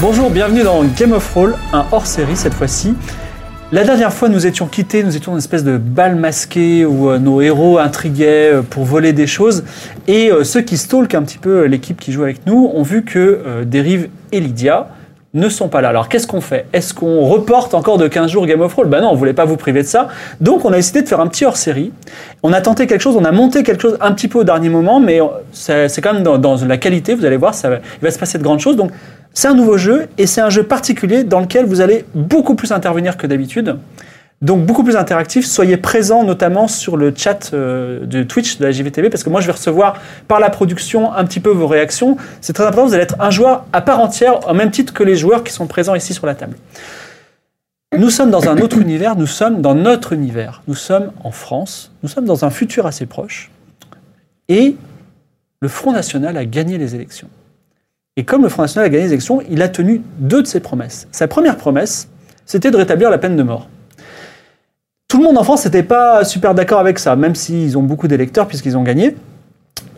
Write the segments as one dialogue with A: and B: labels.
A: Bonjour, bienvenue dans Game of Roll, un hors-série cette fois-ci. La dernière fois, nous étions quittés, nous étions dans une espèce de bal masqué où euh, nos héros intriguaient euh, pour voler des choses. Et euh, ceux qui stalkent un petit peu euh, l'équipe qui joue avec nous ont vu que euh, Derive et Lydia ne sont pas là. Alors qu'est-ce qu'on fait Est-ce qu'on reporte encore de 15 jours Game of Roll Ben non, on voulait pas vous priver de ça. Donc on a décidé de faire un petit hors-série. On a tenté quelque chose, on a monté quelque chose un petit peu au dernier moment, mais on- c'est c'est quand même dans, dans la qualité, vous allez voir, ça, va- il va se passer de grandes choses. Donc c'est un nouveau jeu et c'est un jeu particulier dans lequel vous allez beaucoup plus intervenir que d'habitude. Donc beaucoup plus interactif. Soyez présents notamment sur le chat euh, de Twitch de la JVTV parce que moi je vais recevoir par la production un petit peu vos réactions. C'est très important. Vous allez être un joueur à part entière, au même titre que les joueurs qui sont présents ici sur la table. Nous sommes dans un autre univers. Nous sommes dans notre univers. Nous sommes en France. Nous sommes dans un futur assez proche. Et le Front National a gagné les élections. Et comme le Front National a gagné les élections, il a tenu deux de ses promesses. Sa première promesse, c'était de rétablir la peine de mort. Tout le monde en France n'était pas super d'accord avec ça, même s'ils ont beaucoup d'électeurs puisqu'ils ont gagné.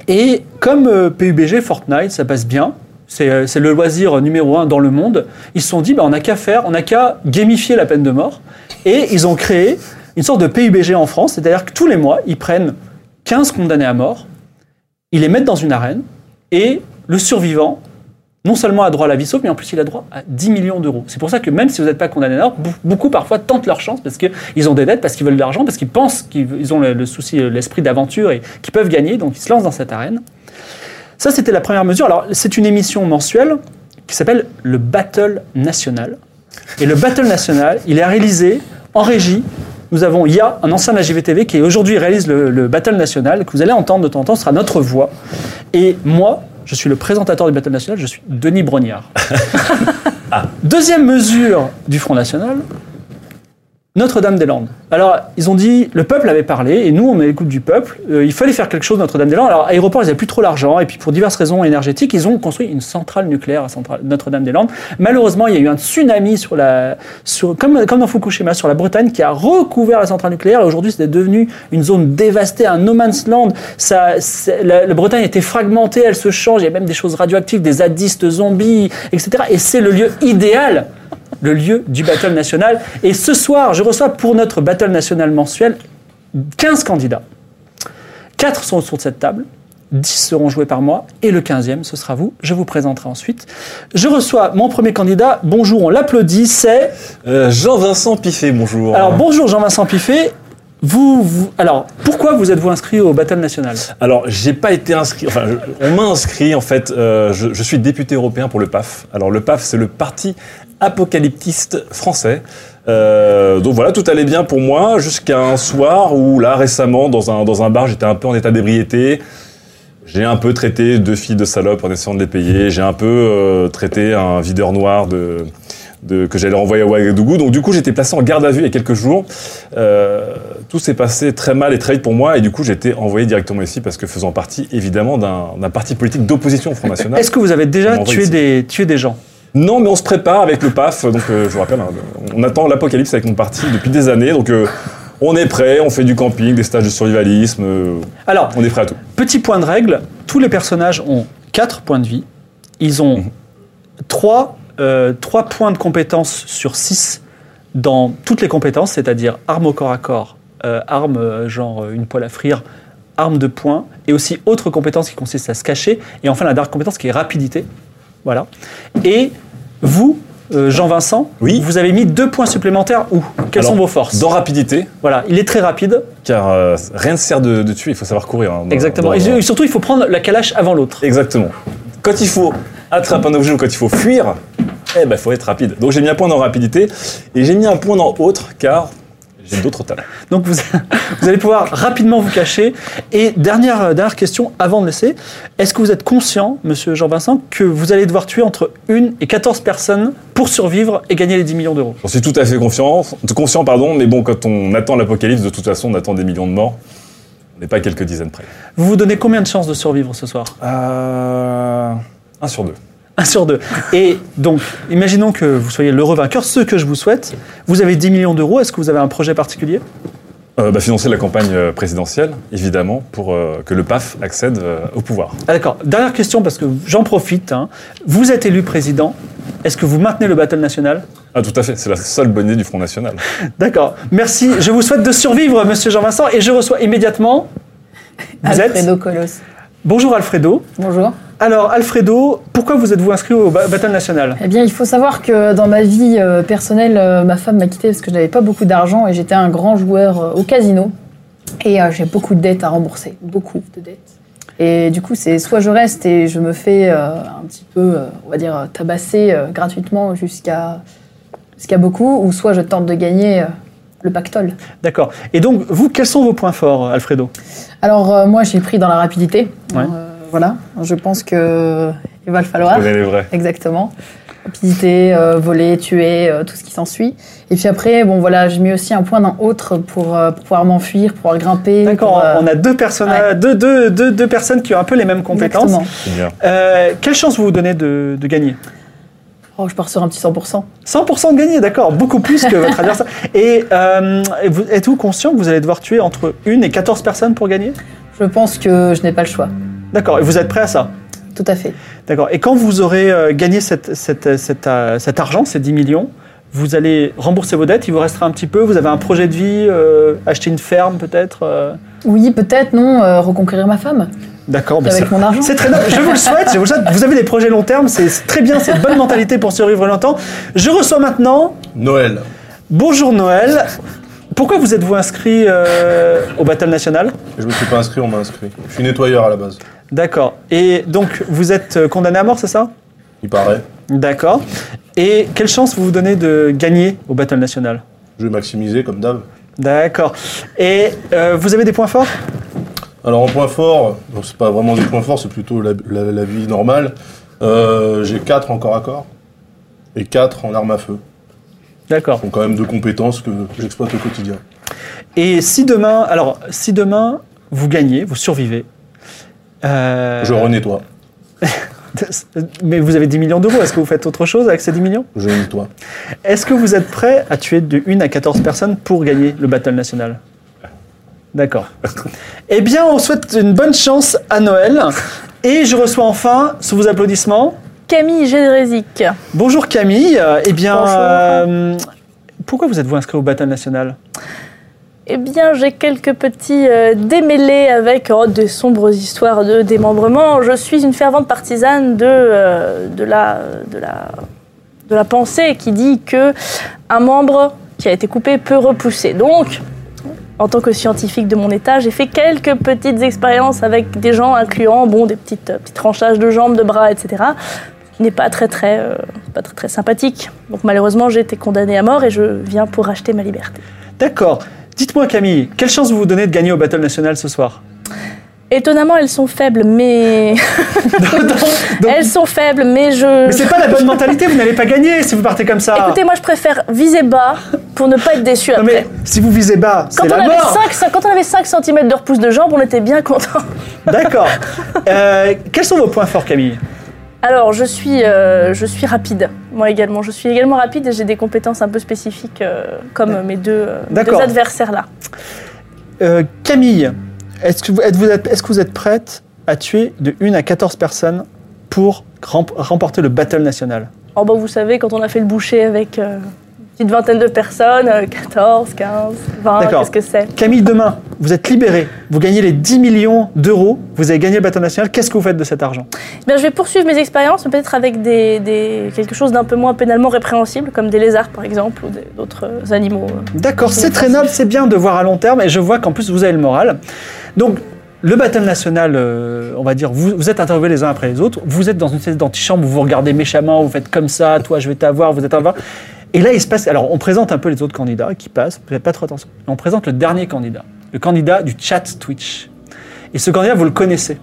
A: Et comme euh, PUBG, Fortnite, ça passe bien, c'est euh, c'est le loisir numéro un dans le monde, ils se sont dit, bah, on n'a qu'à faire, on n'a qu'à gamifier la peine de mort. Et ils ont créé une sorte de PUBG en France, c'est-à-dire que tous les mois, ils prennent 15 condamnés à mort, ils les mettent dans une arène, et le survivant non seulement a droit à la vie sauve, mais en plus il a droit à 10 millions d'euros. C'est pour ça que même si vous n'êtes pas condamné à mort, be- beaucoup parfois tentent leur chance parce qu'ils ont des dettes, parce qu'ils veulent de l'argent, parce qu'ils pensent qu'ils ils ont le, le souci, euh, l'esprit d'aventure et qu'ils peuvent gagner, donc ils se lancent dans cette arène. Ça, c'était la première mesure. Alors, c'est une émission mensuelle qui s'appelle le Battle National. Et le Battle National, il est réalisé en régie. Nous avons Ya, un ancien de la JVTV, qui aujourd'hui réalise le, le Battle National, que vous allez entendre de temps en temps, ce sera notre voix. Et moi, je suis le présentateur du Battle National, je suis Denis Brognard. Deuxième mesure du Front National, Notre-Dame-des-Landes. Alors, ils ont dit, le peuple avait parlé, et nous, on est à l'écoute du peuple, euh, il fallait faire quelque chose Notre-Dame-des-Landes. Alors, aéroport, ils n'avaient plus trop l'argent, et puis pour diverses raisons énergétiques, ils ont construit une centrale nucléaire à Centra- Notre-Dame-des-Landes. Malheureusement, il y a eu un tsunami sur la, sur, comme, comme dans Fukushima, sur la Bretagne, qui a recouvert la centrale nucléaire, et aujourd'hui, c'était devenu une zone dévastée, un no man's land. Ça, c'est- la, la Bretagne était fragmentée, elle se change, il y a même des choses radioactives, des zadistes zombies, etc. Et c'est le lieu idéal le lieu du Battle National. Et ce soir, je reçois pour notre Battle National mensuel 15 candidats. 4 sont autour de cette table, 10 seront joués par moi, et le 15e, ce sera vous. Je vous présenterai ensuite. Je reçois mon premier candidat. Bonjour, on l'applaudit, c'est...
B: Euh, Jean-Vincent Piffet, bonjour.
A: Alors bonjour Jean-Vincent Piffet. Vous, vous- alors pourquoi vous êtes-vous inscrit au Battle National
B: Alors, j'ai pas été inscrit, enfin, je- on m'a inscrit en fait, euh, je, je suis député européen pour le PAF. Alors, le PAF, c'est le parti apocalyptiste français. Euh, donc voilà, tout allait bien pour moi jusqu'à un soir où là récemment dans un, dans un bar j'étais un peu en état d'ébriété. J'ai un peu traité deux filles de salopes en essayant de les payer. J'ai un peu euh, traité un videur noir de, de- que j'allais renvoyer à Ouagadougou. Donc du coup j'étais placé en garde à vue il y a quelques jours. Euh, tout s'est passé très mal et très vite pour moi et du coup j'ai été envoyé directement ici parce que faisant partie évidemment d'un d'un parti politique d'opposition au Front National.
A: Est-ce que vous avez déjà
B: On m'envoie
A: tué
B: ici.
A: des, tué des gens
B: Non, mais on se prépare avec le PAF. Donc, euh, je vous rappelle, hein, on attend l'apocalypse avec mon parti depuis des années. Donc, euh, on est prêt, on fait du camping, des stages de survivalisme. euh,
A: Alors,
B: on est prêt à tout.
A: Petit point de règle, tous les personnages ont 4 points de vie. Ils ont
B: Mhm.
A: 3, points de compétence sur 6 dans toutes les compétences, c'est-à-dire arme au corps à corps, euh, arme euh, genre euh, une poêle à frire, arme de poing, et aussi autre compétence qui consiste à se cacher, et enfin la dernière compétence qui est rapidité. Voilà. Et vous, euh, Jean-Vincent,
B: Oui.
A: vous avez mis deux points supplémentaires où Quelles
B: Alors,
A: sont vos forces
B: Dans rapidité,
A: Voilà, il est très rapide,
B: car euh, rien ne sert de, de tuer, il faut savoir courir. hein, dans-
A: exactement.
B: dans-
A: Et su- surtout, il faut prendre la calache avant l'autre.
B: Exactement. Quand il faut attraper un objet ou quand il faut fuir, eh ben faut être rapide. Donc j'ai mis un point dans rapidité et j'ai mis un point dans autre car j'ai d'autres talents.
A: Donc vous, vous allez pouvoir rapidement vous cacher. Et dernière, euh, dernière question avant de laisser. Est-ce que vous êtes conscient, monsieur Jean-Vincent, que vous allez devoir tuer entre 1 et 14 personnes pour survivre et gagner les 10 millions d'euros
B: J'en suis tout à fait confiant, conscient pardon, mais bon quand on attend l'apocalypse de toute façon on attend des millions de morts. On n'est pas à quelques dizaines près.
A: Vous vous donnez combien de chances de survivre ce soir
B: Euh... Un sur deux.
A: 1 sur 2. Et donc, imaginons que vous soyez l'heureux vainqueur, ce que je vous souhaite. Vous avez 10 millions d'euros, est-ce que vous avez un projet particulier
B: Euh, bah, financer la campagne euh, présidentielle, évidemment, pour euh, que le PAF accède euh, au pouvoir.
A: Ah, D'accord, dernière question parce que j'en profite. hein. Vous êtes élu président, est-ce que vous maintenez le battle national
B: Ah tout à fait, c'est la seule bonne idée du Front National.
A: D'accord, merci. Je vous souhaite de survivre, monsieur Jean-Vincent, et je reçois immédiatement. Vous êtes-
C: Alfredo Colos.
A: Bonjour Alfredo.
C: Bonjour.
A: Alors, Alfredo, pourquoi vous êtes-vous inscrit au ba- Battle National
C: Eh bien, il faut savoir que dans ma vie euh, personnelle, euh, ma femme m'a quitté parce que je n'avais pas beaucoup d'argent et j'étais un grand joueur euh, au casino. Et euh, j'ai beaucoup de dettes à rembourser. Beaucoup de dettes. Et du coup, c'est soit je reste et je me fais euh, un petit peu, euh, on va dire, euh, tabasser euh, gratuitement jusqu'à jusqu'à beaucoup, ou soit je tente de gagner euh, le pactole.
A: D'accord. Et donc, vous, quels sont vos points forts, Alfredo
C: Alors, euh, moi, j'ai pris dans la rapidité.
A: Ouais.
C: Euh, voilà. Je pense que il va le falloir.
B: Vous les vrais.
C: Exactement. Rapidité, euh, voler, tuer, euh, tout ce qui s'ensuit. Et puis après, bon voilà, j'ai mis aussi un point d'un autre pour, euh, pour pouvoir m'enfuir, pour pouvoir grimper.
A: D'accord,
C: pour, euh,
A: on a deux, personnages, deux, deux- deux- deux personnes qui ont un peu les mêmes compétences.
C: exactement.
B: C'est bien.
A: Euh, quelle chance vous vous donnez de, de gagner
C: Oh, je pars sur un petit 100%.
A: 100% de gagner, d'accord, beaucoup plus que votre adversaire. Et euh, vous- êtes-vous conscient que vous allez devoir tuer entre 1 et 14 personnes pour gagner
C: Je pense que je n'ai pas le choix.
A: D'accord, et vous êtes prêt à ça
C: Tout à fait.
A: D'accord. Et quand vous aurez euh, gagné cette- cette- cette, euh, cet argent, ces 10 millions, vous allez rembourser vos dettes, il vous restera un petit peu, vous avez un projet de vie, euh, acheter une ferme peut-être euh.
C: Oui, peut-être, non, euh, reconquérir ma femme
A: D'accord, mais
C: avec mon
A: Oh,
C: argent.
A: bah, C'est très noble. Je vous le souhaite. Je vous le souhaite. Vous avez des projets long terme. C'est c'est très bien. C'est une bonne mentalité pour survivre longtemps. Je reçois maintenant.
D: Noël.
A: Bonjour Noël. Pourquoi vous êtes-vous inscrit euh, au Battle National
D: Je me suis pas inscrit, on m'a inscrit. Je suis nettoyeur à la base.
A: D'accord. Et donc vous êtes euh, condamné à mort, c'est ça
D: Il paraît.
A: D'accord. Et quelle chance vous vous donnez de gagner au Battle National
D: Je vais maximiser comme d'hab.
A: D'accord. Et euh, vous avez des points forts
D: Alors en point fort, bon, c'est pas vraiment des points forts, c'est plutôt la, la- la vie normale. Euh, j'ai 4 en corps à corps et 4 en armes à feu.
A: D'accord.
D: Donc quand même deux compétences que j'exploite au quotidien.
A: Et si demain, alors si demain vous gagnez, vous survivez. euh,
D: Je renettoie.
A: Mais vous avez 10 millions d'euros, est-ce que vous faites autre chose avec ces 10 millions
D: Je nettoie.
A: Est-ce que vous êtes prêt à tuer de 1 à 14 personnes pour gagner le Battle National D'accord. Eh bien, on souhaite une bonne chance à Noël. Et je reçois enfin, sous vos applaudissements,
E: Camille Gédrésic.
A: bonjour Camille. Euh, Eh bien,
E: Bonjour.
A: euh, pourquoi vous êtes-vous inscrit au Battle National
E: Eh bien, j'ai quelques petits euh, démêlés avec oh, des sombres histoires de démembrement. Je suis une fervente partisane de, euh, de, la, de, la, de la pensée qui dit que un membre qui a été coupé peut repousser. Donc, en tant que scientifique de mon état, j'ai fait quelques petites expériences avec des gens, incluant bon, des petites, petits tranchages de jambes, de bras, etc. Ce qui n'est pas très très, euh, pas très très sympathique. Donc malheureusement, j'ai été condamnée à mort et je viens pour racheter ma liberté.
A: D'accord. Dites-moi Camille, quelle chance vous vous donnez de gagner au Battle National ce soir
E: Étonnamment, elles sont faibles, mais.
A: donc-
E: elles sont faibles, mais je.
A: Mais c'est pas la bonne mentalité, vous n'allez pas gagner si vous partez comme ça.
E: euh, Écoutez, moi, je préfère viser bas pour ne pas être déçu
A: non
E: après.
A: mais si vous visez bas,
E: Quand
A: c'est
E: on,
A: la
E: avait
A: mort.
E: 5, quand on avait 5 cm de repousse de jambe, on était bien content.
A: D'accord. Euh, quels sont vos points forts, Camille
E: Alors, je suis, euh, je suis rapide, moi également. Je suis également rapide et j'ai des compétences un peu spécifiques, euh, comme euh, mes deux, euh, mes deux
A: D'accord.
E: adversaires-là.
A: Euh, Camille, est-ce que, vous- êtes-vous- est-ce que vous êtes prête à tuer de 1 à 14 personnes pour rem- remporter le Battle National
E: Oh, bah, vous savez, quand on a fait le boucher avec. euh, petite vingtaine de personnes, euh, 14, 15, 20,
A: D'accord.
E: qu'est-ce que c'est
A: Camille, demain, vous êtes libéré. Vous gagnez les 10 millions d'euros. Vous avez gagné le bâton national. Qu'est-ce que vous faites de cet argent
E: Bien, Ben, Je vais poursuivre mes expériences, mais peut-être avec des, des- quelque chose d'un peu moins pénalement répréhensible, comme des lézards par exemple, ou des- d'autres euh, animaux.
A: D'accord, c'est très noble, c'est bien de voir à long terme et je vois qu'en plus vous avez le moral. Donc, le baptême national, euh, on va dire, vous, vous êtes interviewés les uns après les autres, vous êtes dans une espèce d'antichambre, vous vous regardez méchamment, vous faites comme ça, toi je vais t'avoir, vous êtes un Et là, il se passe. Alors, on présente un peu les autres candidats qui passent, vous faites pas trop attention. Et on présente le dernier candidat, le candidat du chat Twitch. Et ce candidat, vous le connaissez.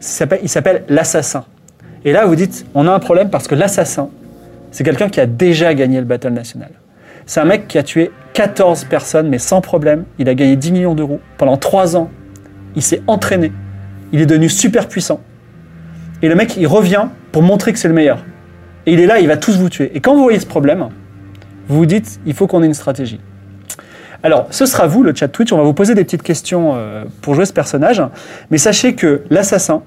A: Il s'appelle- Il s'appelle l'assassin. Et là, vous dites, on a un problème parce que l'assassin, c'est quelqu'un qui a déjà gagné le Battle National. C'est un mec qui a tué 14 personnes, mais sans problème. Il a gagné 10 millions d'euros pendant 3 ans. Il s'est entraîné. Il est devenu super puissant. Et le mec, il revient pour montrer que c'est le meilleur. Et il est là, il va tous vous tuer. Et quand vous voyez ce problème, vous vous dites, il faut qu'on ait une stratégie. Alors, ce sera vous, le chat Twitch. On va vous poser des petites questions euh, pour jouer ce personnage. Mais sachez que l'assassin,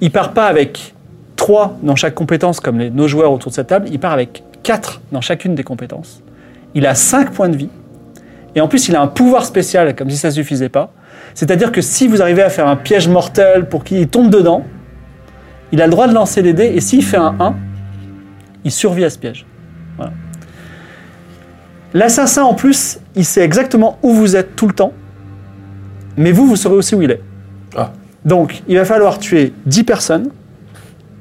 A: il part pas avec 3 dans chaque compétence, comme les- nos joueurs autour de cette table. Il part avec 4 dans chacune des compétences. Il a 5 points de vie. Et en plus, il a un pouvoir spécial, comme si ça ne suffisait pas. C'est-à-dire que si vous arrivez à faire un piège mortel pour qu'il tombe dedans, il a le droit de lancer les dés. Et s'il fait un 1, il survit à ce piège. Voilà. L'assassin, en plus, il sait exactement où vous êtes tout le temps. Mais vous, vous saurez aussi où il est.
D: Ah.
A: Donc, il va falloir tuer 10 personnes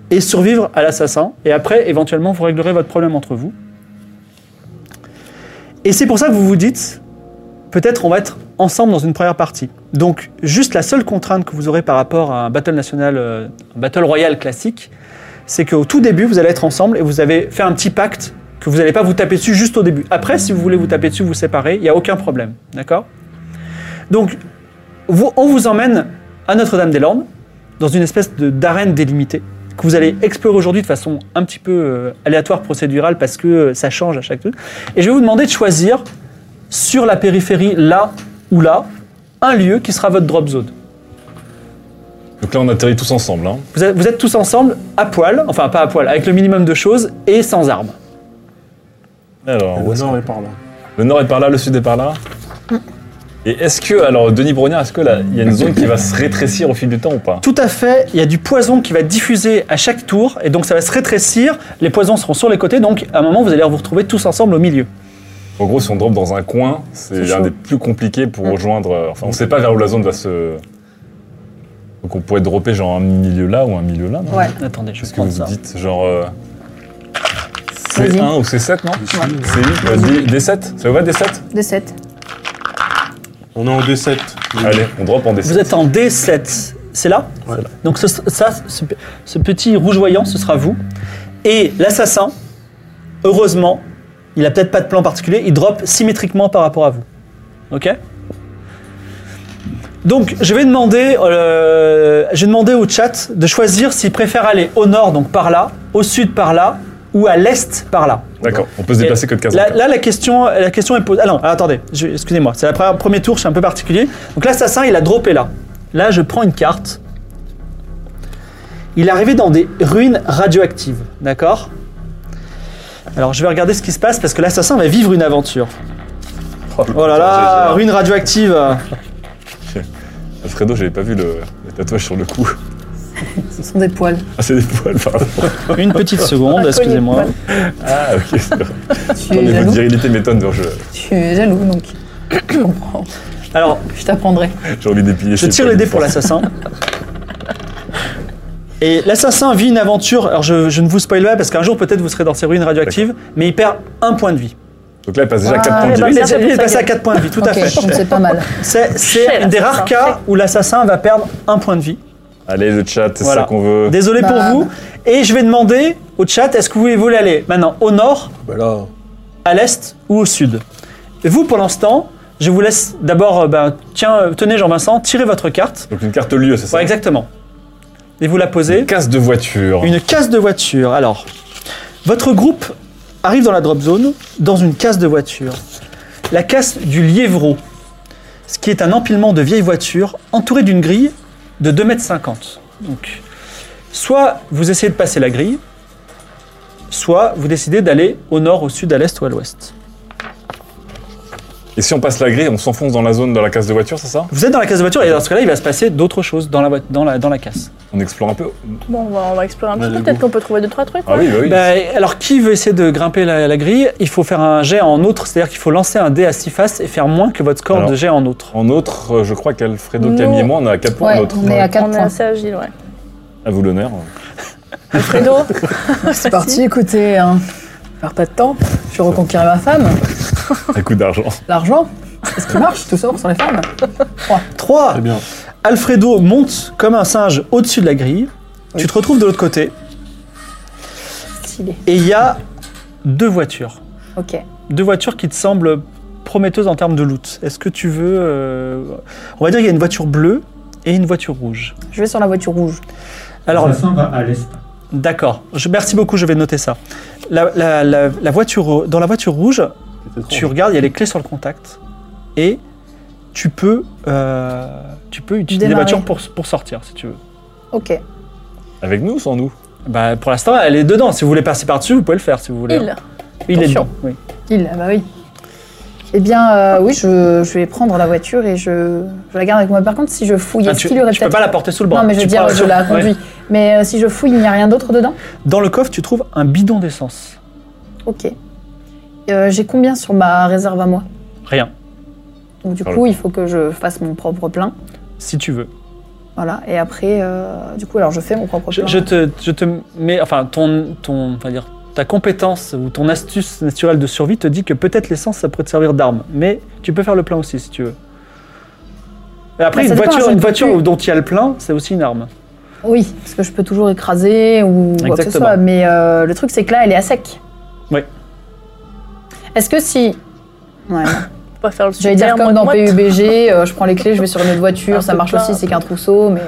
A: et survivre à l'assassin. Et après, éventuellement, vous réglerez votre problème entre vous. Et c'est pour ça que vous vous dites, peut-être on va être ensemble dans une première partie. Donc, juste la seule contrainte que vous aurez par rapport à un battle national, euh, un battle royal classique, c'est qu'au tout début, vous allez être ensemble et vous avez fait un petit pacte que vous n'allez pas vous taper dessus juste au début. Après, si vous voulez vous taper dessus, vous séparez, il n'y a aucun problème. D'accord Donc, vous- on vous emmène à Notre-Dame-des-Landes, dans une espèce de- d'arène délimitée, que vous allez explorer aujourd'hui de façon un petit peu euh, aléatoire, procédurale, parce que euh, ça change à chaque truc. Et je vais vous demander de choisir sur la périphérie, là ou là, un lieu qui sera votre drop zone.
B: Donc là, on atterrit tous ensemble. Hein.
A: Vous êtes, vous êtes tous ensemble, à poil, enfin pas à poil, avec le minimum de choses et sans armes.
B: Alors, où
D: Le
B: est-ce qu'on-
D: nord est par là.
B: le nord est par là, le sud est par là. Et est-ce que, alors, Denis Brognard, est-ce que là, il y a une zone qui va se rétrécir au fil du temps ou pas
A: Tout à fait, il y a du poison qui va diffuser à chaque tour, et donc ça va se rétrécir, les poisons seront sur les côtés, donc à un moment vous allez vous retrouver tous ensemble au milieu.
B: En gros, si on drop dans un coin, c'est
A: C'est
B: l'un
A: chaud.
B: des plus compliqués pour rejoindre. euh, Enfin, on sait pas vers où la zone va se. Donc on pourrait dropper genre un milieu là ou un milieu là. non
C: Ouais.
A: Attendez, je vais
B: Qu'est-ce que
A: prendre
B: vous
A: ça.
B: dites Genre. euh,
C: Vas-y.
B: C1 ou C7, non C8 D7 Ça vous va D7
C: Des 7.
D: On est en D7.
B: Allez, on drop en D7.
A: Vous êtes en D7, c'est là
D: Ouais.
A: Donc ce- ça, ce, ce petit rougeoyant, ce sera vous. Et l'assassin, heureusement, il a peut-être pas de plan particulier, il drop symétriquement par rapport à vous. Ok donc, je vais demander, euh, je vais demander au chat de choisir s'il préfère aller au nord, donc par là, au sud par là, ou à l'est par là.
B: D'accord, on peut se déplacer que de 15
A: Là, là, la question, la question est posée. Ah non, attendez, je- excusez-moi, c'est le premier tour, je suis un peu particulier. Donc l'assassin, il a droppé là. Là, je prends une carte. Il est arrivé dans des ruines radioactives, d'accord Alors, je vais regarder ce qui se passe parce que l'assassin va vivre une aventure. Oh là là, ruines radioactives
B: Fredo, j'avais pas vu le, le tatouage sur le cou.
C: Ce sont des poils.
B: Ah, c'est des poils, pardon.
A: Une petite seconde,
E: Inconnu.
A: excusez-moi.
B: Ah, ok, c'est vrai.
C: Tu
B: Non,
C: es
B: mais votre
C: jaloux.
B: virilité m'étonne, donc je-
C: Tu es jaloux, donc je comprends.
A: Alors,
C: Je t'apprendrai.
B: j'ai envie d'épiler.
A: Je tire les dés pour l'assassin. Et l'assassin vit une aventure. Alors je, je ne vous spoil pas parce qu'un jour peut-être vous serez dans ces ruines radioactives, mais il perd un point de vie.
B: Donc là, il passe déjà à 4
C: Ah,
B: points de
E: ouais, bah,
B: vie.
A: Lui, il est
E: ça,
A: déjà- lui, il est
E: ça
A: passé à
E: gagne.
A: 4 points de vie, tout
C: Ok,
A: à fait.
C: donc c'est pas mal.
A: C'est- C'est
E: Cher,
A: un des rares
E: l'assassin,
A: cas où l'assassin va perdre un point de vie.
B: Allez, le chat, c'est
A: Voilà.
B: ça qu'on veut.
A: Désolé pour
C: Bah.
A: vous. Et je vais demander au chat, est-ce que vous voulez aller maintenant au nord,
D: Bah là.
A: à l'est ou au sud Et vous, pour l'instant, je vous laisse d'abord, euh, ben, tiens, euh, tenez Jean-Vincent, tirez votre carte.
B: Donc une carte lieu, c'est ça
A: Ouais, exactement. Et vous la posez.
B: Casse de voiture.
A: Une casse de voiture. Alors, votre groupe arrive dans la drop zone, dans une casse de voiture. La casse du Liévreau, ce qui est un empilement de vieilles voitures entourées d'une grille de 2,50 mètres. Donc, soit vous essayez de passer la grille, soit vous décidez d'aller au nord, au sud, à l'est ou à l'ouest.
B: Et si on passe la grille, on s'enfonce dans la zone de la casse de voiture, c'est ça
A: Vous êtes dans la case de voiture et dans ce cas-là, il va se passer d'autres choses dans la, voit- dans la, dans la casse.
B: On explore un peu.
E: Bon, on va, on va explorer un
D: Ouais,
E: petit peu.
D: les
E: Peut-être
D: goûts.
E: qu'on peut trouver deux, trois trucs.
B: Ah
E: ouais.
B: oui, bah oui.
A: Bah, alors, qui veut essayer de grimper la, la grille Il faut faire un jet en autre, c'est-à-dire qu'il faut lancer un dé à six faces et faire moins que votre score
B: Alors.
A: de jet en autre.
B: En autre, euh, je crois qu'Alfredo,
E: Non.
B: Camille et moi, on a 4 points en
C: Ouais,
B: autre.
C: on est à 4
E: On est
C: points.
E: assez agile, ouais.
B: À vous l'honneur.
E: Fredo,
C: C'est parti, écoutez, hein. je perds pas de temps. Je reconquiers ma femme,
B: Un coup d'argent.
C: l'argent. C'est ce qui marche, tout ça pour sur les femmes.
A: 3.
B: Eh
D: Très bien.
A: Alfredo monte comme un singe au-dessus de la grille. Tu te retrouves de l'autre côté
C: Stylé.
A: et il y a deux voitures.
C: Ok.
A: Deux voitures qui te semblent prometteuses en termes de loot. Est-ce que tu veux... euh, On va dire qu'il y a une voiture bleue et une voiture rouge.
C: Je vais sur la voiture rouge.
A: Alors,
F: Assassin va à l'est.
A: d'accord. Je- Merci beaucoup, je vais noter ça. La- la- la- la voiture, dans la voiture rouge,
D: C'est étrange.
A: tu regardes, il y a les clés sur le contact et tu peux, euh, tu peux utiliser la
C: Démarrer.
A: voiture pour, pour sortir si tu veux.
C: Ok.
B: Avec nous ou sans nous
A: Bah, pour l'instant, elle est dedans. Si vous voulez passer par-dessus, vous pouvez le faire si vous voulez.
E: il.
A: Il est
C: Attention.
A: dedans. Oui.
C: Il, ah bah oui. Eh bien, euh, oui, je, je vais prendre la voiture et je, je la garde avec moi. Par contre, si je fouille,
A: Ah,
C: est-ce
A: tu
C: qu'il y aurait
A: tu peux
C: peut-être...
A: pas la porter sous le bras.
C: non, mais je
A: Tu
C: veux dire,
A: prends-
C: je la
A: Ouais.
C: conduis. Mais euh, si je fouille, il n'y a rien d'autre dedans
A: Dans le coffre, tu trouves un bidon d'essence.
C: Ok. Euh, J'ai combien sur ma réserve à moi
A: Rien,
C: Donc, du
B: Sur le
C: coup,
B: coup.
C: il faut que je fasse mon propre plein.
A: si tu veux.
C: Voilà. Et après, euh, du coup, alors je fais mon propre
A: Je,
C: plein.
A: je te, je te mets, enfin, ton, ton, on va dire, ta compétence ou ton astuce naturelle de survie te dit que peut-être l'essence, ça pourrait te servir d'arme. Mais tu peux faire le plein aussi si tu veux. Et après,
C: Bah, ça
A: une
C: dépend,
A: voiture,
C: ça
A: une
C: peut
A: voiture
C: plus.
A: dont il y a le plein, c'est aussi une arme.
C: Oui, parce que je peux toujours écraser ou quoi que ce
A: Exactement.
C: soit. Mais euh, le truc, c'est que là, elle est à sec.
A: Oui.
C: Est-ce que si... Ouais, non.
E: Faut pas faire le
C: J'allais dire
E: super
C: comme dans
E: moite-moite.
C: PUBG, euh, je prends les clés, je vais sur une autre
E: Un
C: voiture, ça
E: peu
C: marche
E: plein,
C: aussi,
E: un
C: c'est qu'un trousseau, mais...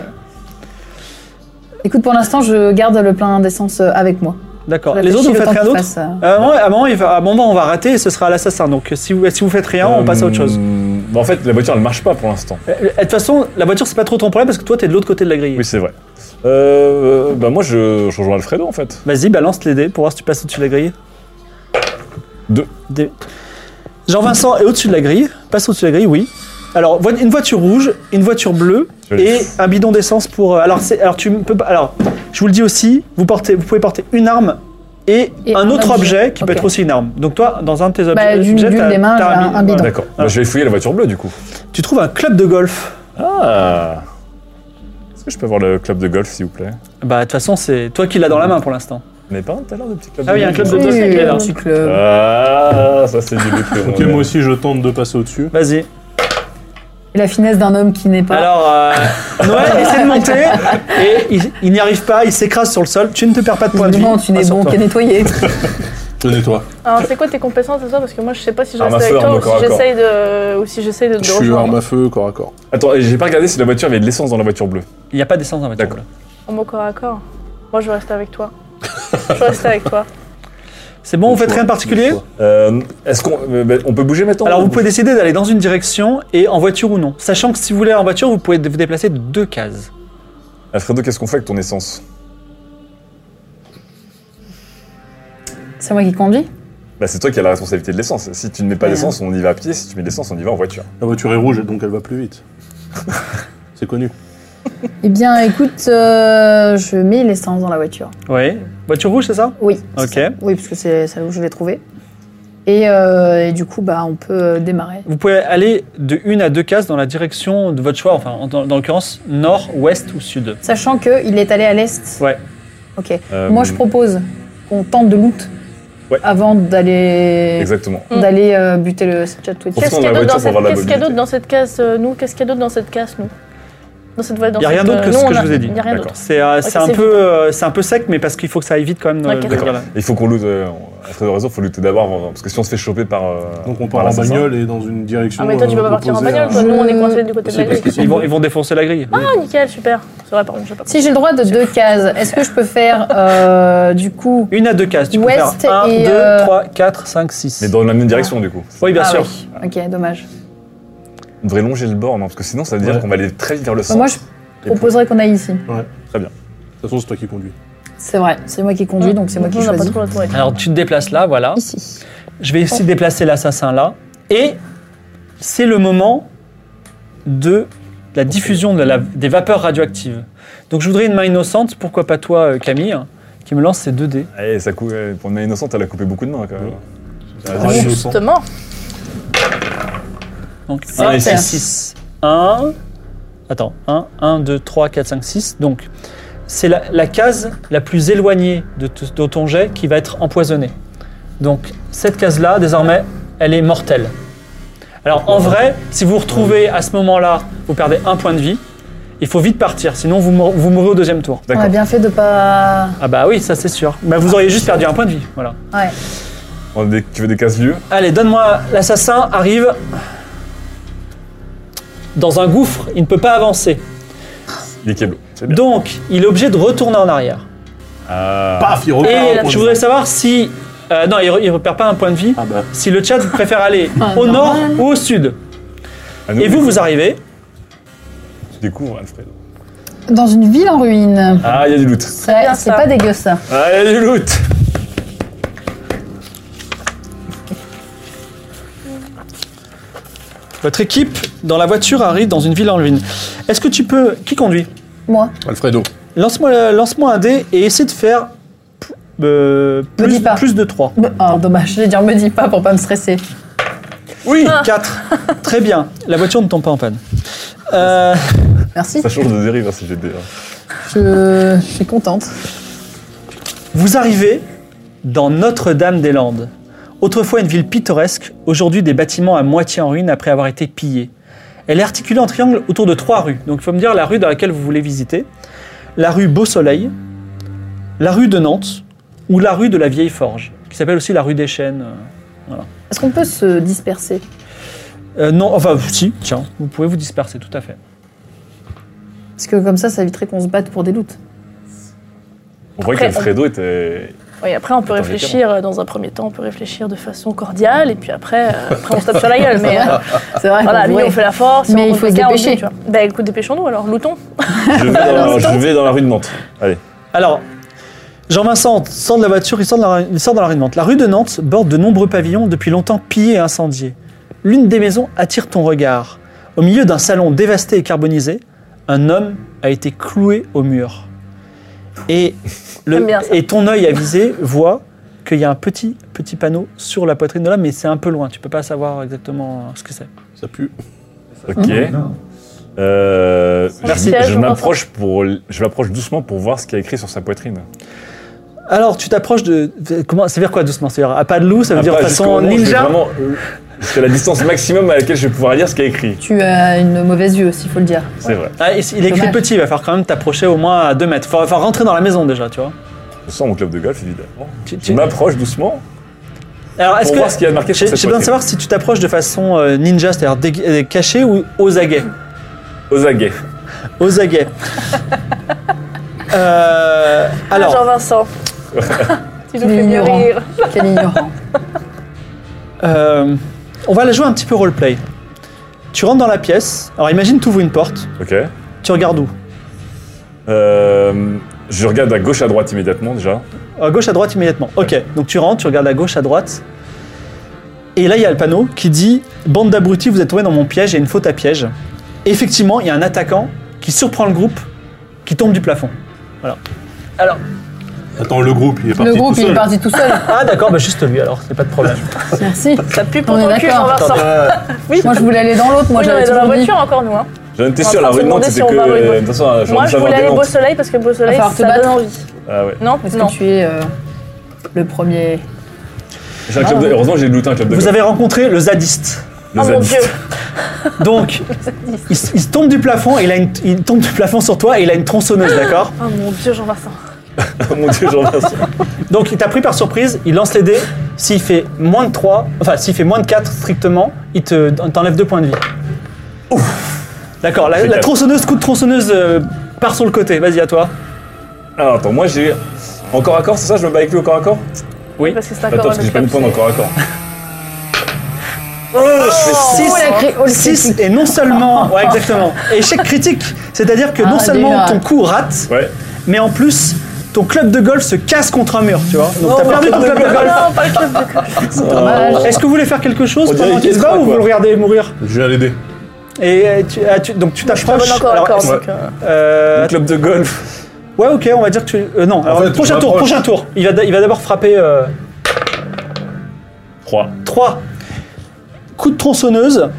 C: Écoute, pour l'instant, je garde le plein d'essence euh, avec moi.
A: D'accord.
C: Je
A: Les autres,
C: réfléchis
A: vous
C: le
A: faites
C: temps
A: rien
C: qu'il
A: d'autre
C: fasse, euh.
A: À un moment- à un moment, il va- à un moment, on va rater et ce sera à l'assassin. Donc si vous, si vous faites rien, on passe à autre chose.
B: Euh, bah, en fait, la voiture, elle marche pas pour l'instant.
A: Euh, De toute façon, la voiture, c'est pas trop ton problème parce que toi, t'es de l'autre côté de la grille.
B: Oui, c'est vrai. Euh, bah, moi, je, je rejoins Alfredo, en fait.
A: Vas-y, balance les dés pour voir si tu passes au-dessus de la grille.
B: Deux.
A: Des- Jean-Vincent est au-dessus de la grille. Passe au-dessus de la grille, oui. Alors, vo- une voiture rouge, une voiture bleue
B: Joli.
A: et un bidon d'essence pour. euh, Alors, c'est- alors, tu peux pas- Alors, je vous le dis aussi, vous, portez, vous pouvez porter une arme et,
C: Et
A: un
C: un
A: autre objet,
C: objet.
A: qui peut
C: Ok.
A: être aussi une arme. Donc, toi, dans un de tes obje-
C: Bah,
A: objets.
C: d'une bulle
A: t'as-
C: des mains,
A: t'as
C: j'ai un- un bidon.
A: voilà.
B: D'accord. Bah, je vais fouiller la voiture bleue, du coup.
A: Tu trouves un club de golf.
B: Ah Est-ce que je peux avoir le club de golf, s'il vous plaît
A: Bah, de toute façon, c'est toi qui l'as dans la main pour l'instant.
B: Mais pas un tout à l'heure de petit club
A: Ah
B: de
A: oui, un
B: golf
A: club de golf.
C: Oui, euh,
A: c'est
C: un
A: clair.
C: petit club.
A: Euh.
B: Ah, ça, c'est du défi.
D: Ok, moi aussi, je tente de passer au-dessus.
A: Vas-y.
C: Et la finesse d'un homme qui n'est pas...
A: Alors, euh, Noël essaie de monter et il, il n'y arrive pas, il s'écrase sur le sol. Tu ne te perds pas de point de Ah, vie.
C: Évidemment, tu n'es bon
A: Assure-toi.
C: qu'à nettoyer.
D: Je nettoie.
E: Alors, c'est quoi tes compétences et ça Parce que moi, je sais pas si je
B: Arme
E: reste
B: à
E: avec
B: feu,
E: toi
B: arme
E: ou
B: au corps à
E: si j'essaye de, ou si j'essaye de te
D: Je suis arme
E: rejoindre.
D: à feu, corps à corps.
B: Attends, j'ai pas regardé si la voiture avait de l'essence dans la voiture bleue.
A: Il n'y a pas d'essence dans la voiture.
B: D'accord.
E: Arme au corps à corps. Moi, je reste avec toi. je reste avec toi.
A: C'est bon, vous faites rien de particulier
B: Euh, Est-ce qu'on euh, bah, on peut bouger maintenant
A: Alors, vous pouvez décider d'aller dans une direction et en voiture ou non. Sachant que si vous voulez en voiture, vous pouvez vous déplacer de deux cases.
B: Alfredo, qu'est-ce qu'on fait avec ton essence
C: C'est moi qui conduis
B: Bah, c'est toi qui as la responsabilité de l'essence. Si tu ne mets pas
C: Ouais.
B: d'essence, on y va à pied. Si tu mets de l'essence, on y va en voiture.
D: La voiture est rouge, donc elle va plus vite. C'est connu.
C: Eh bien, écoute, euh, je mets l'essence dans la voiture.
A: Oui. Voiture rouge, c'est ça
C: Oui. c'est
A: Ok.
C: ça. Oui, parce que c'est celle où je l'ai trouvée. Et, euh, et du coup, bah, on peut euh, démarrer.
A: Vous pouvez aller de une à deux cases dans la direction de votre choix, enfin, en- dans, dans l'occurrence, nord, ouest ou sud.
C: Sachant qu'il est allé à l'est.
A: Ouais.
C: Ok.
B: Euh,
C: Moi, je propose qu'on tente de loot
B: Ouais.
C: avant d'aller
B: Exactement.
C: d'aller euh, buter le chat
B: Qu'est-ce
C: Twitter.
E: Qu'est-ce
B: qu'on
E: qu'il y
B: a
E: a
B: la voiture
E: d'autre dans
B: pour
E: cette-
B: avoir la
E: qu'est-ce qu'il y a
B: mobilité.
E: d'autre dans cette casse, euh, nous Qu'est-ce qu'il y a d'autre dans cette casse, nous Dans cette voie, dans
A: Il n'y a rien
E: cette,
A: d'autre
E: euh,
A: que
E: nous,
A: ce
E: on
A: que je
E: a-
A: vous ai dit.
E: Il n'y a rien
B: D'accord.
E: d'autre.
A: C'est euh, c'est un,
E: c'est
A: peu, euh, c'est un peu sec, mais parce qu'il faut que ça aille vite quand même. euh,
E: Ok.
A: le-
E: D'accord.
A: voilà.
B: Il faut qu'on loot. euh, Alfredo a raison, faut looter d'abord. avant- Parce que si on se fait choper par. euh,
D: Donc on
B: par
D: part en
B: l'assassin-
D: bagnole et dans une direction.
E: Ah, mais toi, tu
D: euh,
E: peux pas partir en
D: opposée
E: bagnole,
D: à-
E: toi. Nous, on est
C: Je-
E: coincés du côté de la
D: C'est parce
E: grille.
D: que c'est
A: Ils vont,
D: bleu.
A: ils vont défoncer la grille.
E: Ah, nickel, super. C'est vrai, pardon, j'ai pas
C: Si j'ai le droit de deux cases, est-ce que je peux faire euh, du coup
A: Une à deux cases, tu peux faire
C: Ouest
A: 1,
C: et,
A: 2,
C: euh,
A: 3, 4, 5, 6.
B: Mais dans la même direction, du coup.
A: Oui, bien
C: Ah
A: sûr.
C: oui. Ok, dommage.
B: On devrait longer le bord, non Parce que sinon, ça veut dire
D: Ouais.
B: qu'on va aller très vite vers le
C: Bah,
B: centre.
C: moi, je
B: Et pour-
C: proposerais qu'on aille ici.
D: De toute façon, c'est toi qui conduis.
C: C'est vrai, c'est moi qui conduis, donc c'est moi qui
E: Mmh. On n'a pas
C: choisis.
E: trop la tourette.
A: Alors tu te déplaces là, voilà.
C: Ici.
A: Je vais essayer de déplacer l'assassin là. Et c'est le moment de la diffusion de la- des vapeurs radioactives. Donc je voudrais une main innocente, pourquoi pas toi euh, Camille, qui me lance ces deux dés.
B: Eh, ça cou- eh, Pour une main innocente, elle a coupé beaucoup de mains quand même.
D: Ah,
B: Ouais.
D: innocent.
E: Justement.
A: Donc
C: Sept.
A: 1 6. 1. Attends, 1, 1, 2, 3, 4, 5, 6. Donc c'est la, la case la plus éloignée de, t- de ton jet qui va être empoisonnée. Donc cette case-là, désormais, elle est mortelle. Alors en vrai, si vous vous retrouvez à ce moment-là, vous perdez un point de vie. Il faut vite partir, sinon vous, mour- vous mourrez au deuxième tour.
C: On a
B: D'accord.
C: bien fait de pas.
A: Ah bah oui, ça c'est sûr. Bah vous auriez juste perdu un point de vie, voilà.
C: Ouais.
B: On a des- Tu veux des casse-lieux
A: Allez, donne-moi. L'assassin arrive dans un gouffre, il ne peut pas avancer.
B: Il est keblo. C'est bien.
A: Donc, il est obligé de retourner en arrière.
B: Ah.
D: Paf, il
A: Et
D: repart.
A: je voudrais savoir si. euh, non, il ne repère pas un point de vie.
D: Ah bah.
A: Si le chat préfère aller au nord ou au sud.
B: Ah, nous,
A: Et vous, vous arrivez.
B: Tu découvres, Alfredo.
C: Dans une ville en ruine.
B: Ah, il y a du loot.
C: Ouais,
E: bien
C: c'est
E: ça.
C: pas dégueu ça.
B: Ah, il y a du loot
A: Votre équipe, dans la voiture, arrive dans une ville en ruine. Est-ce que tu peux. Qui conduit
C: Moi,
D: Alfredo.
A: Lance-moi lance un dé et essaie de faire euh,
C: Me
A: plus,
C: dis pas.
A: plus de 3.
C: Oh, dommage, je vais dire me dis pas pour pas me stresser.
A: Oui 4. Très bien. La voiture ne tombe pas en panne. Euh,
C: Merci,
B: Ça change de dérive, hein, si j'étais.
C: je, je suis contente.
A: Vous arrivez dans Notre-Dame-des-Landes. Autrefois une ville pittoresque, aujourd'hui des bâtiments à moitié en ruine après avoir été pillés. Elle est articulée en triangle autour de trois rues. Donc il faut me dire la rue dans laquelle vous voulez visiter. La rue Beau Soleil, la rue de Nantes ou la rue de la Vieille Forge, qui s'appelle aussi la rue des Chênes.
C: Est-ce qu'on peut se disperser
A: Euh, non, enfin si, tiens, vous pouvez vous disperser, tout à fait.
C: Parce que comme ça, ça éviterait qu'on se batte pour des loots.
B: On voit
E: Après,
B: qu'Alfredo était.
E: Oui, après, on peut
B: Attends,
E: réfléchir. euh, Dans un premier temps, on peut réfléchir de façon cordiale, et puis après, euh, après on se tape sur la gueule. Mais euh,
C: C'est vrai,
E: voilà,
C: qu'on
E: lui,
C: pourrait.
E: on fait la force.
C: Mais
E: on
C: il
E: fait
C: faut
E: le
C: se
E: gars, on
C: dépêcher.
E: dit, tu vois. Bah écoute, dépêchons-nous alors, loutons.
B: Je vais, dans, je vais dans la rue de Nantes. Allez.
A: Alors, Jean-Vincent sort de la voiture, il sort, de la- il sort dans la rue de Nantes. La rue de Nantes borde de nombreux pavillons depuis longtemps pillés et incendiés. L'une des maisons attire ton regard. Au milieu d'un salon dévasté et carbonisé, un homme a été cloué au mur. Et, le-
E: J'aime bien ça.
A: et ton œil avisé voit qu'il y a un petit, petit panneau sur la poitrine de l'homme, mais c'est un peu loin, tu peux pas savoir exactement ce que c'est.
D: Ça pue.
B: Ok.
F: Mhm.
B: Euh,
E: Merci,
B: je
E: je
B: je
E: vous
B: m'approche pour, je m'approche doucement pour voir ce qu'il y a écrit sur sa poitrine.
A: Alors, tu t'approches de... Comment, ça veut dire quoi doucement C'est-à-dire à pas de loup, ça veut
B: Ah,
A: dire
B: pas, jusqu'au
A: façon
B: moment où je vais
A: ninja
B: vraiment, euh, Jusqu'à la distance maximum à laquelle je vais pouvoir lire ce qu'il y a écrit.
C: Tu as une mauvaise vue aussi, faut le dire.
B: C'est vrai.
A: Ah, il il est écrit
C: Dommage.
A: petit, il va falloir quand même t'approcher au moins à 2 mètres. Faut, faut rentrer dans la maison déjà, tu vois.
B: Je sens mon club de golf, évidemment.
A: Tu- tu-
B: Je m'approche doucement.
A: Alors, est-ce
B: Bah, pour
A: que.
B: voir ce qu'il y a de marqué
A: J'ai
B: sur cette
A: j'ai besoin de
B: poitrine.
A: savoir si tu t'approches de façon euh, ninja, c'est-à-dire dég- euh, caché ou aux aguets.
B: Aux aguets.
A: Aux aguets. Euh,
B: Ah,
E: Alors,
A: alors,
E: Jean-Vincent, tu nous
C: Il est
E: fais bien
C: ignorant.
E: rire.
C: Quel ignorant.
A: euh, on va la jouer un petit peu roleplay. Tu rentres dans la pièce. Alors, imagine, tu ouvres une porte.
B: Ok.
A: Tu regardes où
B: Euh, je regarde à gauche, à droite immédiatement déjà.
A: À gauche, à droite, immédiatement. Ok, donc tu rentres, tu regardes à gauche, à droite. Et là, il y a le panneau qui dit Bande d'abrutis, vous êtes tombés dans mon piège, il y a une faute à piège. Et effectivement, il y a un attaquant qui surprend le groupe, qui tombe du plafond.
D: Attends, le groupe, il est parti.
C: Le groupe,
D: tout
C: il
D: seul.
C: est parti tout seul.
A: Ah, d'accord, bah juste lui alors, c'est pas de problème.
C: Merci.
E: Ça pue pour
C: On est
E: ton cul,
C: d'accord.
E: Jean-Vincent.
C: Moi, je voulais aller dans l'autre. Moi,
E: Oui, on
C: j'avais
E: est dans la
C: toujours dit.
E: voiture encore, nous. hein.
B: J'en étais
E: On est
B: sûr,
E: en
B: la
E: train de
B: rue de Nantes,
E: se
B: c'était
E: demander si on va à la rue de
B: que. euh,
E: Nantes.
B: De toute façon, j'ai
E: Moi,
B: envie
E: je
B: d'avoir
E: voulais
B: des
E: aller au Beau
B: Nantes.
E: Soleil parce que le Beau Soleil,
C: Va falloir te
E: ça donne
C: battre.
E: envie.
B: Ah ouais.
E: Non
C: Est-ce
E: Non.
C: que tu es euh, le premier
B: J'ai un
E: Ah
B: club de- Heureusement, j'ai looté un club de
A: Vous
B: golf.
A: avez rencontré le zadiste.
B: Le
E: Oh mon
B: zadiste.
E: dieu
A: Donc, il, s- il se tombe du plafond, et il, a une- il tombe du plafond sur toi et il a une tronçonneuse, d'accord
E: Oh mon dieu, Jean-Vincent.
B: Oh mon dieu, Jean-Vincent.
A: Donc, il t'a pris par surprise, il lance les dés. S'il fait moins de 3, enfin, s'il fait moins de 4 strictement, il te- t'enlève 2 points de vie. D'accord, la, la
B: Impeccable.
A: tronçonneuse, coup de tronçonneuse euh, part sur le côté, vas-y à toi.
B: Alors Ah, attends, moi j'ai. Encore à corps, c'est ça Je me bats avec lui au corps à corps
A: Oui.
E: Parce que c'est
B: Attends,
E: encore
B: parce que j'ai pas mis point encore à corps.
C: Oh, la cri- oh, le
A: 6
C: critique.
A: et non seulement. Ouais, exactement. Échec critique, c'est-à-dire que non
C: Ah,
A: seulement
C: déjà.
A: ton coup rate,
B: Ouais.
A: mais en plus, ton club de golf se casse contre un mur, tu vois. Donc
C: Oh,
A: t'as perdu ton club de golf.
E: Non, pas le club de golf.
A: Est-ce que vous voulez faire quelque chose
D: On dirait
A: pendant
D: qu'il
A: qu'il se
D: se
A: bat
D: croit,
A: ou vous
D: quoi.
A: le regardez mourir
D: Je viens l'aider.
A: Et euh, tu, ah, tu- donc tu
E: Je suis pas
A: t'approches.
E: bonne encore à
A: alors,
E: cordes,
A: est-ce-
E: donc, euh,
A: euh,
B: club de golf.
A: ouais, ok, on va dire que tu. euh, non, alors
D: fait,
A: prochain
D: je
A: tour,
D: m'approche.
A: prochain tour. Il va, d- il va d'abord frapper euh,
B: 3.
A: 3. Coup de tronçonneuse,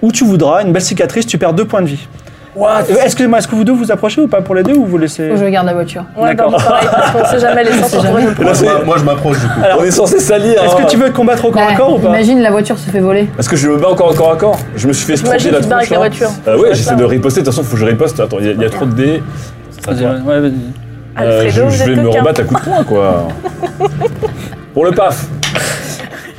A: où tu voudras, une belle cicatrice, tu perds 2 points de vie.
B: What
A: Euh, Excusez-moi, est-ce que vous deux vous approchez ou pas pour les deux ou vous laissez.
C: Faut que je garde la voiture.
E: Ouais, bah,
A: D'accord.
E: bon, pareil, parce qu'on sait jamais les sens entre nous.
D: Moi, je m'a- moi, je m'approche du coup.
B: On est censé salir.
A: Est-ce que
B: hein.
A: tu veux combattre au corps à
C: Bah,
A: corps ou pas
C: Imagine, la voiture se fait voler.
B: Est-ce que je me bats encore, encore, encore Je me suis fait
E: J'imagine
B: stropper la
E: que tu te bats avec
B: tronche.
E: la
B: là.
E: voiture.
B: Euh,
E: C'est
B: ouais,
E: pas
B: j'essaie
E: ça.
B: de riposter. De toute façon, faut que je riposte. Attends, il y, a- il y a trop de dés.
A: Vas-y, ouais, ouais, vas-y.
B: Euh, je,
E: Alfredo,
B: je
E: vous
B: vais
E: êtes
B: me
E: coquin.
B: rebattre à coups de poing, quoi. Pour le paf.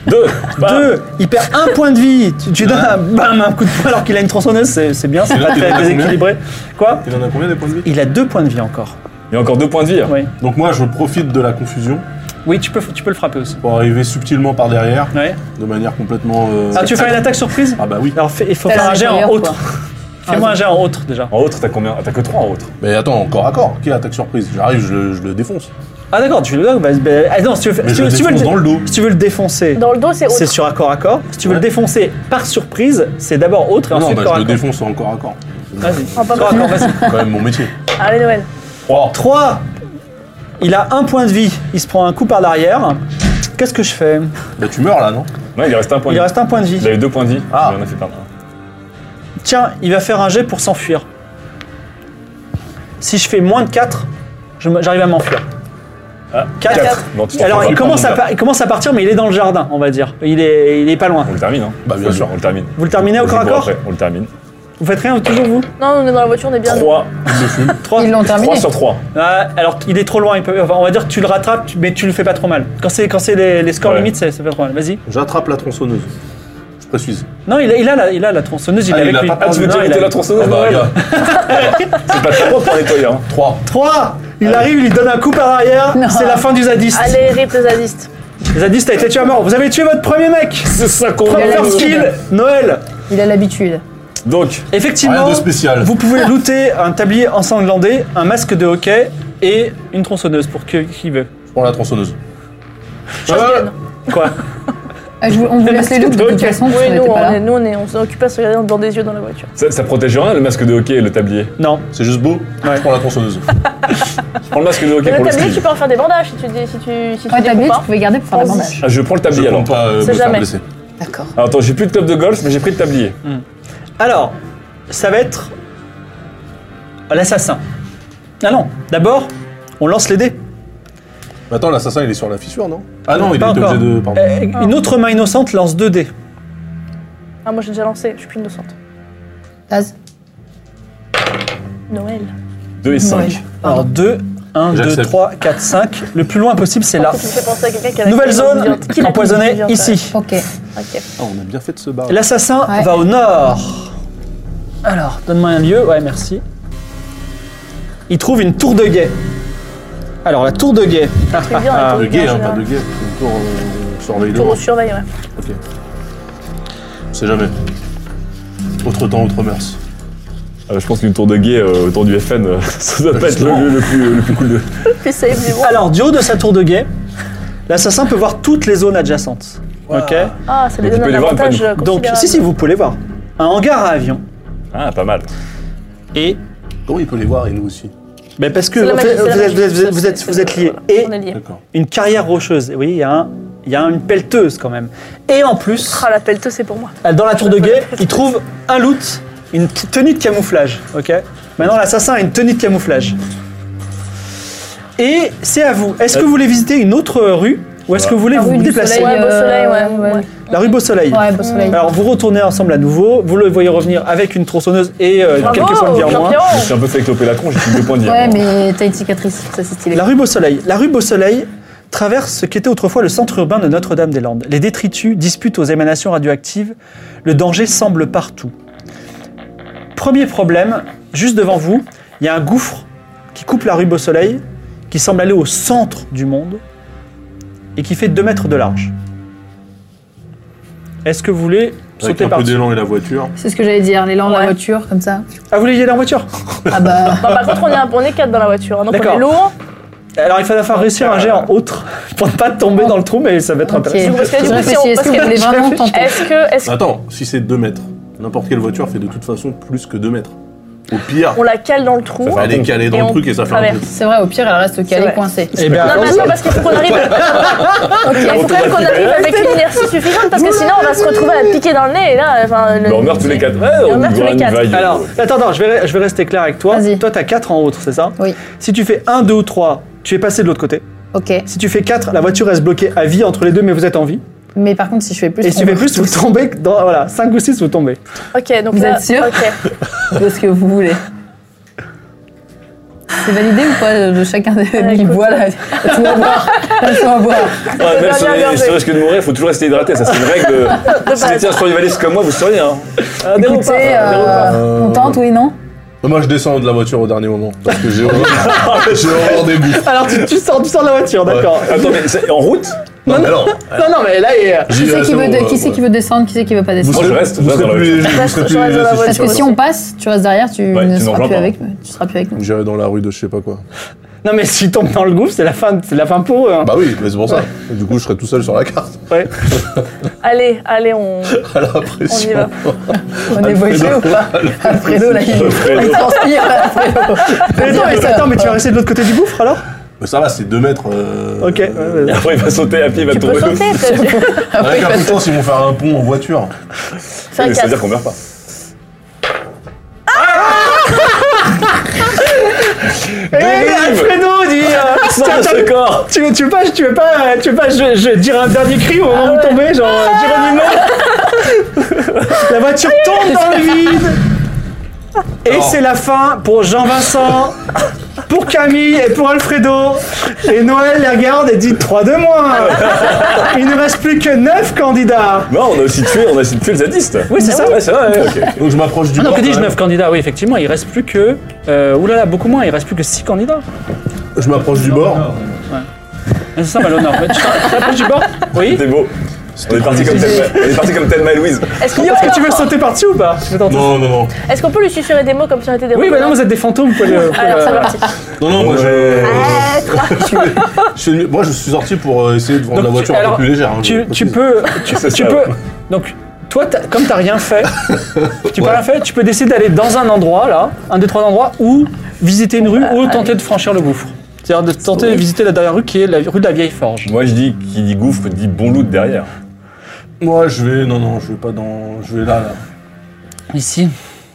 B: 2.
A: Deux, il perd un point de vie. Tu, tu donnes un, bam, un coup de poing alors qu'il a une tronçonneuse, c'est c'est bien, c'est
D: Et là,
A: pas
D: t'es
A: très
D: combien
A: déséquilibré. Quoi
D: Il en a combien des points de vie
A: Il a deux points de vie encore.
B: Il y a encore deux points de vie. hein.
A: Oui,
D: Donc moi, je profite de la confusion
A: oui tu, peux, tu peux le frapper aussi.
D: pour arriver subtilement par derrière,
A: Ouais.
D: de manière complètement. euh,
A: Ah, tu veux faire une attaque surprise
D: Ah bah oui.
A: Alors fais- il faut
C: T'as
A: faire
C: la
A: un jet en
C: supérieure,
A: autre.
C: quoi.
A: Fais-moi un jet en autre déjà.
B: En autre, t'as combien Ah, T'as que 3 en autre.
D: Mais attends, encore à corps. Ok, attaque surprise. J'arrive, je, le- je le défonce.
A: Ah d'accord, tu le bah, bah, ah, non, si tu veux,
D: Mais
A: si
D: je
A: tu veux- si tu
D: le
A: veux
D: défonce dans
A: le,
D: le dos.
A: si tu veux le défoncer,
E: Dans le dos, c'est
A: c'est
E: autre.
A: sur accord à corps. Si tu veux
D: Ouais.
A: le défoncer par surprise, c'est d'abord autre et
D: Non, non,
A: ensuite
D: bah,
A: corps
D: je
A: à
D: le
A: corps.
D: défonce encore à corps.
A: Vas-y.
E: Oh, pas
A: Corps à
E: mal.
A: corps, vas-y.
D: C'est quand même mon métier.
E: Allez, Noël.
B: 3.
A: 3 Il a un point de vie, il se prend un coup par l'arrière. Qu'est-ce que je fais
D: Bah tu meurs là, non
B: Ouais, il reste un point
A: Il
B: de vie.
A: reste un point de
B: Il
A: vie.
B: avait deux points de vie.
D: Ah.
B: Il en a fait perdre un.
A: Tiens, il va faire un jet pour s'enfuir. Si je fais moins de 4, j'arrive à m'enfuir.
B: Ah,
A: 4.
B: Quatre. Non, tu t'en
A: Alors
B: fais
A: il
B: pas,
A: commence,
B: on
A: à
B: le-
A: par- il commence à partir, mais il est dans le jardin, on va dire. Il est, il est pas loin.
B: On le termine, hein
D: Bah, bien
B: Faut-
D: sûr.
B: On le termine.
A: Vous le terminez au
B: Je
A: corps à
B: cours
A: corps
B: après, On le termine.
A: Vous faites rien, toujours vous
E: Non, on est dans la voiture, on est bien.
B: 3.
A: 3
C: Ils l'ont terminé.
B: 3 sur 3.
A: Ah, Alors il est trop loin, il peut- enfin, on va dire que tu le rattrapes, tu- mais tu le fais pas trop mal. Quand c'est quand c'est les, les scores
B: Ouais.
A: limites, c'est- ça fait trop mal. Vas-y.
D: J'attrape la tronçonneuse. Je précise.
A: Non, il a, il a la, il a la tronçonneuse, il
D: Ah,
A: est
D: il
A: avec
D: a
A: lui.
D: pas
B: Ah, tu veux
A: Non,
B: dire
A: il
B: que
A: a-
B: t'es la tronçonneuse
D: Ah bah,
B: Noël
D: regarde.
B: C'est pas très bon pour nettoyer. Hein.
D: 3.
A: 3 Il arrive, il lui donne un coup par l'arrière,
C: Non.
A: c'est la fin du zadiste.
E: Allez, rip le zadiste.
A: Le zadiste a été tué à mort. Vous avez tué votre premier mec
B: C'est ça qu'on
C: Il a
A: Premier
C: l'habitude.
A: skill, Noël
C: Il a l'habitude.
B: Donc,
A: Effectivement,
D: Rien de spécial.
A: vous pouvez looter un tablier ensanglanté, un masque de hockey et une tronçonneuse pour que- qui veut.
D: Je prends la tronçonneuse.
E: Shotgun.
A: Quoi
C: Ah, je vous- on vous laisse les looks de toute
A: Ok.
C: façon, parce
E: Oui,
C: qu'on
E: nous,
C: n'était
E: on
C: pas
E: est-
C: là.
E: nous, on est- on s'est occupé à se regarder en dedans des yeux dans la voiture.
B: ça, ça protège rien le masque de hockey et le tablier.
A: Non.
D: C'est juste beau.
A: Ouais.
D: Je prends la tronçonneuse.
B: Prends le masque de hockey
E: Mais
B: pour
E: le
B: le
E: tablier, tu
B: skill.
E: peux en faire des bandages si tu dis- si tu si tu
C: Ouais, ta
E: découpes
C: bille,
E: pas.
C: tu pouvais garder pour faire la bandage.
B: Ah, je prends le
D: Je
B: tablier alors.
D: compte pas euh,
E: C'est
D: me faire
E: jamais.
D: blesser.
C: D'accord.
B: Alors, attends, j'ai plus de club de golf, mais j'ai pris le tablier.
A: Alors, ça va être l'assassin. Ah non, d'abord, on lance les dés.
D: Mais Bah, attends, l'assassin il est sur la fissure, non Ah non, il
A: Pas
D: était
A: encore.
D: obligé de. Pardon.
A: Euh, Une autre main innocente lance 2 dés.
E: Ah, moi, j'ai déjà lancé, je suis plus innocente.
C: Taz,
E: Noël.
B: 2 et 5.
C: Noël.
A: Alors 2, 1, 2,
D: J'accepte.
A: 3, 4, 5. Le plus loin possible, c'est là.
E: Pourquoi Tu me fais penser à quelqu'un qui a la
A: Nouvelle
E: clé
A: zone
E: ambiante. Qui l'a dit,
A: empoisonnée
E: ambiante,
A: ici.
C: ok.
E: ouais. Ok.
D: Ah, on a bien fait de se barrer.
A: L'assassin
C: Ouais.
A: va au nord. Alors, donne-moi un lieu. Ouais, merci. Il trouve une tour de guet. Alors, la tour de guet.
E: C'est bien, la tour
D: Le
E: de guet,
D: guet, hein, pas
E: en général.
D: de guet. Une tour euh, surveille
E: Tour au
D: le
E: surveille, ouais.
D: Ok. On sait jamais. Autre temps, autre mœurs.
B: Euh, je pense qu'une tour de guet euh, autour du FN, euh, ça doit pas être le, le- le plus, euh, le plus cool de.
E: Plus safe du monde.
A: Alors, du haut de sa tour de guet, l'assassin peut voir toutes les zones adjacentes. Ok
E: Ah, ça lui
B: Donc,
E: donne
B: tu peux
E: un
B: les voir,
E: avantage
B: pas
A: Donc, si, si, vous pouvez les voir. Un hangar à avion.
B: Ah, pas mal.
A: Et.
D: Comment il peut les voir et nous aussi
A: Ben parce que
E: C'est la
A: en fait,
E: magie,
A: vous,
E: c'est la
A: êtes, vous, êtes,
E: magie.
A: vous êtes-
E: C'est-
A: vous
E: c'est-
A: êtes liés.
E: voilà.
A: Et
E: On est liés.
D: D'accord.
A: une carrière rocheuse. Et vous voyez, il y a, un, il y a une pelleteuse quand même. Et en plus.
E: Ah, la pelleteuse, c'est pour moi.
A: Dans la tour de guet, il trouve un loot, une petite tenue de camouflage. Ok. Maintenant, l'assassin a une tenue de camouflage. Et c'est à vous. Est-ce que vous voulez visiter une autre rue ou est-ce que vous voulez
C: La
A: vous
C: rue du
A: déplacer
C: soleil,
E: Ouais, beau
C: euh,
E: soleil, ouais, ouais.
A: La rue Beau Soleil.
C: Ouais, beau soleil.
A: Alors vous retournez ensemble à nouveau. Vous le voyez revenir avec une tronçonneuse et euh, quelques points de vie en moins.
E: Jean-Pierre.
B: Je suis un peu fait cloper la con, j'ai plus deux points de vie.
C: Ouais, mais t'as une cicatrice, ça c'est stylé.
A: La rue Beau Soleil. La rue Beau Soleil traverse ce qu'était autrefois le centre urbain de Notre-Dame-des-Landes. Les détritus disputent aux émanations radioactives. Le danger semble partout. Premier problème, juste devant vous, il y a un gouffre qui coupe la rue Beau Soleil, qui semble aller au centre du monde et qui fait 2 mètres de large. Est-ce que vous voulez
D: Avec
A: sauter
D: un peu
A: par-dessus
D: d'élan et la voiture.
C: C'est ce que j'allais dire, l'élan de la
E: Ouais.
C: voiture, comme ça.
A: Ah, vous voulez y aller en voiture
C: Ah bah.
E: Bah, par contre, on est, un- on est quatre dans la voiture, hein, donc on
A: D'accord.
E: est lourd.
A: Alors il va falloir réussir un jet en autre pour ne pas tomber dans le trou, mais ça va être
C: Ok.
A: intéressant.
E: Parce que
C: Je
E: du coup, si on-
C: réfléchis, Est-ce
E: parce
C: que
E: que-
C: vous voulez vraiment tenter
E: Est-ce que, est-ce
D: Attends, si c'est 2 mètres, n'importe quelle voiture fait de toute façon plus que 2 mètres. Au pire,
E: qu'on la cale dans le trou
D: elle est calée
E: et
D: dans
E: on
D: le truc et ça fait un
E: traverse.
D: peu.
C: C'est vrai, au pire, elle reste
E: C'est
C: calée,
E: vrai.
C: coincée.
A: Eh bien,
E: Non, mais attends, parce qu'il faut qu'on arrive. Ok, Il faut quand même qu'on arrive avec une inertie suffisante parce que sinon on va se retrouver à piquer dans le nez et là. Enfin, le-
B: Mais Bah, on meurt tous les quatre. Ouais,
E: on meurt tous les
B: une
E: quatre.
B: vaille.
A: alors attends, attends, je vais, re- je vais rester clair avec toi.
C: Vas-y.
A: Toi, t'as 4 en autre, c'est ça
C: Oui.
A: Si tu fais 1, 2 ou 3, tu es passé de l'autre côté.
C: Ok.
A: Si tu fais 4, la voiture reste bloquée à vie entre les deux, mais vous êtes en vie.
C: Mais par contre, si je fais plus,
A: Et si
C: on
A: tu fais
C: meurt
A: plus, vous
C: tous.
A: tombez. Dans, voilà, 5 ou 6, vous tombez.
E: Ok, donc
C: Vous
E: là-
C: êtes sûr
E: ok.
C: de ce que vous voulez. C'est validé ou pas de chacun des
E: Ah,
C: mille
E: écoute.
C: voix là Laisse-moi voir, laisse-moi voir.
B: Ouais, même si on
E: Bien, bien,
B: est- si
E: bien.
B: on risque de mourir, il faut toujours rester hydraté. Ça, c'est une règle. Si vous étiez un survivaliste comme moi, vous seriez. Hein. Ah, des repas,
C: Écoutez,
B: des repas.
C: euh, on tente, oui, non
D: Moi, je descends de la voiture au dernier moment parce que j'ai horreur, j'ai horreur des bouffes.
A: Alors tu, tu sors, tu sors de la voiture, d'accord.
B: Attends, mais c'est en route
D: Non, mais alors,
A: Non, non, mais là, il est-
D: j'y
C: Qui
D: vais,
C: c'est qui,
D: c'est
C: veut, de-
D: bon,
C: qui,
D: euh,
C: c'est qui veut descendre, qui c'est qui veut pas
D: Vous
B: Moi,
C: descendre
D: serez-
B: je reste,
D: vous
B: je reste
D: serez
B: dans la
D: plus
B: voiture.
D: légers, vous
E: reste,
D: serez
E: je
D: plus
E: reste dans la
D: légers, c'est
C: Parce que
D: sûr.
C: si on passe, tu restes derrière, tu
B: Ouais,
C: ne
B: tu nous
C: seras
B: rejoins
C: plus
B: pas.
C: avec nous. Tu seras plus avec nous.
D: J'irai dans la rue de je sais pas quoi.
A: Non, mais s'ils tombent dans le gouffre, c'est la fin, c'est la fin pour eux. hein.
D: Bah oui, mais c'est pour ça. Du coup, je serai tout seul sur la carte.
A: Ouais.
E: Allez, allez, on.
D: À la
E: On y
D: pression.
E: va.
C: On est voyagé ou pas Alfredo, là, il il transpire, là, Alfredo.
A: Mais attends, mais, attends, mais tu vas rester de l'autre côté du gouffre alors
D: Mais ça va, c'est 2 mètres. euh,
A: Ok. ouais, ouais.
B: Et après, il va sauter à pied, il va
E: Tu peux
B: tomber.
E: sauter, peut-être.
A: Ah
D: Avec un putain, ils vont faire un pont en voiture.
E: C'est un
B: Mais Ça veut dire
E: casque.
B: qu'on meurt pas.
A: Eh, Alfredo dit euh,
B: Sors de
A: Tiens,
B: ce corps
A: Tu veux, tu veux pas, tu veux pas, euh, tu veux pas je, je dire un dernier cri au moment où vous tombez, genre euh, Geronimo La voiture tombe dans le vide Et c'est la fin pour Jean-Vincent, pour Camille et pour Alfredo. Et Noël les regarde et dit 3 de moins Il ne reste plus que 9 candidats Ah
B: Non, on a aussi tué, on a aussi tué le zadiste.
A: Oui, c'est ça.
B: Ouais, c'est vrai, ouais, ok.
D: Donc je m'approche du
A: Ah non,
D: bord,
A: que dis-je,
D: quand même.
A: 9 candidats Oui, effectivement, il reste plus que. Euh, oulala, beaucoup moins, il reste plus que 6 candidats.
D: Je m'approche du bord.
A: Mais Ah, C'est ça, Malhonneur. Mais Tu t'approches du bord Oui
B: C'était beau. On est parti comme Thelma, on est parti comme Thelma et Louise.
E: Est-ce qu'on
A: Est-ce
E: peut,
A: que tu veux sauter par-dessus ou pas Je vais tenter.
D: Non, non, non.
E: est-ce qu'on peut lui susurrer des mots comme si on était des
A: Oui, bah non,
E: robots
A: vous êtes des fantômes, vous pouvez le- vous pouvez
E: Alors,
A: le-
E: c'est parti.
D: Non, non, moi
B: Ouais.
D: je. je fais- je fais le mieux. Moi je suis sorti pour euh, essayer de vendre
A: Donc,
D: la voiture
A: tu-
D: un
A: alors,
D: peu plus légère. hein, je
A: Tu, tu
D: précise.
A: peux. Tu,
B: C'est
A: tu
B: ça,
A: peux.
B: ouais.
A: Donc, toi, t'as- comme t'as rien fait, tu peux
D: Ouais.
A: rien faire, tu peux décider d'aller dans un endroit, là, un des trois endroits, ou visiter une rue, ou tenter de franchir le gouffre. C'est-à-dire de tenter de visiter la dernière rue qui est la rue de la Vieille Forge.
B: Moi, je dis qui dit gouffre dit bon loot derrière.
D: Moi je vais. Non, non, je vais pas dans. Je vais là, là.
A: Ici.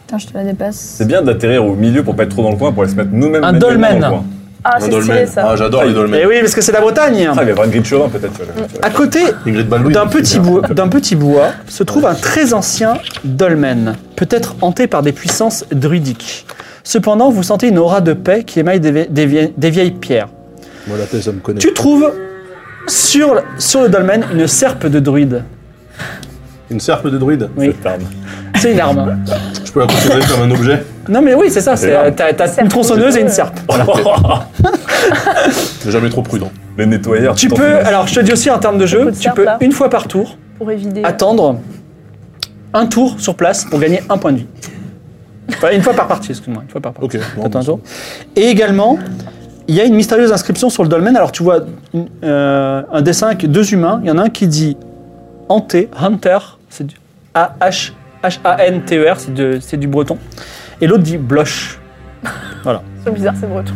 C: Putain, je te la dépasse.
B: C'est bien d'atterrir au milieu pour pas être trop dans le coin, pour aller se mettre nous-mêmes.
A: Un
B: manuellement
A: dolmen.
B: dans le coin.
E: Ah,
D: Un
E: c'est stylé
D: dolmen.
E: ça.
D: Ah, j'adore les dolmens.
A: Et Eh oui, parce que c'est la Bretagne.
B: Ah, il va y avoir une grille de chauvin peut-être. tu vois.
A: À côté
D: Ingrid Baldwin.
A: d'un
D: c'est
A: petit,
D: bien.
A: bois, d'un petit bois se trouve un très ancien dolmen, peut-être hanté par des puissances druidiques. Cependant, vous sentez une aura de paix qui émaille des vie- des vie- des vieilles pierres.
D: Moi la tête, ça me connaît.
A: Tu trouves sur, le- sur le dolmen une serpe de druide.
D: Une serpe de druide.
A: Oui.
B: Cette arme.
A: C'est une arme.
D: Je peux la considérer comme un objet.
A: Non mais oui, c'est ça. c'est,
B: C'est
A: euh,
B: l'arme.
A: T'as t'as une tronçonneuse et une serpe.
D: C'est jamais trop prudent.
B: Les nettoyeurs.
A: Tu
B: tout en
A: peux,
B: finesse.
A: alors je te dis aussi en termes de
E: Beaucoup
A: jeu,
E: de
A: tu
E: serpes,
A: peux
E: là. euh,
A: une fois par tour
E: Pour éviter.
A: attendre un tour sur place pour gagner un point de vie. Enfin, une fois par partie, excuse-moi. Une fois par partie.
D: Ok. bon, bah,
A: Attends un tour. Et également, il y a une mystérieuse inscription sur le dolmen. Alors tu vois une- euh, un dessin avec deux humains. Il y en a un qui dit hanté, hunter, c'est du A-H, H-A-N-T-E-R, E c'est de- c'est du breton. Et l'autre dit bloche.
E: C'est bizarre, c'est breton.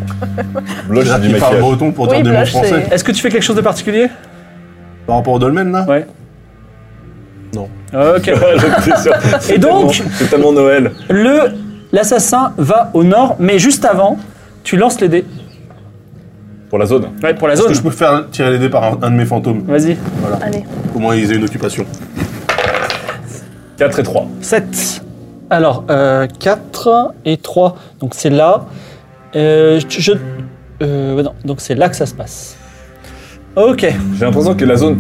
B: Bloche, c'est du
D: Il parle
B: maquillage.
D: breton pour dire
E: Oui, bah,
D: des mots
E: blush,
D: français.
E: c'est.
A: Est-ce que tu fais quelque chose de particulier
D: Par rapport au dolmen là
A: Ouais. Euh,
D: Non.
A: Ok.
B: J'étais sûr. C'est
A: Et donc-
B: tellement- C'est tellement Noël.
A: Le L'assassin va au nord, mais juste avant, tu lances les dés.
B: Pour la zone.
A: Ouais, pour la
D: Est-ce
A: zone.
D: que je peux faire tirer les dés par un, un de mes fantômes
A: Vas-y.
E: Allez.
D: Au moins ils aient une occupation.
B: 4 et 3.
A: 7. Alors, 4 et 3. Donc c'est là. Euh, je, je- euh, ouais, non, donc c'est là que ça se passe. Ok.
B: J'ai l'impression que la zone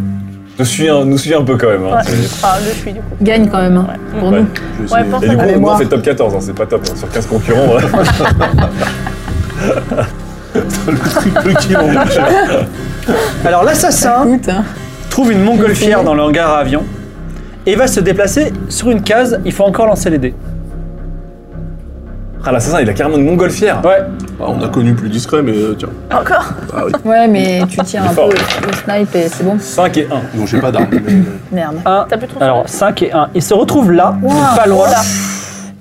B: te suit un- nous suit un peu quand même.
D: Ah,
B: hein.
E: Ouais.
B: C'est-
E: Enfin, le suis du coup.
C: Gagne quand même, hein, pour
B: Ouais.
C: nous.
D: Je vais essayer.
E: pour-
B: Et du
E: Ah,
B: coup,
E: mais
B: nous, on
E: moi.
B: fait top 14, hein, c'est pas top. hein. Sur 15 concurrents, ouais.
D: le triple kill en voiture.
A: Alors l'assassin
C: Écoute, hein.
A: trouve une montgolfière dans le hangar à avion et va se déplacer sur une case. Il faut encore lancer les dés.
B: Ah, l'assassin, il a carrément une montgolfière.
A: Ouais.
D: Ah, on a connu plus discret, mais euh, tiens.
E: Encore
D: Ah oui.
C: Ouais, mais tu tiens
B: Il est
C: un
B: fort,
C: peu le snipe et c'est bon.
B: 5 et 1.
D: Donc j'ai pas d'arme. mais- euh,
C: Merde.
A: Un.
E: T'as plus trop
A: Alors, 5 et 1. Ils se retrouvent là, pas loin.
E: Voilà.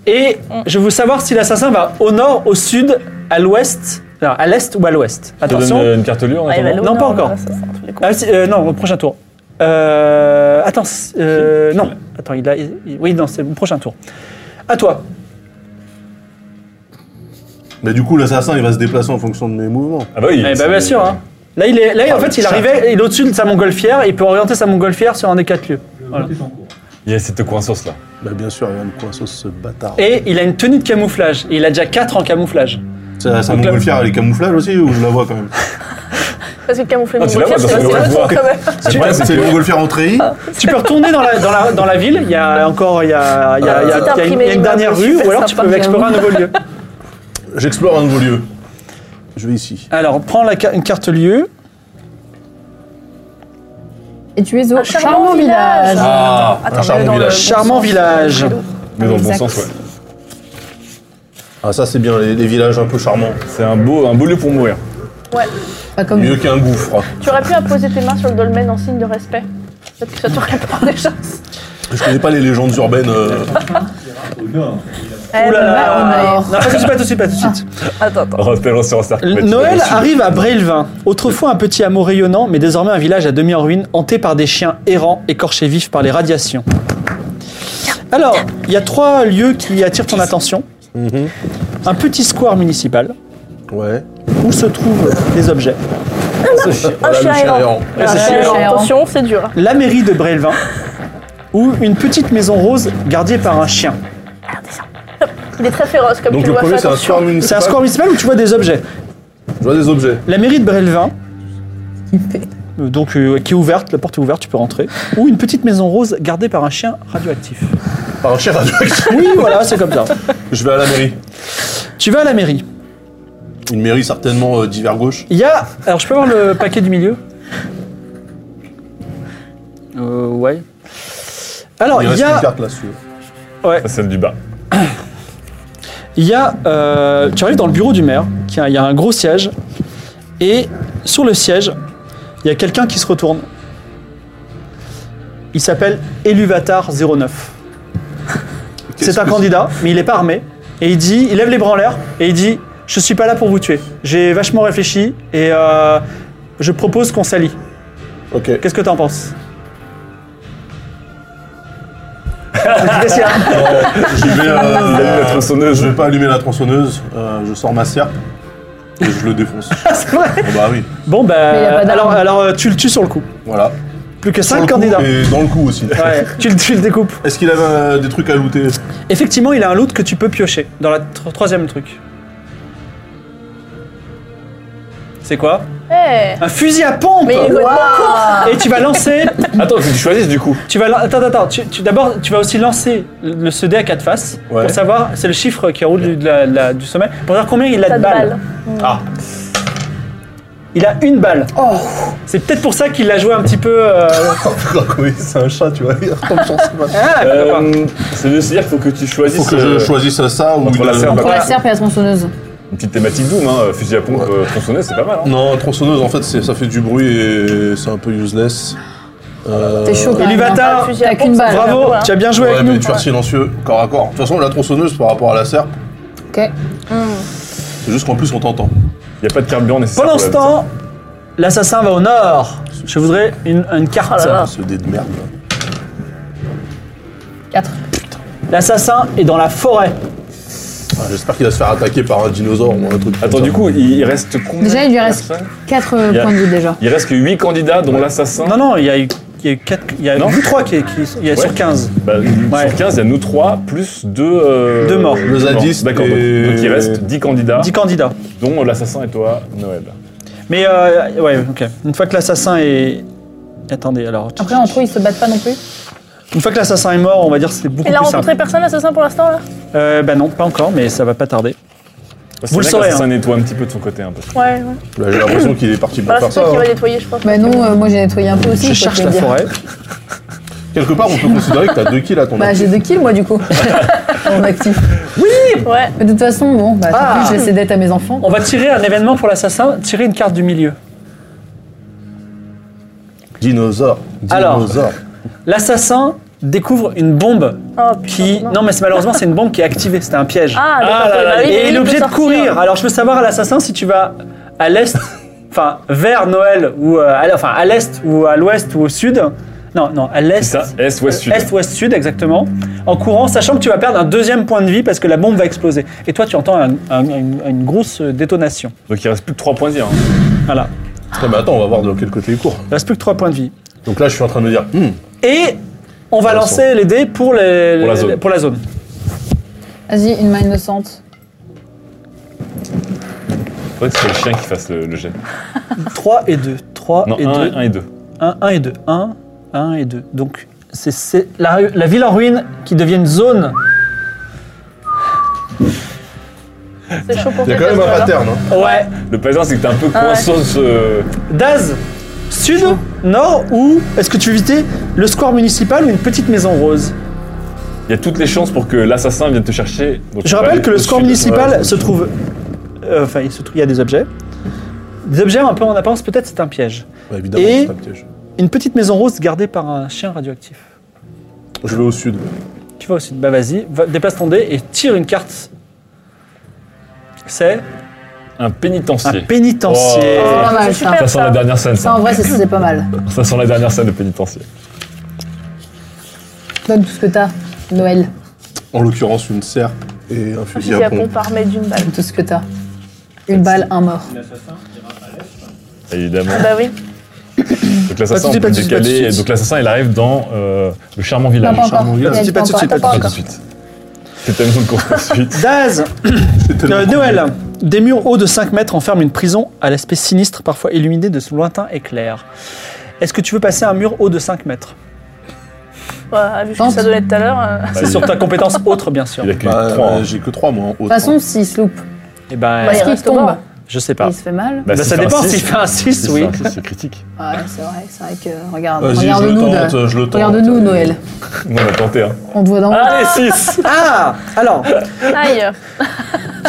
A: Et je veux savoir si l'assassin va au nord, au sud, à l'ouest, alors, à l'est ou à l'ouest.
B: Je te donne
A: Attention.
B: euh, une carte lue en
E: Ah, il va
B: attendant.
E: aller au
A: Non, pas
E: nord,
A: encore.
E: là, ça, c'est un truc de con.
A: Ah, si, euh, non, au prochain tour. Euh, attends, c- euh, non. Attends, il a. il- oui, non, c'est le prochain tour. À toi.
D: Mais du coup, l'assassin, il va se déplacer en fonction de mes mouvements.
B: Ah bah oui.
A: Eh ben,
B: c'est-
A: bien sûr. hein. Là, il est, là, en
B: Oh,
A: fait,
B: le
A: il
B: chat.
A: arrivait, il est au-dessus de sa montgolfière, il peut orienter sa montgolfière sur un des quatre lieux. Voilà.
B: Il y a cette coinçance là.
D: Bah bien sûr, il va me coincer ce bâtard.
A: Et il a une tenue de camouflage. Et il a déjà 4 en camouflage.
D: Ça, ça
A: Donc là-
D: montgolfière, elle est camouflage aussi ou je la vois quand même
E: Parce que camoufler
B: Ah,
E: mon
D: bah,
B: tu la vois,
E: voiture,
B: parce
E: c'est assez
B: qu'on la
E: autre
B: voit.
E: quand même.
B: Le problème, Ah, c'est
D: C'est
B: que-
D: le montgolfière en treillis
E: Ah.
A: Tu peux retourner dans la, dans la, dans la ville, il y a encore il y a, il y a- il y a- il y
E: Petit
A: a une,
E: imprimé
A: il y a une
E: d'immeuble,
A: dernière rue,
E: super
A: ou alors tu
E: sympa,
A: peux explorer un
E: j'avoue.
A: nouveau lieu.
D: J'explore un nouveau lieu. Je vais ici.
A: Alors, prends la, ca- une carte lieu.
C: Et tu es au
E: Un charmant
C: charmant
E: village.
C: village.
D: Ah,
E: Attends,
D: un
E: mais
D: charmant
E: dans le-
D: village.
A: Charmant village.
B: Mais dans le bon
C: Exact.
B: sens, ouais.
D: Ah ça c'est bien, les, les villages un peu charmants.
B: C'est un beau, un beau lieu pour mourir.
E: Ouais.
C: Pas comme
D: Mieux qu'un gouffre.
E: Tu aurais pu apposer tes mains sur le dolmen en signe de respect. Peut-être que ça t'aurait pas déjà.
D: Je connais pas les légendes urbaines. euh,
A: Ouh là là.
C: on
A: Non, pas tout de suite, pas tout de suite, pas tout de suite.
E: Eh, bah, Attends, attends.
B: Rappelons sur un
A: L- Noël arrive à Brélevin, autrefois un petit hameau rayonnant, mais désormais un village à demi en ruine, hanté par des chiens errants, écorchés vifs par les radiations. Alors, il y a trois lieux qui attirent ton attention. Un petit square municipal,
D: Ouais.
A: où se trouvent des objets.
E: Un
D: Voilà, le
E: chien
D: chien
E: errant.
D: errant.
E: Un
A: c'est
E: chien
C: chiant.
E: errant. Euh, Attention, c'est dur. hein.
A: La mairie de Brélevin, où une petite maison rose gardée par un chien.
E: Il est très féroce comme
D: Donc
E: tu
D: le
E: vois.
D: premier c'est un soir
A: C'est un
D: municipal.
A: square municipal où tu vois des objets.
D: Je vois des objets.
A: La mairie de Brélevin, euh, donc euh, qui est ouverte, la porte est ouverte, tu peux rentrer, ou une petite maison rose gardée par un chien radioactif.
D: Par un chien radioactif.
A: Oui, voilà, c'est comme ça.
D: Je vais à la mairie.
A: Tu vas à la mairie.
D: Une mairie certainement euh, d'hiver gauche.
A: Il y a. Alors, je peux voir le paquet du milieu Euh, ouais. Alors, Oh, il
D: Il reste
A: y
D: une
A: a.
D: carte là-dessus.
A: Ouais.
B: C'est Ah, celle du bas.
A: Il y a. euh, tu arrives dans le bureau du maire, qui a- il y a un gros siège, et sur le siège, il y a quelqu'un qui se retourne. Il s'appelle Eluvatar09. C'est un candidat, mais il n'est pas armé. Et il dit, il lève les bras en l'air et il dit Je suis pas là pour vous tuer. J'ai vachement réfléchi et euh, je propose qu'on s'allie.
D: Ok.
A: Qu'est-ce que t'en penses Qu'est-ce qu'il y a
D: Je vais, euh,
B: la tronçonneuse.
D: Je vais pas allumer la tronçonneuse. euh, je sors ma serpe et je le défonce.
A: C'est vrai
D: Oh bah oui.
A: Bon, bah.
C: Mais il y a pas d'arme.
A: alors, alors, euh, tu le tues sur le coup.
D: Voilà.
A: Plus que
D: Sur le
A: 5
D: coup
A: candidats.
D: Et dans le coup aussi.
A: Ouais, tu, le- tu le découpes.
D: Est-ce qu'il avait euh, des trucs à looter
A: Effectivement, il a un loot que tu peux piocher dans la tro- troisième truc. C'est quoi
E: Eh,
A: Un fusil à pompe
E: Mais il est complètement con.
A: Et tu vas lancer.
B: Attends, faut que tu choisisses du coup.
A: Tu vas. lan- Attends, attends. Tu, tu- D'abord, tu vas aussi lancer le, le- ce dé à quatre faces
D: Ouais.
A: pour savoir. C'est le chiffre qui roule du, de la- de la- du sommet pour savoir combien il a
E: T'as
A: de
E: de
A: balles.
E: balles.
A: Il a une balle.
E: Oh.
A: C'est peut-être pour ça qu'il l'a joué un petit peu. euh,
D: Oui, c'est un chat, tu vois. Il retombe sur ses pattes.
A: Ah, pourquoi pas.
B: Euh, ça veut dire qu'il faut que tu choisisses.
D: Faut que
B: euh,
D: je choisisse ça ou
B: entre
D: une- euh,
B: la serpe.
C: Entre la
B: Voilà.
C: serpe et la tronçonneuse.
B: Une petite thématique Doom, hein, fusil à pompe, euh, tronçonneuse, c'est pas mal. Hein.
D: Non, tronçonneuse, en fait, c'est- ça fait du bruit et c'est un peu useless. Euh,
C: T'es chaud quand
A: Et
C: même. hein.
A: Luvata,
E: Un fusil à
C: T'as qu'une
E: pompe,
C: balle.
A: bravo,
E: hein.
A: tu as bien joué
D: Ouais,
A: avec
D: mais
A: nous.
D: tu faire silencieux, corps à corps. De toute façon, la tronçonneuse par rapport à la serpe,
C: Ok.
D: c'est juste qu'en plus on t'entend.
B: Il n'y a pas de carburant nécessaire.
A: Pendant
B: pour
A: ce
B: la-
A: temps, l'assassin va au nord. Je voudrais une, une carte.
E: Oh là là.
D: Ce dé de merde.
C: 4.
A: L'assassin est dans la forêt.
D: Ah, J'espère qu'il va se faire attaquer par un dinosaure ou un truc. comme
B: Attends,
D: ça.
B: du coup, il il reste combien
C: Déjà, il lui
B: de
C: reste
B: personnes
C: 4
B: Il y a-
C: euh, points de vie déjà.
B: Il reste que 8 candidats, dont l'assassin.
A: Non, non, il y a eu. Il y a eu 4, il y a
B: Non.
A: eu 3 qui, qui- il y a
B: Ouais.
A: sur 15.
B: Bah,
A: Ouais.
B: Sur 15, il y a nous 3 plus 2.
A: Deux morts.
D: Le zadiste
B: D'accord. Donc,
D: et-
B: donc il reste 10 candidats,
A: 10 candidats.
B: dont l'assassin et toi, Noël.
A: Mais euh, ouais, ok. Une fois que l'assassin est. Attendez, alors.
C: Après, entre eux, ils se battent pas non plus.
A: Une fois que l'assassin est mort, on va dire que c'est beaucoup
E: Il a
A: plus simple.
E: rencontré personne, l'assassin, pour l'instant, là
A: Euh, bah non, pas encore, mais ça va pas tarder. le
B: C'est bien que
A: saurez, hein.
B: L'assassin nettoie un petit peu de son côté. hein, un peu.
E: Ouais, ouais.
D: Bah, J'ai l'impression qu'il est parti pour
E: Voilà,
D: faire ça.
E: c'est toi qui
D: hein.
E: va nettoyer, je pense.
C: Bah non, euh, moi j'ai nettoyé un peu aussi.
A: Je
C: faut te
A: cherche
C: le
A: la
C: dire.
A: forêt.
D: Quelque part, on peut considérer que t'as 2 kills à ton
C: Bah,
D: actif.
C: j'ai deux kills, moi, du coup. Mon actif.
E: Ouais.
C: Mais de toute façon, bon, bah, tant
A: Ah.
C: pis, je laisse les dettes à mes enfants.
A: On va tirer un événement pour l'assassin, tirer une carte du milieu.
D: Dinosaure.
A: Alors.
D: Dinosaure.
A: L'assassin découvre une bombe
E: Oh,
A: qui. Non, mais c'est- malheureusement, c'est une bombe qui est activée, c'était un piège.
E: Ah, d'accord,
A: là
E: oui,
A: là,
E: bah oui,
A: Et
E: oui,
A: il est
E: il
A: obligé de
E: peut sortir.
A: courir. Alors, je veux savoir à l'assassin si tu vas à l'est, enfin, vers Noël, ou euh, à, enfin, à l'est, ou à l'ouest, ou au sud. Non, non, à l'est.
B: C'est ça, est, ouest, sud.
A: Est, ouest, sud, exactement. En courant, sachant que tu vas perdre un deuxième point de vie parce que la bombe va exploser. Et toi, tu entends un- un- une, une grosse euh, détonation.
B: Donc il reste plus que 3 points de vie. hein.
A: Voilà.
D: Putain, mais attends, on va voir de quel côté il court.
A: Il reste plus que 3 points de vie.
D: Donc là, je suis en train de me dire, hmm,
A: Et on va
D: Intéressant.
A: lancer les dés pour, les-
B: Pour la zone.
A: pour la zone.
C: Vas-y, une main innocente.
B: Faudrait que c'est le chien qui fasse le, le jet.
A: 3 et 2. 3
B: Non,
A: Ah, et 2.
B: 1 et 2.
A: 1, 1 et 2. 1, 1 et 2. Donc, c'est- c'est la, ru- la ville en ruine qui devient une zone.
E: C'est chaud pour
D: il y a
E: tes
D: quand même un
E: personnes, hein.
D: pattern. hein.
A: Ouais.
B: Le plaisir, c'est que t'es un peu
E: Ah ouais.
B: coincé ce.
A: Daz, sud, nord ou est-ce que tu veux éviter le square municipal ou une petite maison rose
B: Il y a toutes les chances pour que l'assassin vienne te chercher. donc tu
A: Je
B: vas
A: rappelle
B: aller
A: que le
B: au
A: score
B: sud.
A: municipal
B: Ouais.
A: se trouve. euh, Enfin, il se trouve, il y a des objets. Des objets un peu en apparence, peut-être c'est un piège.
D: Bah, évidemment,
A: Et-
D: c'est un piège.
A: Une petite maison rose gardée par un chien radioactif.
D: Je vais au sud.
A: Tu vas au sud. Bah vas-y, va- déplace ton dé et tire une carte. C'est
B: Un
A: un
B: pénitencier.
A: pénitencier.
B: Oh.
C: C'est pas
E: c'est
C: mal, ça.
E: super.
B: ça sent la dernière scène,
C: Ça, en
B: ça.
C: vrai, c'est- c'est pas mal.
B: Ça sent la dernière scène de pénitencier.
C: Donne tout ce que t'as, Noël.
D: En l'occurrence, une serpe et un
E: Je
D: fusil
E: suis
D: à
E: à pompe
D: pompe.
E: armée d'une balle.
C: Donne tout ce que t'as. Une balle, un mort.
B: Évidemment.
E: Bah oui.
B: Donc l'assassin,
A: Pas
B: on
A: tout de
B: peut
A: suite, pas tout de suite, pas tout de
B: décaler.
A: suite.
B: Donc l'assassin, il arrive dans euh, le charmant village.
C: Non, pas encore.
D: charmant,
C: Il y a
D: regarde.
C: du
D: Dis
C: temps
D: pas tout de
C: encore,
D: suite,
C: t'as pas
D: attends,
C: encore.
B: C'était une course poursuite.
A: Daz,
D: C'est tellement
A: Euh,
D: cool.
A: Noël, des murs hauts de 5 mètres enferment une prison à l'aspect sinistre, parfois illuminée de son lointain éclair. Est-ce que tu veux passer un mur haut de 5 mètres
E: Ouais, ah, vu ce que
C: Tente.
E: ça donnait tout à l'heure. euh,
A: C'est sur ta compétence autre, bien sûr.
B: Il a que hein.
D: Bah,
B: 3.
D: euh, J'ai que 3 moi.
C: De toute façon, s'il se loupe,
A: Eh ben,
E: Ouais.
C: est-ce qu'il
E: reste au
C: tombe
E: bord.
A: je sais
C: et
A: pas.
C: il se fait mal
A: Bah, ça dépend s'il fait un 6, oui.
B: C'est critique.
C: Ouais, c'est vrai, c'est vrai que euh, regarde,
D: Bah. Vas-y, je le
C: regarde-nous, de-
D: tente, je le tente.
C: regarde-nous, Noël.
B: On a tenté. Hein.
C: On te voit dans
B: Allez, 6
A: Ah Alors,
E: Aïe.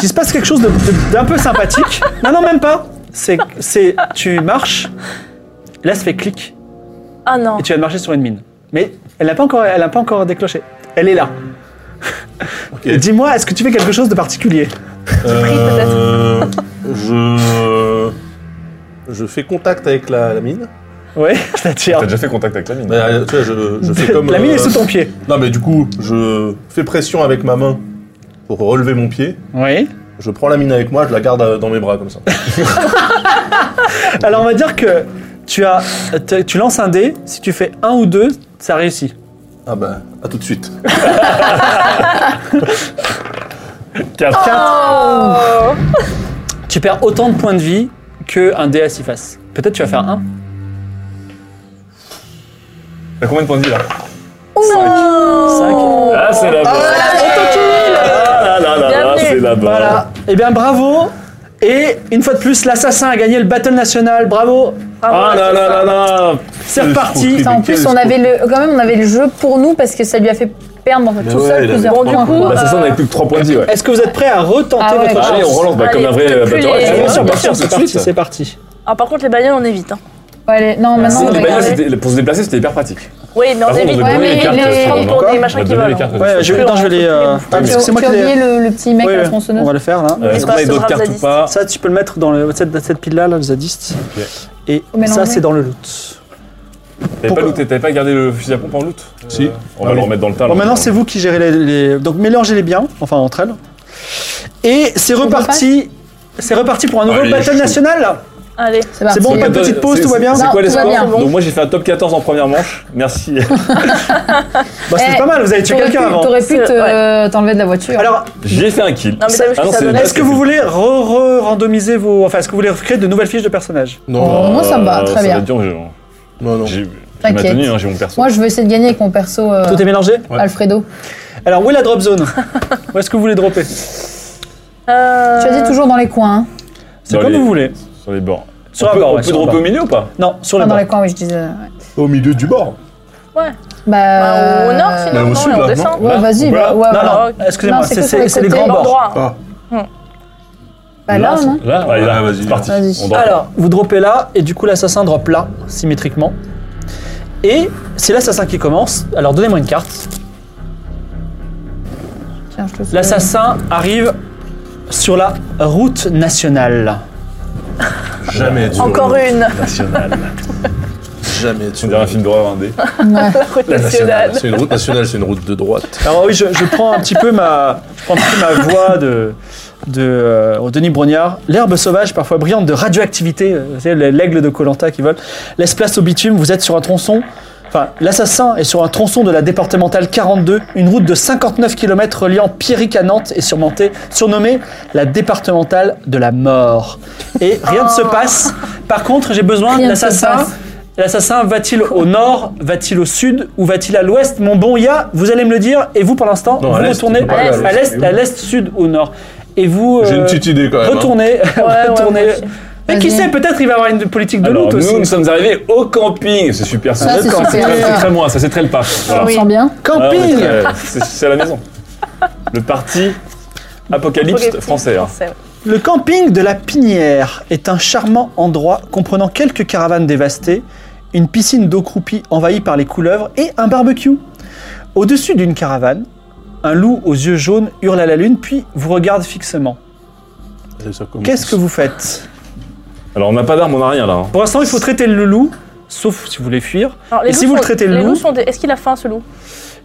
A: il se passe quelque chose de- de- d'un peu sympathique. Non, non, même pas. C'est, c'est, tu marches, là, ça fait clic,
E: Ah non.
A: et tu vas marcher sur une mine. Mais elle n'a pas encore, elle n'a pas encore déclenché. Elle est là. Et Dis-moi, est-ce que tu fais quelque chose de particulier
D: Euh, je... je fais contact avec la, la mine.
A: Oui, c'est-à-dire.
B: T'as déjà fait contact avec la mine.
D: Mais, euh, tu vois, je, je fais comme...
A: La mine
D: euh,
A: est sous ton pied.
D: Non, mais du coup, je fais pression avec ma main pour relever mon pied.
A: Oui.
D: Je prends la mine avec moi, je la garde euh, dans mes bras comme ça.
A: Alors on va dire que tu as, tu- tu lances un dé. Si tu fais un ou deux, ça réussit.
D: Ah bah, à tout de suite.
B: 4.
E: Oh.
A: Tu perds autant de points de vie que un dé à six faces. Peut-être tu vas faire un.
B: T'as combien de points de vie là
E: Oh.
A: Cinq.
B: Ah, c'est là-bas. Ah là là là là,
E: Bienvenue.
B: c'est là-bas.
A: Voilà. Eh bien bravo. Et une fois de plus, l'assassin a gagné le battle national. Bravo.
B: Ah là là là là
A: C'est
D: Le
A: reparti.
D: escroquerie.
C: Ça, en
D: mais
C: plus,
D: quel
C: on
D: escroc.
C: avait le, quand même, on avait le jeu pour nous parce que ça lui a fait perdre en fait,
D: Mais
C: tout
D: ouais, il
C: seul
D: avait
C: plusieurs
D: trois
C: points.
D: points.
C: coup,
B: L'assassin
C: euh,
B: n'avait plus que 3 points de vie, ouais.
A: Est-ce que vous êtes prêts à retenter
C: Ah ouais.
A: votre
C: Ah,
A: chance
B: Allez, on relance bah, comme
E: Allez,
B: un vrai
E: plus
B: euh, battle.
E: les-
B: Ouais,
A: Bien
B: ouais,
A: sûr, bien
B: ouais.
A: sûr, c'est
B: Tout de
A: parti,
B: suite.
A: c'est parti.
E: Ah, par contre, les bagnoles, on évite. hein.
D: Bah,
C: Ouais, les- non,
B: Ah,
C: maintenant
B: si,
C: on
B: les bagnoles,
C: regarde.
B: c'était- pour se déplacer, c'était hyper pratique.
E: Oui, mais on
B: Avant,
E: évite.
B: on
C: devait donner les cartes,
E: les
C: euh,
E: trente tours,
B: encore.
E: des
B: On
E: machins
B: va
E: qui
B: donner les
E: volent.
B: cartes.
A: Ouais, je, non, je les. euh, ah, parce que
C: Tu
A: c'est moi
C: tu as
A: qui les.
C: oublié le, le petit mec
A: Oui,
C: à la
A: oui, on
C: tronçonneuse
A: va le faire là.
B: Euh, Est-ce qu'on a les
E: Espace
B: d'autres cartes ou
E: radiste.
B: pas
A: Ça, tu peux le mettre dans le- cette, cette pile-là, là, les zadistes. Et
C: Faut mélanger.
A: ça, c'est dans le loot.
B: T'avais pas,
A: Pourquoi
B: looté- t'avais pas gardé le fusil à pompe en loot Euh,
D: Si.
B: On va
D: Ah
B: le
D: oui.
B: remettre dans le tas.
A: Bon,
B: là.
A: maintenant, c'est vous qui gérez les, les- Donc, mélangez-les bien, enfin, entre elles. Et c'est
C: On
A: reparti. C'est reparti pour un nouveau
B: Allez,
A: battle
B: je-
A: national.
E: Allez.
C: C'est parti.
A: C'est bon,
B: C'est-
A: pas de petite pause,
B: c'est-
A: tout va bien
B: C'est quoi les
C: Non, tout va
B: scores
C: bien.
B: Donc moi j'ai fait un top 14 en première manche. Merci.
A: Bah, c'est
C: Eh,
A: pas mal, vous avez tué
C: T'aurais
A: quelqu'un
C: pu-
A: avant.
C: T'aurais pu
E: C'est-
C: te- euh, t'enlever de la voiture.
A: Alors,
B: J'ai fait un kill.
E: Non, mais t'as vu
B: Ah
E: ce que
B: non,
E: ça
B: c'est-
E: donnait
A: est-ce que vous voulez re- re- randomiser vos. Enfin, est-ce que vous voulez créer de nouvelles fiches de personnages
D: Non,
C: moi, ça me va,
B: Euh,
C: très
B: va
C: bien.
B: être dur, j'ai-
D: non, non.
B: J'ai j'ai ma
C: T'inquiète.
B: tenue, hein, j'ai mon perso.
C: Moi, je veux essayer de gagner avec mon perso euh,
A: Tout est mélangé
D: Ouais.
C: Alfredo.
A: Alors, où est la drop zone Où est-ce que vous voulez dropper
E: Euh,
C: Tu as dit toujours dans les coins. hein.
A: C'est
B: Dans
A: comme
B: les-
A: vous voulez.
B: Sur les bords.
A: Sur
B: on
A: un
B: peut,
A: bord,
B: on
A: ouais,
B: peut
A: sur un
B: dropper
A: bord.
B: au milieu ou pas
A: Non, sur le
C: Enfin, Ah, dans
A: bord.
C: les coins, oui, je disais. ouais.
D: Au milieu du bord.
E: Ouais.
C: Bah,
E: Bah, au nord,
D: Bah,
E: sinon,
D: au
E: non,
D: sud,
E: et on
D: là,
E: descend.
C: Ouais,
B: Là,
C: vas-y,
B: voilà.
C: bah, ouais,
A: Non,
C: ouais.
A: non,
E: voilà.
A: excusez-moi,
C: Non, c'est
A: c'est
C: que sur
A: c'est-
C: le
A: c'est les
C: côté.
A: grands bords.
E: L'endroit.
D: Ah,
C: Bah, là,
B: Là,
C: non
B: Là,
D: Ouais,
B: là,
D: là, vas-y,
B: c'est
D: là.
B: parti.
C: Vas-y.
B: On dort.
A: Alors, vous droppez là, et du coup, l'assassin drop là, symétriquement. Et c'est l'assassin qui commence. Alors, donnez-moi une carte.
C: Tiens, je te souviens.
A: L'assassin arrive sur la route nationale.
D: jamais du
E: Encore une,
D: nationale. Jamais
B: Tu
D: du
B: me dirais un film d'horreur indé.
E: la route nationale.
D: C'est une route nationale, c'est une route de droite.
A: Alors oui, je, je prends un petit peu ma, je prends un petit peu ma voix de, de euh, Denis Brognard. L'herbe sauvage, parfois brillante de radioactivité, euh, vous savez, l'aigle de Colanta qui vole, laisse place au bitume. Vous êtes sur un tronçon, enfin, l'assassin est sur un tronçon de la départementale 42, une route de 59 km reliant Pierrick à Nantes et surmontée, surnommée la départementale de la mort. Et rien ne se passe. Par contre, j'ai besoin
C: Oh. Rien
A: de
C: ne se
A: l'assassin.
C: passe.
A: L'assassin va-t-il au nord, va-t-il au sud ou va-t-il à l'ouest Mon bon Ya, vous allez me le dire. Et vous, pour l'instant, vous
D: Non, à l'est,
A: retournez
D: il peut pas aller
A: à
D: à l'est.
A: l'est, à l'est, sud ou nord. Et vous
D: J'ai
A: euh,
D: une petite idée quand même. hein.
A: retournez,
E: ouais,
A: retournez.
E: moi aussi.
A: Mais qui
C: Vas-y.
A: sait, peut-être il va avoir une politique de
B: Alors,
A: loot
B: nous,
A: aussi.
B: nous sommes arrivés au camping. C'est super ça.
C: Ça,
B: Le
C: c'est
B: camp, C'est
C: super.
B: très, c'est très moi, ça c'est très le parc. Voilà.
C: On
E: Oui.
C: sent bien.
B: Ah, on est
A: Camping
B: très- C'est c'est à la maison. Le parti apocalypse français. hein.
E: Français, ouais.
A: Le camping de la Pinière est un charmant endroit comprenant quelques caravanes dévastées, une piscine d'eau croupie envahie par les couleuvres et un barbecue. Au-dessus d'une caravane, un loup aux yeux jaunes hurle à la lune puis vous regarde fixement.
D: Et ça commence.
A: Qu'est-ce que vous faites
B: Alors on n'a pas d'armes, on n'a rien là. hein.
A: Pour l'instant, il faut traiter le loup, sauf si vous voulez fuir.
E: Alors,
A: Et si
E: loups
A: vous le
E: sont-
A: traitez le
E: les
A: loup
E: loups sont des- Est-ce qu'il a faim ce loup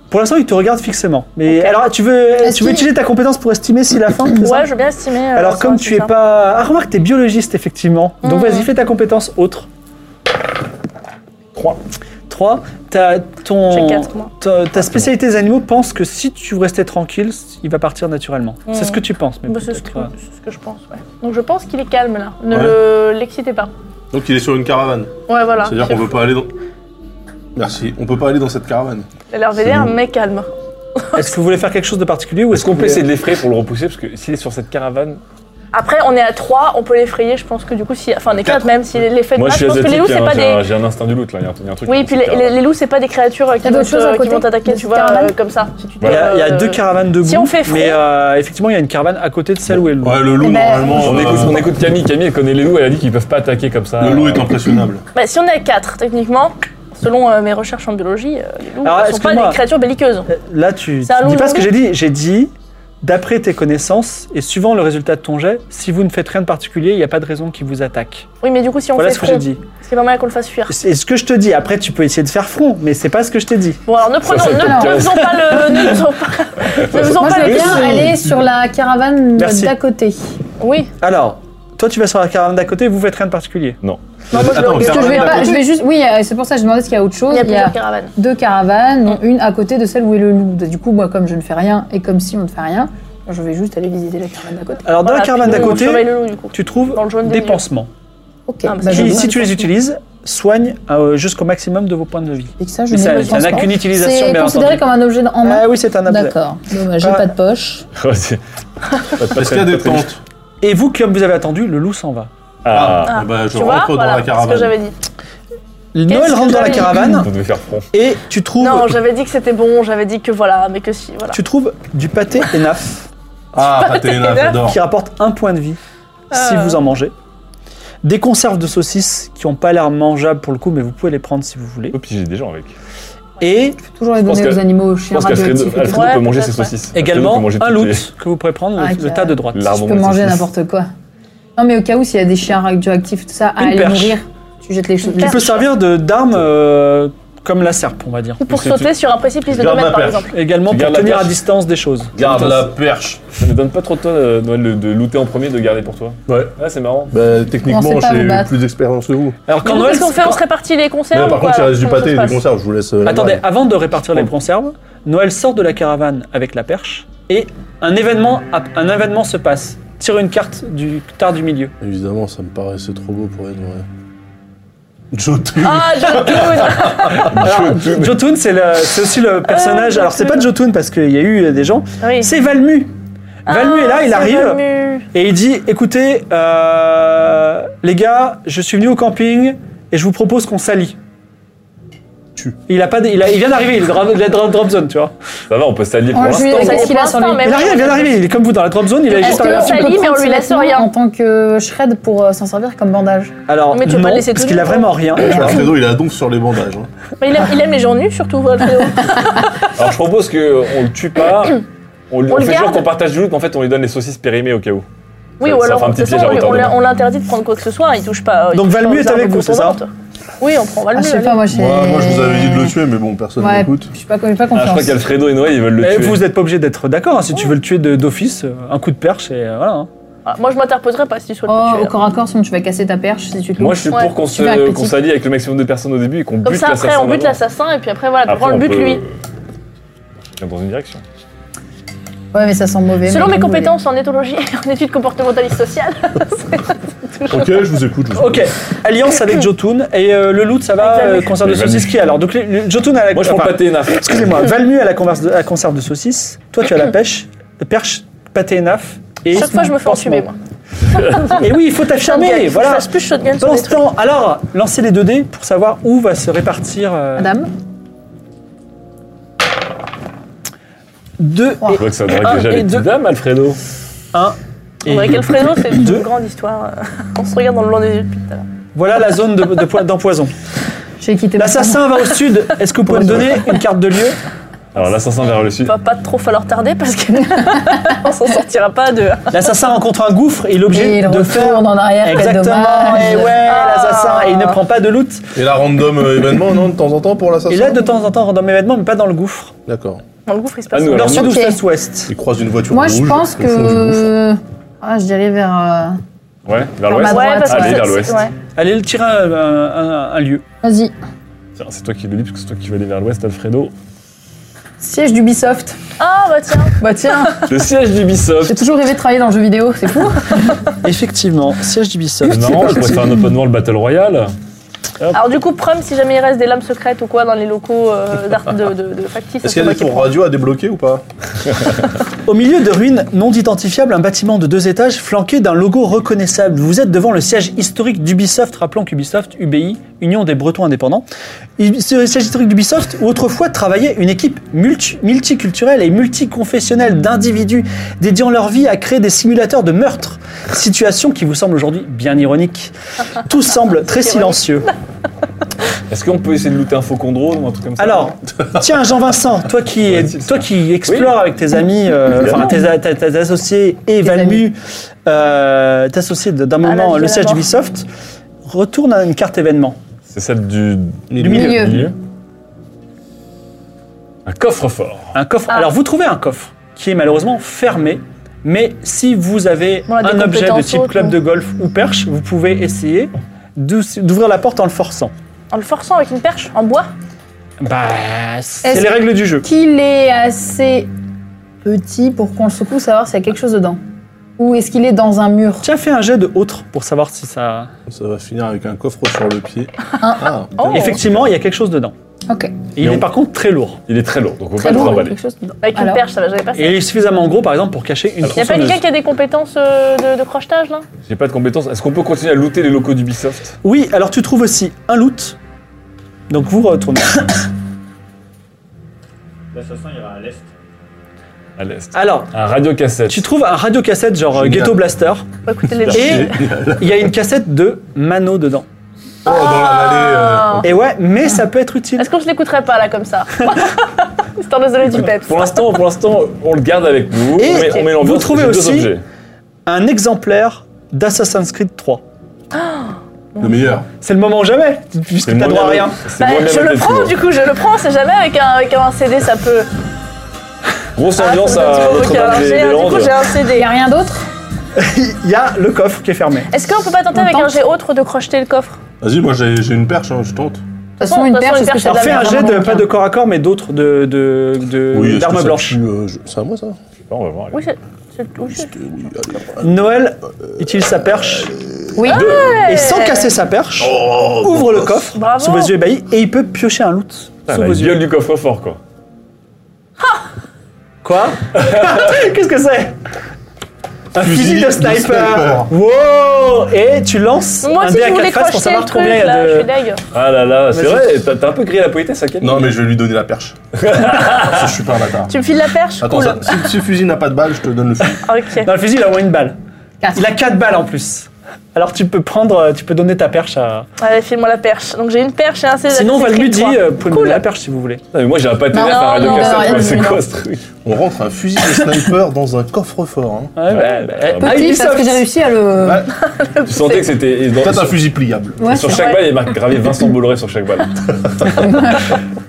A: Pour l'instant, il te regarde fixement. Mais
E: Ok.
A: alors, tu veux,
C: Est-ce
A: tu veux
C: qu'il-
A: utiliser ta compétence pour estimer si la fin c'est ça
E: Ouais, je veux bien estimer. euh,
A: Alors,
E: ça,
A: comme
E: c'est
A: tu es
E: ça.
A: pas. Ah, remarque, t'es biologiste, effectivement. Donc,
E: Mhm.
A: vas-y, fais ta compétence autre. 3. 3.
E: J'ai
A: ton,
E: 4 mois.
A: ta, ta spécialité des animaux pense que si tu restais tranquille, il va partir naturellement. C'est
E: Mhm.
A: ce que tu penses. Mais
E: Bah, c'est ce,
A: peut-être,
E: que-
A: euh,
E: c'est ce que je pense, ouais. Donc je pense qu'il est calme là. Ne
D: Ouais.
E: le- l'excitez pas.
D: Donc il est sur une caravane.
E: Ouais, voilà.
D: C'est-à-dire qu'on peut pas aller dans. Merci. On peut pas aller dans cette caravane.
E: Il a l'air vénère, mais calme.
A: Est-ce que vous voulez faire quelque chose de particulier ou
B: Est-ce qu'on peut
A: que vous
B: essayer
A: voulez-
B: de l'effrayer pour le repousser Parce que s'il est sur cette caravane.
E: Après, on est à 3, on peut l'effrayer, je pense que du coup, si. Enfin, on est 4 même, si l'effet de
B: Moi je
E: masse,
B: suis
E: je pense que les loups,
B: asiatique,
E: c'est
B: hein,
E: pas
B: j'ai un-
E: des.
B: j'ai un instinct du loot là. Il y a un- il y a un truc.
E: Oui,
B: dans
E: puis
B: cette
E: les, les-
B: caravane.
E: les loups, c'est pas des créatures euh, qui
C: T'as
E: vont
C: d'autres choses à
E: te- qui
C: côté
E: vont t'attaquer,
C: de
E: tu
C: cette
E: vois,
C: caravane
E: euh, comme ça. Si tu te-
A: Il y, a, il y a
E: euh,
A: deux caravanes debout.
E: si on fait froid-
A: Mais euh, effectivement, il y a une caravane à côté de celle où est le loup.
D: Ouais, le loup
C: Eh ben,
D: normalement.
B: On
D: euh,
B: écoute, on écoute Camille, Camille elle connaît les loups, elle a dit qu'ils peuvent pas attaquer comme ça.
D: Le loup est Ah, impressionnable.
E: Bah, si on est à 4, techniquement, selon euh, mes recherches en biologie, euh, les loups
A: Alors,
E: ne sont pas
A: excuse-moi.
E: des créatures belliqueuses.
A: Euh, Là, tu,
E: C'est un
A: tu dis
E: loup
A: pas ce que
E: zombie
A: j'ai dit. J'ai dit, d'après tes connaissances et suivant le résultat de ton jet, si vous ne faites rien de particulier, il n'y a pas de raison qu'ils vous attaquent.
E: Oui, mais du coup, si on
A: voilà
E: fait
A: ce que j'ai
E: front,
A: dit.
E: c'est pas mal qu'on le fasse fuir.
A: C'est ce que je te dis. Après, tu peux essayer de faire front, mais c'est pas ce que je t'ai dit.
E: Bon, alors ne prenons,
B: c'est
E: ne,
B: le
E: ne
B: cas.
E: faisons pas le. Ne faisons pas, ne faisons
C: Moi,
E: pas
C: je
E: le
C: veux bien
E: cas.
C: aller sur la caravane
A: Merci.
C: d'à côté.
E: Oui,
A: Alors, toi, tu vas sur la caravane d'à côté, vous faites rien de particulier.
E: non, moi, je le
D: Attends,
E: regarde.
D: mais
C: Parce que je vais
D: Caravane d'à
C: pas,
D: côté
C: je vais juste. Oui, euh, c'est pour ça que je demandais s'il y a autre chose.
E: Il y a plusieurs Mm. caravanes.
C: deux caravanes, dont une à côté de celle où est le loup. Du coup, moi, comme je ne fais rien et comme si on ne fait rien, je vais juste aller visiter la caravane d'à côté.
A: Alors, dans
E: Voilà,
A: la caravane
E: puis
A: d'à
E: on
A: côté,
E: surveille le loup, du coup.
A: tu trouves
E: Dans le jaune des
A: des
E: yeux.
A: pansements
C: Ok,
E: Ah, mais
C: bah,
E: c'est
C: je
A: qui,
E: jaune.
A: si tu les utilises, soignent euh, jusqu'au maximum de vos points de vie.
C: Et que ça, je
A: Mais
C: mets
A: ça
C: dans le
A: ça n'a
C: transport.
A: qu'une utilisation,
C: C'est
A: bien
C: considéré
A: entendu.
C: comme un objet en main.
A: Ah oui, c'est un objet.
C: D'accord. Dommage, j'ai
A: Ah.
C: pas de poche.
B: Ouais, c'est-
D: Est-ce qu'il y a des tentes
A: Et vous, comme vous avez attendu, le loup s'en va.
B: Ah,
E: Ah,
D: bah, je
E: tu vois,
D: rentre dans
E: voilà,
D: la
E: C'est ce que
D: caravane.
E: j'avais dit.
A: Noël
E: que
A: rentre dans la
E: j'avais dit
A: caravane
B: on devait faire front.
A: et tu trouves,
E: Non, j'avais dit que c'était bon, j'avais dit que voilà, mais que si, voilà.
A: tu trouves du pâté et naf.
D: Ah, Paténa, j'adore.
A: qui rapporte un point de vie si
E: Ah.
A: vous en mangez. Des conserves de saucisses qui n'ont pas l'air mangeables pour le coup, mais vous pouvez les prendre si vous voulez.
B: Oh, puis j'ai des gens avec.
A: Et
C: Toujours les
B: Je pense
C: donner
B: que-
C: aux animaux, aux
B: Je
C: chiens
B: pense
C: radioactifs.
B: qu'Alfredo
C: et tout.
B: Alfredo
E: Ouais,
B: peut manger ses
E: peut-être, ouais.
B: saucisses. Alfredo
A: également
B: peut manger
A: un
B: toutes
A: loot
B: les-
A: que vous pouvez prendre, le-
C: Ah,
A: le,
C: ok.
A: tas de droite.
B: l'arbre
C: Tu
B: de
C: peux manger
B: saucisses.
C: n'importe quoi. Non, mais au cas où, s'il y a des chiens radioactifs, tout ça, à
A: Une
C: aller
A: perche.
C: nourrir, tu jettes les choses.
A: Il peut servir de- d'arme euh, comme la serpe, on va dire.
E: Ou pour
B: Parce que
E: sauter sur un précipice de 2
D: Garde
E: mètres,
D: ma
E: par
D: perche.
E: exemple.
A: Également
B: Tu
A: pour
B: gardes la
A: tenir à
B: perche.
A: distance des choses.
D: Garde la perche.
B: Ça ne donne pas trop toi, euh, Noël, de, de looter en premier, de garder pour toi.
D: Ouais.
B: Ouais, c'est marrant.
D: Bah,
C: On sait
D: techniquement,
C: pas
D: j'ai
C: vous
D: eu
C: battre.
D: plus d'expérience que vous.
A: Alors quand
E: Du coup,
A: Noël,
E: Qu'est-ce qu'on fait On se répartit les
D: Mais
E: conserves
D: par
E: ou
D: contre,
E: quoi
D: il reste du
E: Comment ça
D: pâté et
E: se
D: des
E: passe
D: conserves. Je vous laisse. euh, la
A: attendez,
D: balle.
A: avant de répartir les
D: Prends.
A: conserves, Noël sort de la caravane avec la perche et un événement, un événement se passe. Tire une carte du tard du milieu.
D: Évidemment, ça me paraissait trop beau pour être vrai. Jotun.
E: Ah, John Clooney
A: Alors, Jotun, c'est le- c'est aussi le personnage.
E: Ah,
A: Alors, c'est pas Jotun parce qu'il y a eu euh, des gens.
E: Oui.
A: C'est Valmu. Valmu est là, il
E: Ah, c'est
A: arrive
E: Valmu.
A: et il dit Écoutez, euh, les gars, je suis venu au camping et je vous propose qu'on s'allie.
B: tue.
A: Il, a pas de- il, a- il vient d'arriver, il est dans la- la drop drop zone, tu vois.
B: Ça va, on peut s'allier pour
C: Ouais,
B: l'instant.
C: je vais-
E: Ça
C: Qu'est-ce
E: y est,
C: qu'il a
E: pour
C: sur
E: l'instant,
C: lui
E: mais
A: Il
E: bon.
A: arrive, il vient d'arriver, il est comme vous dans la drop zone, il est
E: Est-ce
A: juste
E: que-
A: arrivé.
E: ça lit, mais on lui
C: ses
E: laisse
C: vêtements
E: rien.
C: en tant que shred pour euh, s'en servir comme bandage
A: Alors,
E: Mais tu vas
A: non,
E: pas laisser
A: parce
E: tout
A: qu'il a
E: nu,
A: vraiment rien.
D: Alfredo, il a donc sur les bandages. hein.
E: Mais il, aime, il aime les gens nus, surtout, Alfredo.
B: Alors je propose qu'on le tue pas. On, lui-
E: On
B: on
E: le
B: fait genre
E: garde.
B: qu'on partage du loot, mais en fait on lui donne les saucisses périmées au cas où.
E: Oui,
B: Ça-
E: ou
B: ça
E: alors,
B: fera un
E: de
B: petit
E: toute
B: piège à
E: façon, on lui- on
B: retardement.
E: l'a- on l'interdit de prendre quoi que ce soit, il touche pas. il
A: Donc,
E: touche pas
A: Valmu
E: aux
A: est
E: armes
A: avec vous, c'est ça
E: contondantes. Oui, on prend Valmu.
C: ah, Je sais
E: allez.
C: pas, moi j'ai.
D: Moi, moi, je vous avais dit de le tuer, mais bon, personne
C: Ouais,
D: n'écoute.
C: je suis pas, j'ai
B: Ah,
C: pas
B: je
C: confiance.
B: crois qu'Alfredo et Noé ils veulent le
A: Et
B: tuer.
A: Eh, vous n'êtes pas obligé d'être d'accord, hein, si tu veux le tuer de- d'office, euh, un coup de perche et euh, voilà. hein.
E: Ah, Moi, je m'interposerais pas si soit
C: Oh,
E: le
C: au
E: tuer.
C: corps à corps, sinon tu vas casser ta perche si tu te
B: Moi
C: loupes.
B: je suis
E: Ouais,
B: pour qu'on
C: tu vas à
B: se-
C: petit.
B: qu'on s'allie avec le maximum de personnes au début et qu'on bute
E: Comme ça, après, on bute
B: avant.
E: l'assassin, et puis après, voilà, tu
B: Après,
E: prends le
B: on
E: but,
B: peut-
E: lui.
B: Bien Dans une direction.
C: Ouais, mais ça sent mauvais.
E: Selon
C: mais
E: mes
C: bon,
E: compétences en éthologie et en études comportementalistes sociales,
D: Ok, je vous écoute. je vous
A: Ok, alliance avec Jotun et euh, le loot ça va
E: Avec Valmu.
A: euh, conserve de
B: Mais Valmu.
A: saucisse qui alors Donc les- le- Jotun a la
B: Moi je prends
A: enfin,
B: le pâté et naf.
A: Excusez-moi, Valmu à la, converse de- à la conserve de saucisse, toi tu as la pêche, euh, perche, pâté et naf. Et
E: chaque fois, je me fais
A: pansement.
E: entuber, moi.
A: Et oui, il faut t'affirmer,
E: Shotgun,
A: voilà.
E: Je fasse plus shotgun sur
A: Pendant
E: des
A: ce
E: trucs.
A: temps, alors, lancez les 2 dés pour savoir où va se répartir euh,
E: Ah, bah.
C: Madame,
A: 2
C: Trois.
A: et
B: Je vois que ça drague
A: Un
B: déjà
A: et
B: les
A: deux.
B: petites dames, Alfredo.
A: 1.
E: On dirait qu'Alfredo, c'est
A: Deux.
E: une grande histoire. On se regarde dans le blanc des yeux depuis tout à l'heure.
A: Voilà la zone de- de po- d'empoison.
C: j'ai quitté ma femme.
A: L'assassin va au sud. Est-ce que vous pouvez me donner une carte de lieu
B: Alors l'assassin vers le
E: Il
B: sud.
E: va pas trop falloir tarder parce que on s'en sortira pas de.
A: L'assassin rencontre un gouffre et il est
C: Et
A: obligé
C: il
A: de faire.
C: retourne en arrière, quel
A: Exactement,
C: dommage.
A: et ouais,
C: Ah.
A: l'assassin, et il ne prend pas de loot.
D: écoute. Et la random euh, événement, non, de temps en temps pour l'assassin
A: Et là, de temps en temps, random événement, mais pas dans le gouffre.
D: D'accord.
E: Dans le gouffre, il se
B: Ah,
E: passe.
B: nous, alors,
A: Nord, sud,
C: Ok.
A: ou ouest, ouest.
D: Il croise une voiture
C: Moi,
D: rouge.
C: je pense
D: au fond du gouffre.
C: que. Ah, je dirais vers. euh,
B: Ouais, vers
C: Vers
B: l'ouest.
C: ma droite.
E: que
B: Allez,
E: c'est-
B: vers l'ouest.
E: c'est- ouais.
A: Allez, le tirer un, un- un lieu.
C: Vas-y.
B: Tiens, c'est toi qui le dis parce que c'est toi qui vas aller vers l'ouest, Alfredo.
C: Siège d'Ubisoft.
E: Ah bah tiens,
C: Bah tiens,
B: Le siège d'Ubisoft.
C: j'ai toujours rêvé de travailler dans le jeu vidéo, c'est fou.
A: Effectivement, siège d'Ubisoft.
B: C'est marrant, je pourrais faire un open world Battle Royale.
E: alors du coup, Prum, si jamais il reste des lames secrètes ou quoi dans les locaux euh, d'art- de, de, de factifs,
D: Est-ce qu'il y a des tours radio à débloquer ou pas
A: Au milieu de ruines non identifiables, un bâtiment de deux étages flanqué d'un logo reconnaissable. Vous êtes devant le siège historique d'Ubisoft. Rappelons qu'Ubisoft, UBI, Union des Bretons Indépendants, il- ce siège historique d'Ubisoft où autrefois travaillait une équipe multi- multiculturelle et multiconfessionnelle d'individus dédiant leur vie à créer des simulateurs de meurtres. Situation qui vous semble aujourd'hui bien ironique. Tout semble très
E: ironique.
A: silencieux.
B: Est-ce qu'on peut essayer de looter un faucon drone ou un truc comme ça
A: Alors, tiens Jean-Vincent, toi qui,
B: Ouais, c'est
A: toi
B: ça.
A: qui explores avec tes amis, euh, enfin tes, a- tes- tes associés et Valmu, euh, t'associer d'un
E: la
A: moment
E: vie
A: le
E: à la
A: siège
E: mort.
A: d'Ubisoft, retourne à une carte événement.
B: C'est celle du,
A: Du milieu.
C: milieu.
B: Un coffre-fort.
A: Un coffre.
E: Ah.
A: Alors vous trouvez un coffre qui est malheureusement fermé, mais si vous avez
E: On a des
A: un objet de
E: compétences
A: type
E: autres,
A: club
E: non
A: de golf ou perche, vous pouvez essayer d'ou- d'ouvrir la porte en le forçant.
E: En le forçant avec une perche en bois.
A: Bah, c'est
C: Est-ce-
A: les règles du jeu.
C: Qu'il est assez petit pour qu'on le secoue, savoir s'il y a quelque chose dedans. Ou est-ce qu'il est dans un mur
A: Tiens, fais un jet de autre pour savoir si ça.
D: Ça va finir avec un coffre sur le pied. Ah,
E: Oh.
A: Effectivement, il y a quelque chose dedans.
C: Ok.
A: Et il
B: Mais
A: est
B: on-
A: par contre très lourd.
B: Il est très lourd, donc on peut
C: Très
B: pas le
C: lourd, il y a
B: trimballer.
C: quelque chose dedans.
E: Avec une
C: Alors,
E: perche, ça va jamais passer.
A: Et il est suffisamment gros, par exemple, pour cacher une
B: Alors,
E: Il n'y a pas
A: tronçonneuse.
E: quelqu'un qui a des compétences euh, de, de crochetage là
B: J'ai pas de compétences. Est-ce qu'on peut continuer à looter les locaux d'Ubisoft
A: Oui, alors tu trouves aussi un loot. Donc vous retournez.
F: L'assassin ira à l'est.
B: à l'est
A: Alors,
B: Un radiocassette.
A: tu trouves un radiocassette genre euh,
D: Génial.
A: Ghetto Blaster.
E: On va écouter les
A: Et il y a une cassette de Mano dedans.
D: Oh, dans la vallée.
E: Ah.
D: euh,
A: Et ouais, mais ça peut être utile.
E: Oh. Est-ce qu'on se l'écouterait pas là comme ça Histoire de se donner du peps.
B: Pour l'instant, pour l'instant, on le garde avec nous.
A: Et
B: on met, on met l'ambiance.
A: vous trouvez
B: J'ai deux
A: aussi-
B: objets.
A: Un exemplaire d'Assassin's Creed 3.
D: Le meilleur.
A: C'est le moment ou jamais, puisque
B: C'est
A: t'as droit à
B: moi-même-
A: rien.
B: c'est
E: Bah,
B: moi-même
E: je le
B: avec
E: prends
B: nous.
E: du coup, je le prends, c'est jamais avec un, avec un CD ça peut.
B: Grosse
E: Ah,
B: ambiance
E: faut que
B: à
A: euh,
E: tu provoques un
B: Notre-Dame des,
E: G,
B: des
E: hein, Du
B: Landes.
E: coup, j'ai un
C: Il n'y a
E: CD.
C: rien d'autre
A: Il y a le coffre qui est fermé.
E: Est-ce qu'on peut pas tenter
C: On
E: avec un
C: tente
E: jet autre de crocheter le coffre
D: Vas-y, moi j'ai j'ai une perche, hein, je tente.
C: De toute façon, une perche, est-ce que ça
A: Alors
E: la
A: fais un
E: merde,
A: jet de,
C: vraiment
A: pas de corps à corps, mais d'autres de, de, de-
D: est-ce que
A: d'armes
D: ça
A: blanches.
D: tue, euh, je- C'est à moi ça
B: Bon, Ah, on va voir.
E: Oui, c'est. c'est- oui,
D: Est-ce
E: c'est-
D: que- oui, allez, voilà.
A: Noël utilise sa perche.
C: Oui.
A: Et sans casser sa perche, ouvre le coffre
E: Bravo.
A: sous vos yeux ébahis et il peut piocher un loot
B: Putain,
A: sous
B: la
A: vos
B: gueule
A: yeux.
B: du coffre-fort, quoi.
A: Quoi Qu'est-ce que c'est Un fusil de sniper. Wow Et tu lances
E: Moi
A: un
E: aussi,
A: dé à
E: je voulais
A: quatre faces pour
E: crocheter le
A: savoir
E: truc,
A: combien il y a
E: là, je
A: de.
E: suis deg.
B: Ah là là, c'est
A: Vas-y.
B: vrai, t'as t'as un peu grillé la politesse à Kate.
D: Non, mais je vais lui donner la perche. Parce que je suis pas un bâtard.
E: Tu me files la perche
D: Attends,
E: Cool.
D: ça- si si le fusil n'a pas de balle, je te donne le fusil.
E: Ok.
A: Dans le fusil, il a au moins une balle.
C: Quatre.
A: Il a 4 balles en plus. Alors tu peux prendre, euh, tu peux donner ta perche à.
E: Allez, file-moi la perche. Donc j'ai une perche et un CD.
A: Sinon, Valmu dit,
E: Moi,
A: euh, vous pouvez me donner la perche si vous voulez.
B: Non, mais moi j'ai un pâté
C: Non,
B: à
C: non,
B: radio
C: non,
B: cassette,
C: non,
B: quoi,
C: non,
B: c'est
C: non.
B: quoi ce truc
D: On rentre un fusil de sniper dans un coffre-fort. Hein.
A: Ouais,
B: Ouais,
A: bah,
B: bah,
A: eh,
B: bah,
A: ah,
C: Petit, parce
A: Ubisoft.
C: que j'ai réussi à le.
D: Ouais.
B: Tu sentais que c'était. dans-
D: Peut-être un
B: sur-
D: fusil pliable.
C: Ouais,
B: Sur
C: Bah, Ah, c'est
B: chaque
C: vrai.
B: balle, il y a gravé Vincent Bolloré sur chaque balle.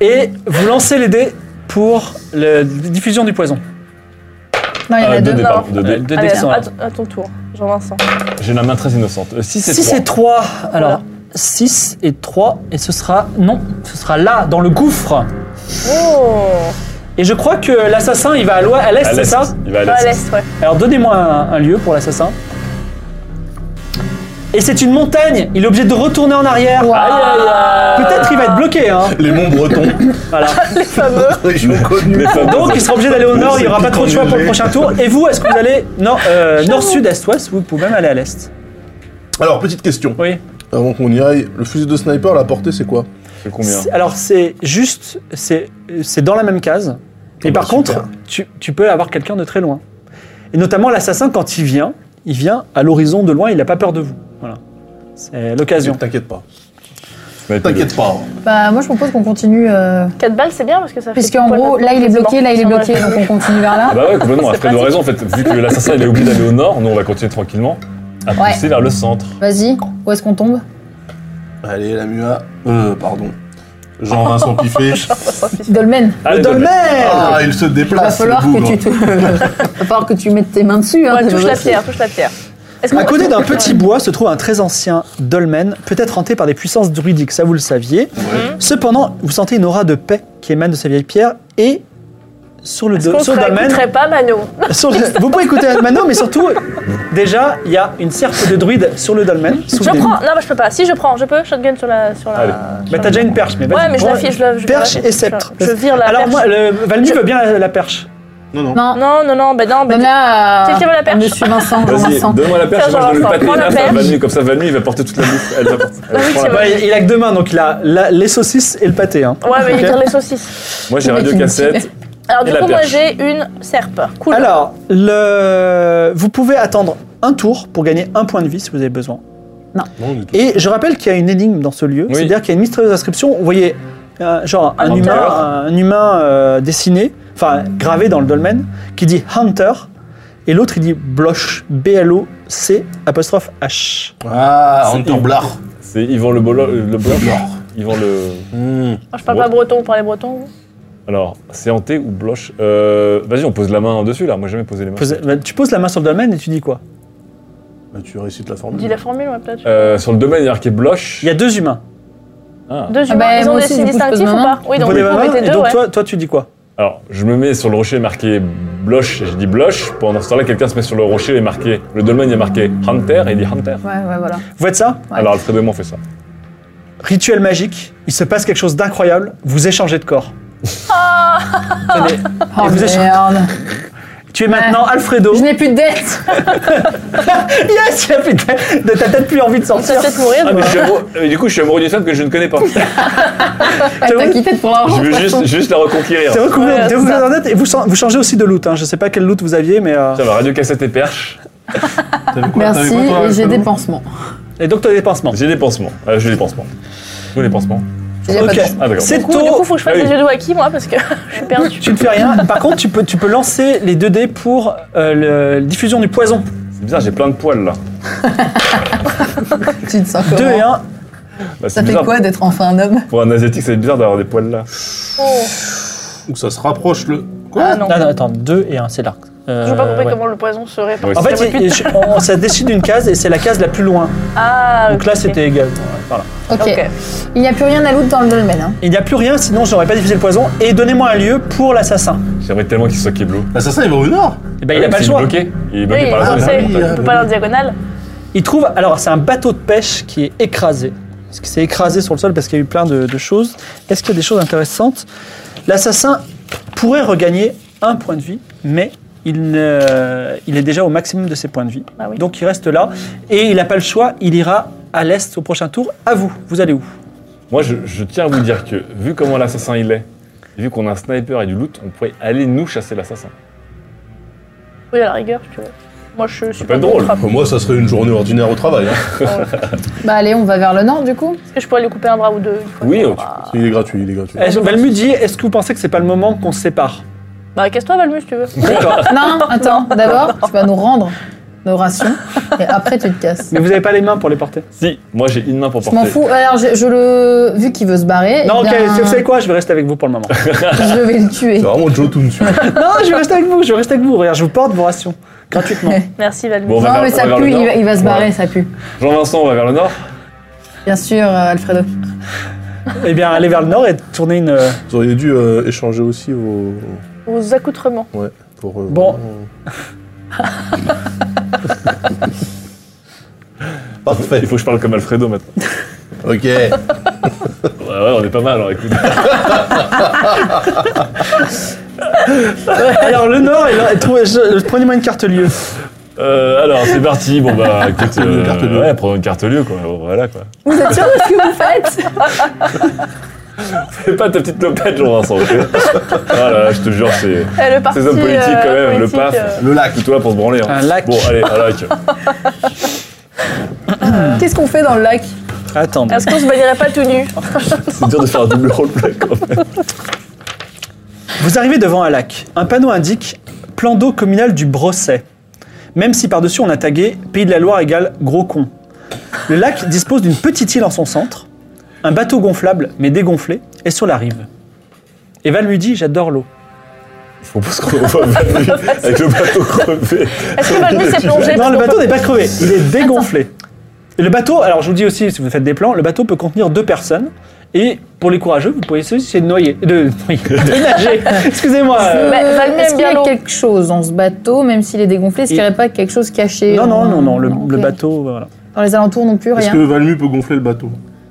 A: Et vous lancez les dés pour la diffusion du poison.
C: Non, il y en
B: Ah,
C: a
B: deux
C: deux.
B: dés,
E: non.
B: pardon, deux
A: Euh,
B: dés.
A: deux
E: Allez,
A: dés qui sont
E: à,
A: là.
E: à ton tour, Jean-Vincent.
B: J'ai la main très innocente. 6
A: Si c'est
B: et 3.
A: 3, alors
E: Voilà.
A: 6 et 3, et ce sera. Non, ce sera là, dans le gouffre.
E: Oh
A: Et je crois que l'assassin, il va à l'ouest, à l'est, c'est ça
B: Il va à
E: Pas à
B: l'est.
E: l'est, ouais.
A: Alors donnez-moi un, un lieu pour l'assassin. Et c'est une montagne, il est obligé de retourner en arrière.
C: Wow.
A: Peut-être il va être bloqué, hein.
D: Les monts bretons.
A: Voilà.
E: Les fameux.
D: Région connue.
B: Les fameux-
A: Donc il sera obligé d'aller au nord, il n'y aura pas trop de choix pour le prochain tour. Et vous, est-ce que vous allez nord, euh, nord, sud, est, ouest Vous pouvez même aller à l'est.
D: Alors, petite question.
A: Oui.
D: Avant qu'on y aille, le fusil de sniper, la portée, c'est quoi
B: C'est combien
A: C'est- Alors c'est juste, c'est c'est dans la même case.
D: Ah
A: Et
D: bah,
A: par
D: super.
A: contre, tu, tu peux avoir quelqu'un de très loin. Et notamment l'assassin, quand il vient, il vient à l'horizon de loin, il n'a pas peur de vous. Voilà. C'est l'occasion.
D: T'inquiète pas.
B: Mais
D: T'inquiète pas.
C: Bah, moi, je propose qu'on continue. euh,
E: 4 balles, c'est bien parce que ça fait.
C: Puisque en
E: poil
C: gros,
E: de
C: là il est
E: quasiment.
C: bloqué, là il est
E: Ça
C: bloqué,
E: m'aurait
C: donc
E: fait
C: on continue vers là.
B: Ah bah ouais, complètement,
E: C'est
B: Alfred a
E: pratique.
B: raison en fait. Vu que l'assassin il a oublié d'aller au nord, nous on va continuer tranquillement à
C: Ouais.
B: pousser vers le centre.
C: Vas-y, où est-ce qu'on tombe
D: Allez, la mua. Euh, pardon. Jean-Vincent Piffé.
C: Dolmen,
B: Allez,
A: le dolmen
D: Ah, il se
C: il va
D: déplace.
C: falloir
D: le
C: que
D: bougre.
C: tu te... va falloir que tu mettes tes mains dessus. Hein,
E: Ouais, touche la
C: parce que-
E: pierre, touche la pierre. Est-ce
A: À côté
E: est-ce
A: d'un petit bois se trouve un très ancien dolmen, peut-être hanté par des puissances druidiques, ça vous le saviez. Cependant, vous sentez une aura de paix qui émane de ces vieilles pierres et sur le, do-
E: qu'on
A: sur le
E: se
A: dolmen,
E: réécouterait pas, Mano.
A: sur le- vous pouvez écouter maintenant, mais surtout, déjà, il y a une serpe de druide sur le dolmen.
E: Je
A: souvenez-vous.
E: prends. Non, mais je peux pas. Si, je prends. Je peux. Shotgun sur la. Sur la...
B: Allez.
A: Bah, t'as déjà une perche, mais vas-y,
E: Ouais, mais je
A: prends-
E: la file, je la. je
A: Perche
E: la file.
A: et sceptre.
E: Je, je vire la
A: Alors,
E: perche.
A: moi, le Valmy veut bien la, la perche.
D: Non, non.
C: Non,
E: Non, non, non, bah non, bah.
C: donne là
E: Quelqu'un veut la perche
C: Monsieur Vincent,
B: Vas-y,
C: Jean-Vincent.
B: donne-moi la perche,
E: Tiens,
B: moi je donne le
E: Jean-Vincent,
B: pâté
E: prends la
B: à
E: perche.
B: Vanille, comme ça Vanille il va porter toute la bouffe. Elle va porter- elle
E: oui,
B: prend
E: c'est
B: la-
E: vrai.
A: Bah, il il a que deux mains, donc il a la- les saucisses et le pâté. hein.
E: Ouais, mais
A: Ok.
E: il vire les saucisses.
B: Moi j'ai
C: Le mec,
B: radio
C: il me
B: cassette.
E: Alors,
B: Et
E: du
B: la
E: coup, moi,
B: perche.
E: j'ai une serpe. Cool.
A: Alors, le... vous pouvez attendre un tour pour gagner un point de vie si vous avez besoin.
D: Non, du tout.
A: Et je rappelle qu'il y a une énigme dans ce lieu,
B: Oui.
A: c'est-à-dire qu'il y a une mystérieuse inscription. Vous voyez, euh, genre un
E: Hunter.
A: humain, un humain euh, dessiné, enfin gravé dans le dolmen, qui dit Hunter, et l'autre il dit Bloch, B-L-O-C apostrophe H.
D: Ah,
B: C'est-
D: Hunter Blard.
B: C'est Yvan le Bolo- euh, le Blanc. Yvan le.
C: Hmm.
E: Moi, je parle pas breton pour les bretons.
B: Alors, c'est hanté ou bloche Euh, Vas-y, on pose la main dessus là. Moi j'ai jamais posé les mains.
A: Pose- bah, tu poses la main sur le dolmen et tu dis quoi
D: Bah, tu récites la
E: Dis
D: formule.
E: la formule, ouais, peut-être.
B: Euh, sur le domaine, il y a marqué bloche.
A: Il y a deux humains.
B: Ah.
E: Deux
C: Ah bah,
E: humains. Ils ont
C: moi
E: des
C: aussi,
E: signes
C: du coup, je pose
E: distinctifs ou
C: ma
E: pas
C: main.
E: Oui,
A: Vous
E: donc
A: posez
E: du
A: la
E: coup, on
A: main,
E: était
A: et
E: deux,
A: donc
E: ouais.
A: toi, toi tu dis quoi
B: Alors, je me mets sur le rocher marqué bloche et je dis bloche. Pendant ce temps-là, quelqu'un se met sur le rocher et marqué. Le dolmen, il y a marqué Hunter et il dit Hunter.
C: Ouais, ouais, voilà.
A: Vous faites ça
C: Ouais.
B: Alors, Alfred et moi, on fait ça.
A: Rituel magique, il se passe quelque chose d'incroyable, vous échangez de corps.
E: Ah.
A: Tenez,
C: Oh
A: vous échangez-
C: merde.
A: tu es maintenant Alfredo.
C: Je n'ai plus de dette.
A: Yes, il a plus de tête- de- t'as peut-être plus envie de
E: Ça
A: sortir.
E: peut-être mourir.
B: Ah, mais je suis amoureux- euh, du coup, je suis amoureux d'une femme que je ne connais pas.
C: Ah,
A: J'avoue-
C: T'as quitté pour l'argent.
B: Je veux
C: de toute
B: juste,
C: façon.
B: juste la reconquérir.
A: C'est vrai que vous,
E: Ouais,
A: vous- vous- vous- vous- et vous, chan- vous changez aussi de loot. Hein. Je sais pas quel loot vous aviez, mais. euh,
B: Ça va, radio cassette et perche.
D: T'avais quoi- t'avais
C: Merci,
D: quoi, toi,
C: et j'ai
D: Alfredo
C: des pansements.
A: Et donc, ton dépensement.
B: J'ai des pansements. Ah, j'ai des pansements. Où les pansements
C: J'ai pas
A: Ok.
C: de pansements.
B: Ah, d'accord.
A: C'est
E: Du coup, du coup,
A: tôt.
E: faut que je fasse
B: Ah oui.
E: les yeux de Waki, moi, parce que je suis perdue.
A: Tu ne fais rien. Par contre, tu peux, tu peux lancer les 2 dés pour euh, le- la diffusion du poison.
B: C'est bizarre, j'ai plein de poils là.
C: Tu te sens
A: 2 et
C: comment
A: 1.
B: Bah, c'est
C: hein. Ça fait
B: bizarre.
C: quoi d'être enfin un homme
B: Pour un asiatique, c'est bizarre d'avoir des poils là.
E: Oh.
D: Ou ça se rapproche le.
E: Ah
D: Quoi
E: non.
A: Non, non, attends. 2 et 1, c'est là. Euh,
E: Je n'ai pas compris
A: ouais.
E: comment le poison se répand.
B: Ouais,
A: En fait, il- il- on, ça décide d'une case et c'est la case la plus loin.
E: Ah,
A: Donc là,
E: ok.
A: c'était égal. Voilà.
C: Ok.
E: Ok.
C: Il n'y a plus rien à loot dans le dolmen. Hein.
A: Il n'y a plus rien, sinon j'aurais pas diffusé le poison. Et donnez-moi un lieu pour l'assassin.
B: J'aimerais tellement qu'il soit Keblo.
D: L'assassin, Ah, il va au nord
A: Et ben, il a pas le choix.
B: Il est bloqué. Il est
E: Oui, euh,
B: bloqué par la
D: ah,
E: on
B: zone des
D: bah
E: sait,
D: oui,
B: montagnes.
D: ah,
E: on peut
D: bah
E: pas
D: oui.
E: aller en diagonale.
A: Il trouve. Alors, c'est un bateau de pêche qui est écrasé. Parce qu'il s'est écrasé sur le sol parce qu'il y a eu plein de, de choses. Est-ce qu'il y a des choses intéressantes L'assassin pourrait regagner un point de vie, mais il, ne- il est déjà au maximum de ses points de vie.
C: Ah
E: Bah oui.
A: Donc il reste là et il n'a pas le choix, il ira à l'est au prochain tour. À vous, vous allez où
B: Moi, je, je tiens à vous dire que, vu comment l'assassin il est, et vu qu'on a un sniper et du loot, on pourrait aller nous chasser l'assassin.
E: Oui, à la rigueur, je te- Moi, je suis
B: peut être
E: contre.
B: drôle.
D: Pour moi, ça serait une journée ordinaire au travail. hein.
C: Bah allez, on va vers le nord du coup.
E: Est-ce que je pourrais lui couper un bras ou deux une fois Bah,
B: Oui,
E: qu'il
B: tu-
C: Ah.
E: aura-
D: Il est gratuit, il est gratuit.
A: Est-ce- Eh, Valmut dit, est-ce que vous pensez que c'est pas le moment qu'on se sépare
E: Bah, casse-toi, Valmus, si tu veux.
A: D'accord.
C: Non, attends, d'abord, tu vas nous rendre nos rations et après tu te casses.
A: Mais vous n'avez pas les mains pour les porter.
B: Si, moi j'ai une main pour
C: Je
B: porter.
C: m'en fous. Alors, je, je le. Vu qu'il veut se barrer,
A: Non,
C: eh
A: ok,
C: bien,
A: vous savez quoi Je vais rester avec vous pour le moment.
C: je vais le tuer.
D: C'est vraiment Joe Toonsu.
A: non, je vais rester avec vous, je vais rester avec vous. Regarde, je vous porte vos rations gratuitement.
E: Merci, Valmus.
B: Bon, on va
C: Non,
B: vers-
C: mais
B: on
C: ça
B: vers le
C: pue,
B: nord.
C: il va, il va se barrer,
B: Ouais.
C: ça pue.
B: Jean-Vincent, on va vers le nord.
C: Bien sûr, euh, Alfredo.
A: eh bien, allez vers le nord et tournez une. euh,
D: Vous auriez dû euh, échanger aussi vos.
E: Aux accoutrements.
D: Ouais, pour. euh,
A: Bon.
D: vraiment- Parfait.
B: Il faut que je parle comme Alfredo maintenant.
D: Ok.
B: Ouais, ouais, on est pas mal, alors écoute.
A: Alors le nord, et le- et trouvez- je- prenez-moi une carte lieu.
B: Euh, alors, c'est parti. Bon, bah, écoute.
D: Prenons une carte lieu.
B: ouais, prenons une carte lieu, quoi. Voilà, quoi.
C: Vous êtes sûr de ce que vous faites
B: Fais pas ta petite lopette, Jean-Vincent. ok ah là, là, je te jure, c'est.
E: Eh, le parti,
B: hommes politiques,
E: euh,
B: quand même, le
E: politique,
B: paf.
E: euh,
D: Le lac.
B: Tout toi pour se branler. hein.
A: Un lac.
B: Bon, allez, un lac.
A: Hmm.
C: Qu'est-ce qu'on fait dans le lac
E: Euh,
A: Attendez.
E: Est-ce qu'on se baignerait pas tout nu
B: C'est dur de faire un double roleplay quand même.
A: Vous arrivez devant un lac. Un panneau indique plan d'eau communal du Brosset. Même si par-dessus on a tagué Pays de la Loire égale gros con. Le lac dispose d'une petite île en son centre. Un bateau gonflable mais dégonflé est sur la rive. Et Val lui dit J'adore l'eau.
B: Je propose qu'on envoie Manu avec le bateau crevé.
E: Est-ce que Valmus s'est plongé
A: Non,
E: parce
A: le
E: qu'on
A: bateau
E: peut-
A: n'est pas crevé, il est dégonflé. Et le bateau, alors je vous dis aussi, si vous faites des plans, le bateau peut contenir deux personnes. Et pour les courageux, vous pouvez essayer de noyer. De, noyer, de nager. Excusez-moi. euh,
E: Bah,
C: Euh,
E: Valmy aime
C: Est-ce qu'il y
E: bien
C: a
E: l'eau.
C: quelque chose dans ce bateau, même s'il est dégonflé Est-ce qu'il n'y aurait pas quelque chose caché
A: Non, non,
C: dans-
A: non, non, le,
C: ok.
A: le bateau, euh, voilà.
C: Dans les alentours non plus,
D: Est-ce
C: rien.
D: que Valmu peut gonfler le bateau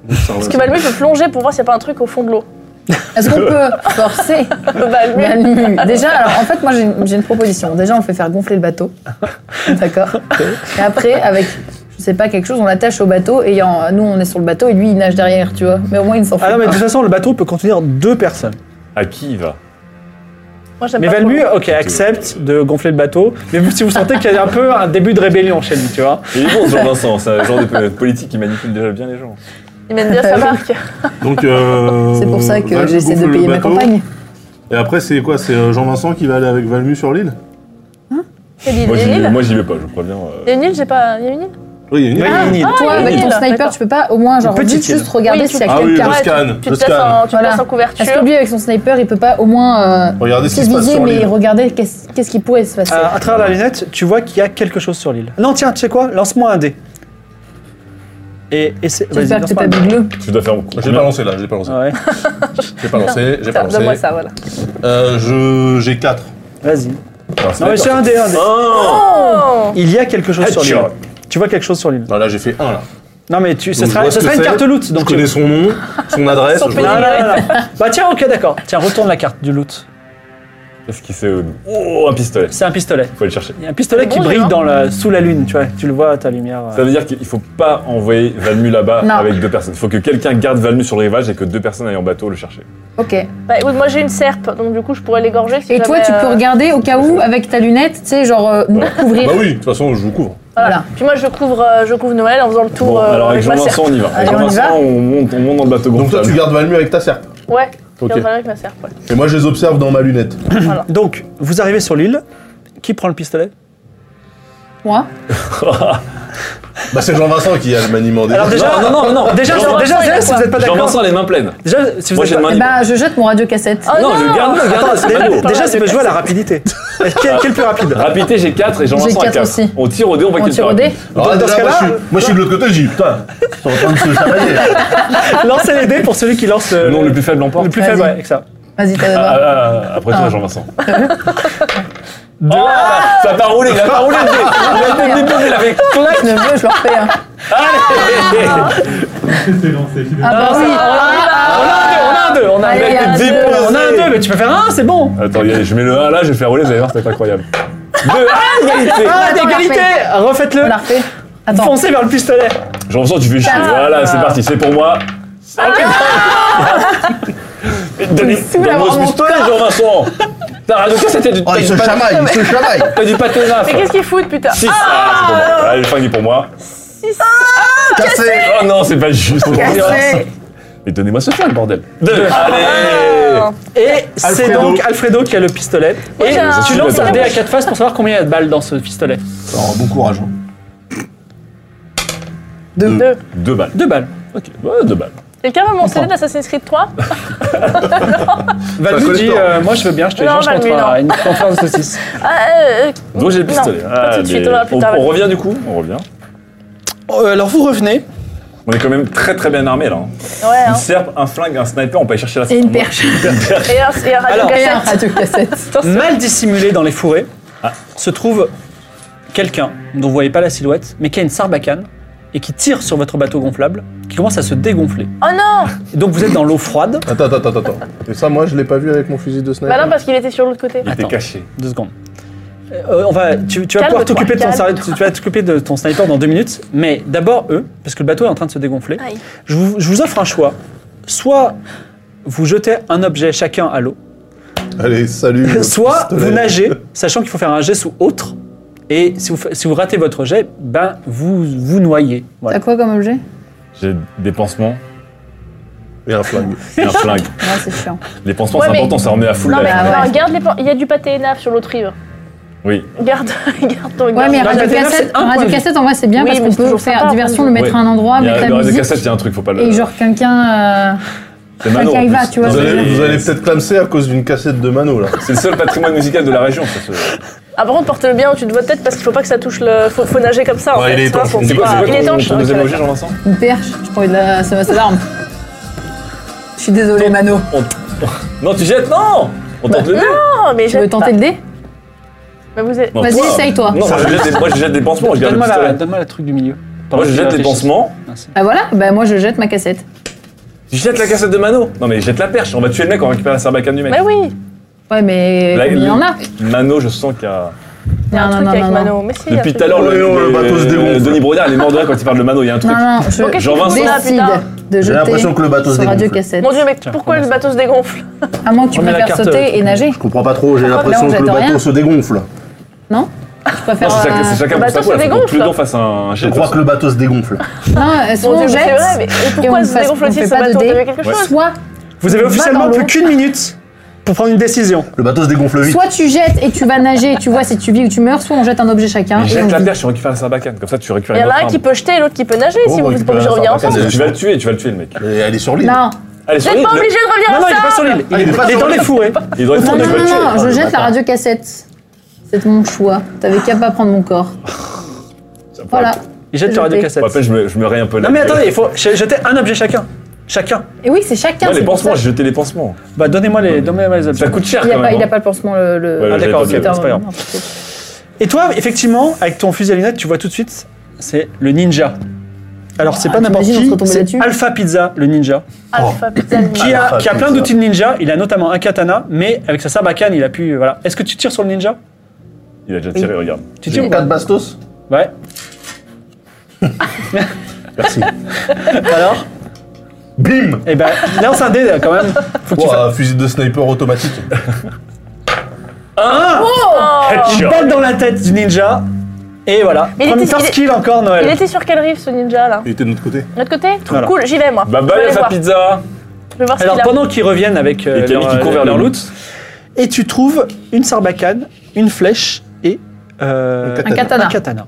E: Est-ce que Valmus peut plonger pour voir s'il n'y a pas un truc au fond de l'eau
C: Est-ce qu'on peut forcer
E: Valmus,
C: Malmu Déjà, alors en fait, moi j'ai une- j'ai une proposition. Déjà, on fait faire gonfler le bateau. D'accord Et après, avec, je sais pas, quelque chose, on l'attache au bateau et en- nous on est sur le bateau et lui il nage derrière, tu vois. Mais au moins il ne s'en fout
A: Ah non, mais de
C: pas.
A: toute façon, le bateau peut contenir deux personnes.
B: À qui il va
E: moi j'aime
A: Mais
E: pas trop
A: Valmu,
E: l'eau.
A: ok, accepte de gonfler le bateau. Mais vous- si vous sentez qu'il y a un peu un début de rébellion chez lui, tu vois.
B: Il est bon, ce Jean-Vincent. C'est un genre de politique qui manipule déjà bien les gens.
E: Il mène bien sa marque.
D: Donc. euh,
C: C'est pour ça
D: Valmu
C: que j'essaie de
D: gonfle le
C: payer ma
D: bateau.
C: campagne.
D: Et après, c'est quoi C'est euh, Jean-Vincent qui va aller avec Valmu sur l'île
E: Il y
B: Moi,
E: a
B: j'y
E: une
B: vais,
E: île
B: moi, j'y vais pas, je vous préviens. euh.
E: Il y a une île, j'ai pas. Il y a une île
D: Oui, il y a une
A: Oui, il
D: île.
A: y a une île.
C: Toi,
E: Ah,
C: avec
E: oui,
C: ton
E: d'accord.
C: sniper, tu peux pas au moins genre
A: Une petite
C: juste, juste
A: île.
C: regarder
E: Oui,
C: s'il y a
D: Ah oui,
C: quelqu'un.
D: je
E: Ouais,
D: scanne,
E: Tu
D: je
E: te places en-
D: scanne.
E: tu te places
C: Voilà.
E: en couverture.
C: Est-ce que lui avec son sniper il peut pas au moins euh,
D: Regardez ce
C: se
D: qui se passe
C: viser
D: sur
C: mais
D: l'île.
C: regarder qu'est-ce qu'est-ce qui pourrait se passer
A: Euh, à travers la lunette, tu vois qu'il y a quelque chose sur l'île. Non, tiens, tu sais quoi Lance-moi un dé. Et, et c'est.
C: J'espère que t'es
A: lance-moi
C: pas
A: un dé. Ah
C: bigleux.
B: Tu dois faire.
D: Je l'ai pas lancé là, je l'ai pas lancé.
A: Ouais,
D: J'ai
C: Ah.
D: pas lancé, j'ai pas
E: Tiens, Donne-moi
D: lancé.
E: ça, voilà.
D: Euh, je- J'ai 4.
A: vas-y. Non, mais c'est un dé, un dé.
E: Oh
A: Il y a quelque chose sur l'île.
D: Headshot.
A: Tu vois quelque chose sur l'île.
D: Non, là j'ai fait 1 là.
A: Non, mais tu, ce
D: Donc, je
A: sera,
D: vois
A: ce
D: que
A: sera une
D: c'est,
A: carte loot. Donc
D: je connais
A: tu-
D: son nom, son adresse.
E: Son
A: Non,
D: je-
E: pays.
A: non, non, non. Bah tiens, ok, d'accord. Tiens, retourne la carte du loot.
B: Qu'est-ce qui c'est euh, Oh, un pistolet.
A: C'est un pistolet.
B: Faut aller le chercher.
A: Il y a un pistolet qui
E: Bon,
A: brille
E: j'ai
A: dans la, sous la lune, tu vois. Tu le vois à ta lumière. euh.
B: Ça veut dire qu'il faut pas envoyer Valmu là-bas
C: Non.
B: avec deux personnes. Il faut que quelqu'un garde Valmu sur le rivage et que deux personnes aillent en bateau le chercher.
C: Ok.
E: Bah écoute, moi j'ai une serpe, donc du coup je pourrais l'égorger. si
C: Et toi
E: jamais,
C: tu
E: euh,
C: peux regarder au cas où avec ta lunette, tu sais genre euh, nous couvrir.
D: Bah oui, de toute façon, je vous couvre.
C: Voilà.
E: Puis moi je couvre, euh, je couvre Noël en faisant le tour
B: bon,
E: euh,
B: alors avec
E: ma
B: Jean-Vincent,
E: serpe.
B: on y va. Avec
C: Allez, on y
B: Jean-Vincent, on, monte, on monte dans le bateau
D: Donc toi,
B: gonflable.
D: tu gardes Valmu avec ta serpe.
E: Ouais, je
D: Ok.
E: viendrai avec ma serpe. ouais.
D: Et moi, je les observe dans ma lunette.
A: Donc, vous arrivez sur l'île. Qui prend le pistolet
C: Moi
D: Bah, c'est Jean-Vincent qui a le maniement des
A: Alors
D: armes.
A: déjà, non, non, non, déjà,
B: Jean-Vincent,
A: déjà,
E: il a
A: si
E: quoi
A: vous n'êtes pas
B: Jean-Vincent,
A: d'accord.
B: les mains pleines.
A: Déjà, si vous
B: Moi,
A: êtes
B: j'ai
A: pas-
B: demandé-
C: Eh ben je jette mon radio cassette.
E: Oh,
B: non, je garde, je garde,
A: Attends,
B: c'est pas
A: déjà,
B: nous.
A: déjà, c'est jouer à la rapidité. Quel, quel plus rapide
B: Rapidité, j'ai 4 et Jean-Vincent
C: J'ai
B: a
C: quatre
B: 4.
C: aussi.
B: On tire au dé, on voit
C: On
B: qu'il
C: tire au dé.
D: Alors là,
A: Dans ce
D: déjà, moi,
A: cas-là,
D: je suis, moi, je suis de l'autre côté, j'ai dit putain, ils sont en train de se chamailler.
A: Lancez les dés pour celui qui lance le,
B: Le nom Euh, le plus faible l'emporte.
A: le plus
C: Vas-y.
A: faible, ouais, avec ça.
C: Vas-y, t'as
B: Ah,
C: d'abord.
B: ah, ah, après toi,
C: Ah.
B: Jean-Vincent. Oh, ça a pas roulé, il a pas roulé le dé. Il a été déposé, il avait
C: Je ne veux, je hein. leur fais un.
B: Allez
F: C'était lancé.
C: Ah bah oui
D: Oh
A: On a un 2, on a un
C: Allez,
A: 2,
C: il y a
A: on a
C: un
A: un 2.
B: deux.
A: On a un 2, mais tu peux faire un, c'est bon.
B: Attends, regardez, je mets le 1 là, je vais faire rouler, vous allez voir, c'est incroyable. Deux à égalité
A: Ah,
C: attends, on l'a
A: d'égalité Refaites-le
C: On l'a refait. Attends.
A: Foncez vers le pistolet
B: J'ai l'impression que tu fais chier.
C: Ah.
B: Voilà, c'est parti, c'est pour moi. Donnez-
C: saoule à
B: Donne-moi ce
C: voir mon
B: pistolet, Jean-Vincent T'as raison que c'était du
G: Oh, il se
B: t'as du-
G: chamaille, il se chamaille.
B: t'as du pâté neuf
E: Mais qu'est-ce qu'il fout, putain
B: 6 Ah, c'est pour moi. Allez, le fringue est pour moi.
E: Ah,
G: Cassé.
B: Oh non, c'est pas juste.
G: Cassé.
B: Mais donnez-moi ce flingue, bordel. Deux. Allez
A: Et c'est
D: Alfredo.
A: donc Alfredo qui a le pistolet.
E: Moi,
A: et
E: j'ai un-
A: tu
B: j'ai
A: lances
B: un
A: un dé à
B: pistolet.
A: quatre faces pour savoir combien il y a de balles dans ce pistolet.
D: Alors, bon courage. hein.
B: Deux.
E: Deux.
B: Deux balles.
A: Deux balles.
B: Ok, ouais, deux balles.
E: Quelqu'un veut mon CD d'Assassin's Creed 3
A: Valmu dit
D: collector.
A: euh, Moi je veux bien, je te
E: Non,
A: change contre
E: Valmu, non.
A: un- une fanfare de saucisse.
E: Ah, euh, euh,
B: Donc j'ai le
E: Non,
B: pistolet.
E: pas tout de suite, on va plus
B: on,
E: tard.
B: on revient du coup On revient.
A: Euh, alors vous revenez.
B: On est quand même très très bien armés là. hein.
E: Ouais, hein.
B: Une serpe, un flingue, un sniper, on peut aller chercher la
C: Et
B: serpe.
C: une perche.
E: Et un, et un radio
A: Alors,
C: Et un
E: cassette.
C: radio cassette.
A: Mal dissimulé dans les fourrés
B: Ah.
A: se trouve quelqu'un dont vous voyez pas la silhouette, mais qui a une sarbacane et qui tire sur votre bateau gonflable, qui commence à se dégonfler.
E: Oh non
A: Et donc vous êtes dans l'eau froide.
D: Attends, attends, attends, attends. Et ça, moi, je l'ai pas vu avec mon fusil de sniper.
E: Bah non, parce qu'il était sur l'autre côté.
B: Il était
A: Attends.
B: caché.
A: Deux secondes. Euh, on va, tu, tu vas pouvoir
E: Calme-toi,
A: t'occuper de, ton
E: calme.
A: sar- tu vas t'occuper de ton sniper dans deux minutes, mais d'abord eux, parce que le bateau est en train de se dégonfler.
E: Aïe.
A: Je vous, je vous offre un choix. Soit vous jetez un objet chacun à l'eau,
D: Allez, salut. le
A: bah- soit
D: pistolet.
A: vous nagez, sachant qu'il faut faire un jet sous autre, et si vous, fa- si vous ratez votre jet, ben vous vous noyez. Voilà.
C: T'as quoi comme objet
B: J'ai des pansements
D: Et un flingue.
B: et un flingue.
C: Ouais, c'est chiant.
B: Les pansements
E: Ouais,
B: c'est
E: mais-
B: important, ça remet à full
E: Non, mais
B: life.
C: Ah ouais.
E: non, garde les pan- Il y a du pâté naf sur l'autre rive.
B: Oui.
E: Garde, garde ton
C: Ouais,
E: garde.
C: mais
A: Non,
C: radio
A: mais t'as
C: cassette,
A: c'est un
C: radio
A: point de
C: cassette, en vrai, c'est bien
E: Oui,
C: parce
E: mais
C: qu'on
E: c'est
C: peut
E: toujours
C: faire
E: sympa,
C: diversion, le
E: radio.
C: mettre à un endroit,
B: Il y a,
C: mettre la
B: dans la
C: musique.
B: cassette, il y a un truc, faut pas le.
C: Et genre quelqu'un. euh,
B: c'est Mano,
C: quelqu'un
B: en
C: y va,
B: plus.
C: tu vois,
D: Vous
C: c'est
D: allez, vous allez peut-être clamser à cause d'une cassette de Mano, là.
B: C'est le seul patrimoine musical de la région. ça, ce-
E: Ah, par contre, porte-le bien au-dessus de votre tête parce qu'il faut pas que ça touche le. Faut, faut nager comme ça. en
D: Ouais,
E: fait.
D: il est
E: Tu vois,
D: étanche,
E: faut-
D: on dit
E: faut
D: quoi,
E: pas-
D: c'est
E: Il est étanche.
B: Ton deuxième
E: ok.
B: objet, Jean-Vincent
C: Une perche, je prends de la ça va, c'est l'arme. Je suis désolée, Mano.
B: Non, tu jettes, non On tente le dé
E: Non, mais
C: Tu veux
E: jette
C: tenter
E: pas.
C: le dé
E: Bah, vous êtes-
B: Non,
C: Vas-y,
B: toi.
C: essaye, toi.
B: Non, moi je, jette des, moi, je jette des pansements, je garde le
A: Donne-moi la,
B: pistolet.
A: donne-moi la truc du milieu.
B: Moi je jette les pansements,
C: Ah voilà, bah moi je jette ma cassette.
B: je jette la cassette de Mano. Non mais jette la perche, on va tuer le mec, on récupère la sarbacane du mec.
E: Mais Bah oui,
C: Ouais, mais
B: Là,
C: combien il y en a.
B: Mano, je sens qu'il y a.
E: il y a un
C: Non,
E: truc
C: non,
E: avec
C: non, non.
E: Mano. Mais si, il y a un
B: Depuis
E: truc.
B: tout à l'heure, le,
D: Oh,
B: le-
D: le bateau se dégonfle.
B: Denis Brodard, il est mort de rire quand il parle de Mano, il y a un truc.
C: Non, non, je
E: Ok,
B: Jean-Vincent.
E: là,
C: décide
E: putain.
C: de
D: J'ai l'impression
C: jeter
D: que le bateau se
C: sur radio
D: dégonfle.
C: cassette.
E: Mon dieu, mais pourquoi le bateau se dégonfle
C: À moins que tu
A: Remets la
C: préfères
A: carte.
C: sauter et nager.
D: Je comprends pas
A: Ah,
D: trop, j'ai
C: Par contre, là,
D: l'impression
C: on
D: que le
C: jette
D: bateau
C: rien.
D: se dégonfle.
C: Non Je
B: Non,
C: préfère.
B: c'est chacun- c'est
C: euh,
B: chacun
E: le
B: pour
E: bateau
B: sa poêle,
E: se
B: faut que
E: dégonfle.
B: Plus d'eau face à un
D: Je crois que le bateau se dégonfle.
C: Non, euh, soit
E: Mon
C: on
E: dieu, mais c'est
C: jette,
E: vrai, mais et
C: et on
E: pourquoi
C: ne
E: se
C: fasse- on
E: dégonfle-t-il
C: fait
E: ce
C: pas de
E: bateau Vous avez
C: dé.
E: quelque
B: Ouais.
E: chose
C: Soit,
A: Vous avez
C: Va
A: officiellement
C: dans l'eau.
A: plus qu'une minute pour prendre une décision.
D: Le bateau se dégonfle vite.
C: soit tu jettes et tu vas nager et tu vois si tu vis ou tu meurs, soit on jette un objet chacun.
B: Mais
C: et on
B: jette la
C: vit.
B: perche, on récupère la sarbacane, comme ça tu récupères
E: Il y en
B: une
E: a
B: autre
E: un qui
B: arme.
E: peut jeter et l'autre qui peut nager
D: Bon,
E: si vous
D: on
E: n'êtes pas
D: récupère
E: obligé de
D: la
E: revenir
D: sarbacane.
E: ensemble.
B: Tu vas le tuer, tu vas le tuer le mec.
D: Et elle est sur l'île.
C: Non,
B: Allez,
E: Vous
B: sur
E: n'êtes
B: l'île,
E: pas
B: le-
E: obligé de revenir
A: Non, non, il est pas sur
E: ensemble
A: l'île. Il,
D: Il est pas
A: est
D: sur
A: dans les
D: l'île.
A: fourrés.
B: Il doit être
C: non,
B: tourné,
C: non,
B: tu vas le tuer.
C: non,
D: Ah,
C: je
D: le
C: jette la
D: bâtard.
C: radio cassette. C'est mon choix. T'avais qu'à pas prendre mon corps.
B: Ça pourrait-
C: Voilà.
A: Il jette sur
C: Jeté.
A: radio cassette.
B: Bon, Après, je me, je me raye un peu là.
A: Non mais attendez, il faut ch- jeter un objet chacun. Chacun.
C: Et oui, c'est chacun.
B: Moi, les
C: c'est pour
B: pansements,
C: ça.
B: j'ai jeté les pansements.
A: Bah donnez-moi les, donnez-moi les
B: Ça
A: objets.
B: coûte cher
C: Il
B: quand
C: a, pas,
B: même.
C: il a
B: hein.
C: pas le pansement, le. le-
B: Ouais,
A: Ah
B: j'ai
A: d'accord,
B: pas
A: ok,
B: de-
A: c'est pas grave. Et toi, effectivement, avec ton fusil à lunettes, tu vois tout de suite, c'est le ninja. Alors c'est pas n'importe
C: Ah, t'imagines, on se
A: qui,
C: retombe
A: c'est
C: là-dessus
A: Alpha Pizza, le ninja,
E: Alpha, putain, de
A: qui
E: merde.
A: a,
D: Alpha
A: qui a plein
D: Pizza.
A: d'outils de ninja. Il a notamment un katana, mais avec sa sarbacane, il a pu... Voilà. Est-ce que tu tires sur le ninja
B: Il a déjà tiré, regarde.
A: Tu tires
D: J'ai
A: ou pas
D: 4 bastos
A: Ouais.
D: Merci.
A: Alors
D: Bim
A: Eh ben, lance un dé quand même. Faut que tu fasses
D: Ouah, Fusil de sniper automatique.
G: Bah,
A: une
B: Headshot.
A: balle dans la tête du ninja. Et voilà.
E: Mais il
A: Premier
E: était- il est-
A: skill encore, Noël.
E: Il était sur quelle rive ce ninja là
D: Il était de notre côté.
E: De l'autre côté Trop
A: Voilà.
E: cool, j'y vais moi.
B: Bye
E: Je vais
B: bye,
E: aller
B: la
E: voir.
B: pizza.
E: Je vais voir ce
A: Alors
E: qu'il a.
A: pendant qu'ils reviennent avec euh,
B: Et Camille qui court vers leur loot.
A: et tu trouves une sarbacane, une flèche et euh,
D: Un
C: Un katana.
A: un katana.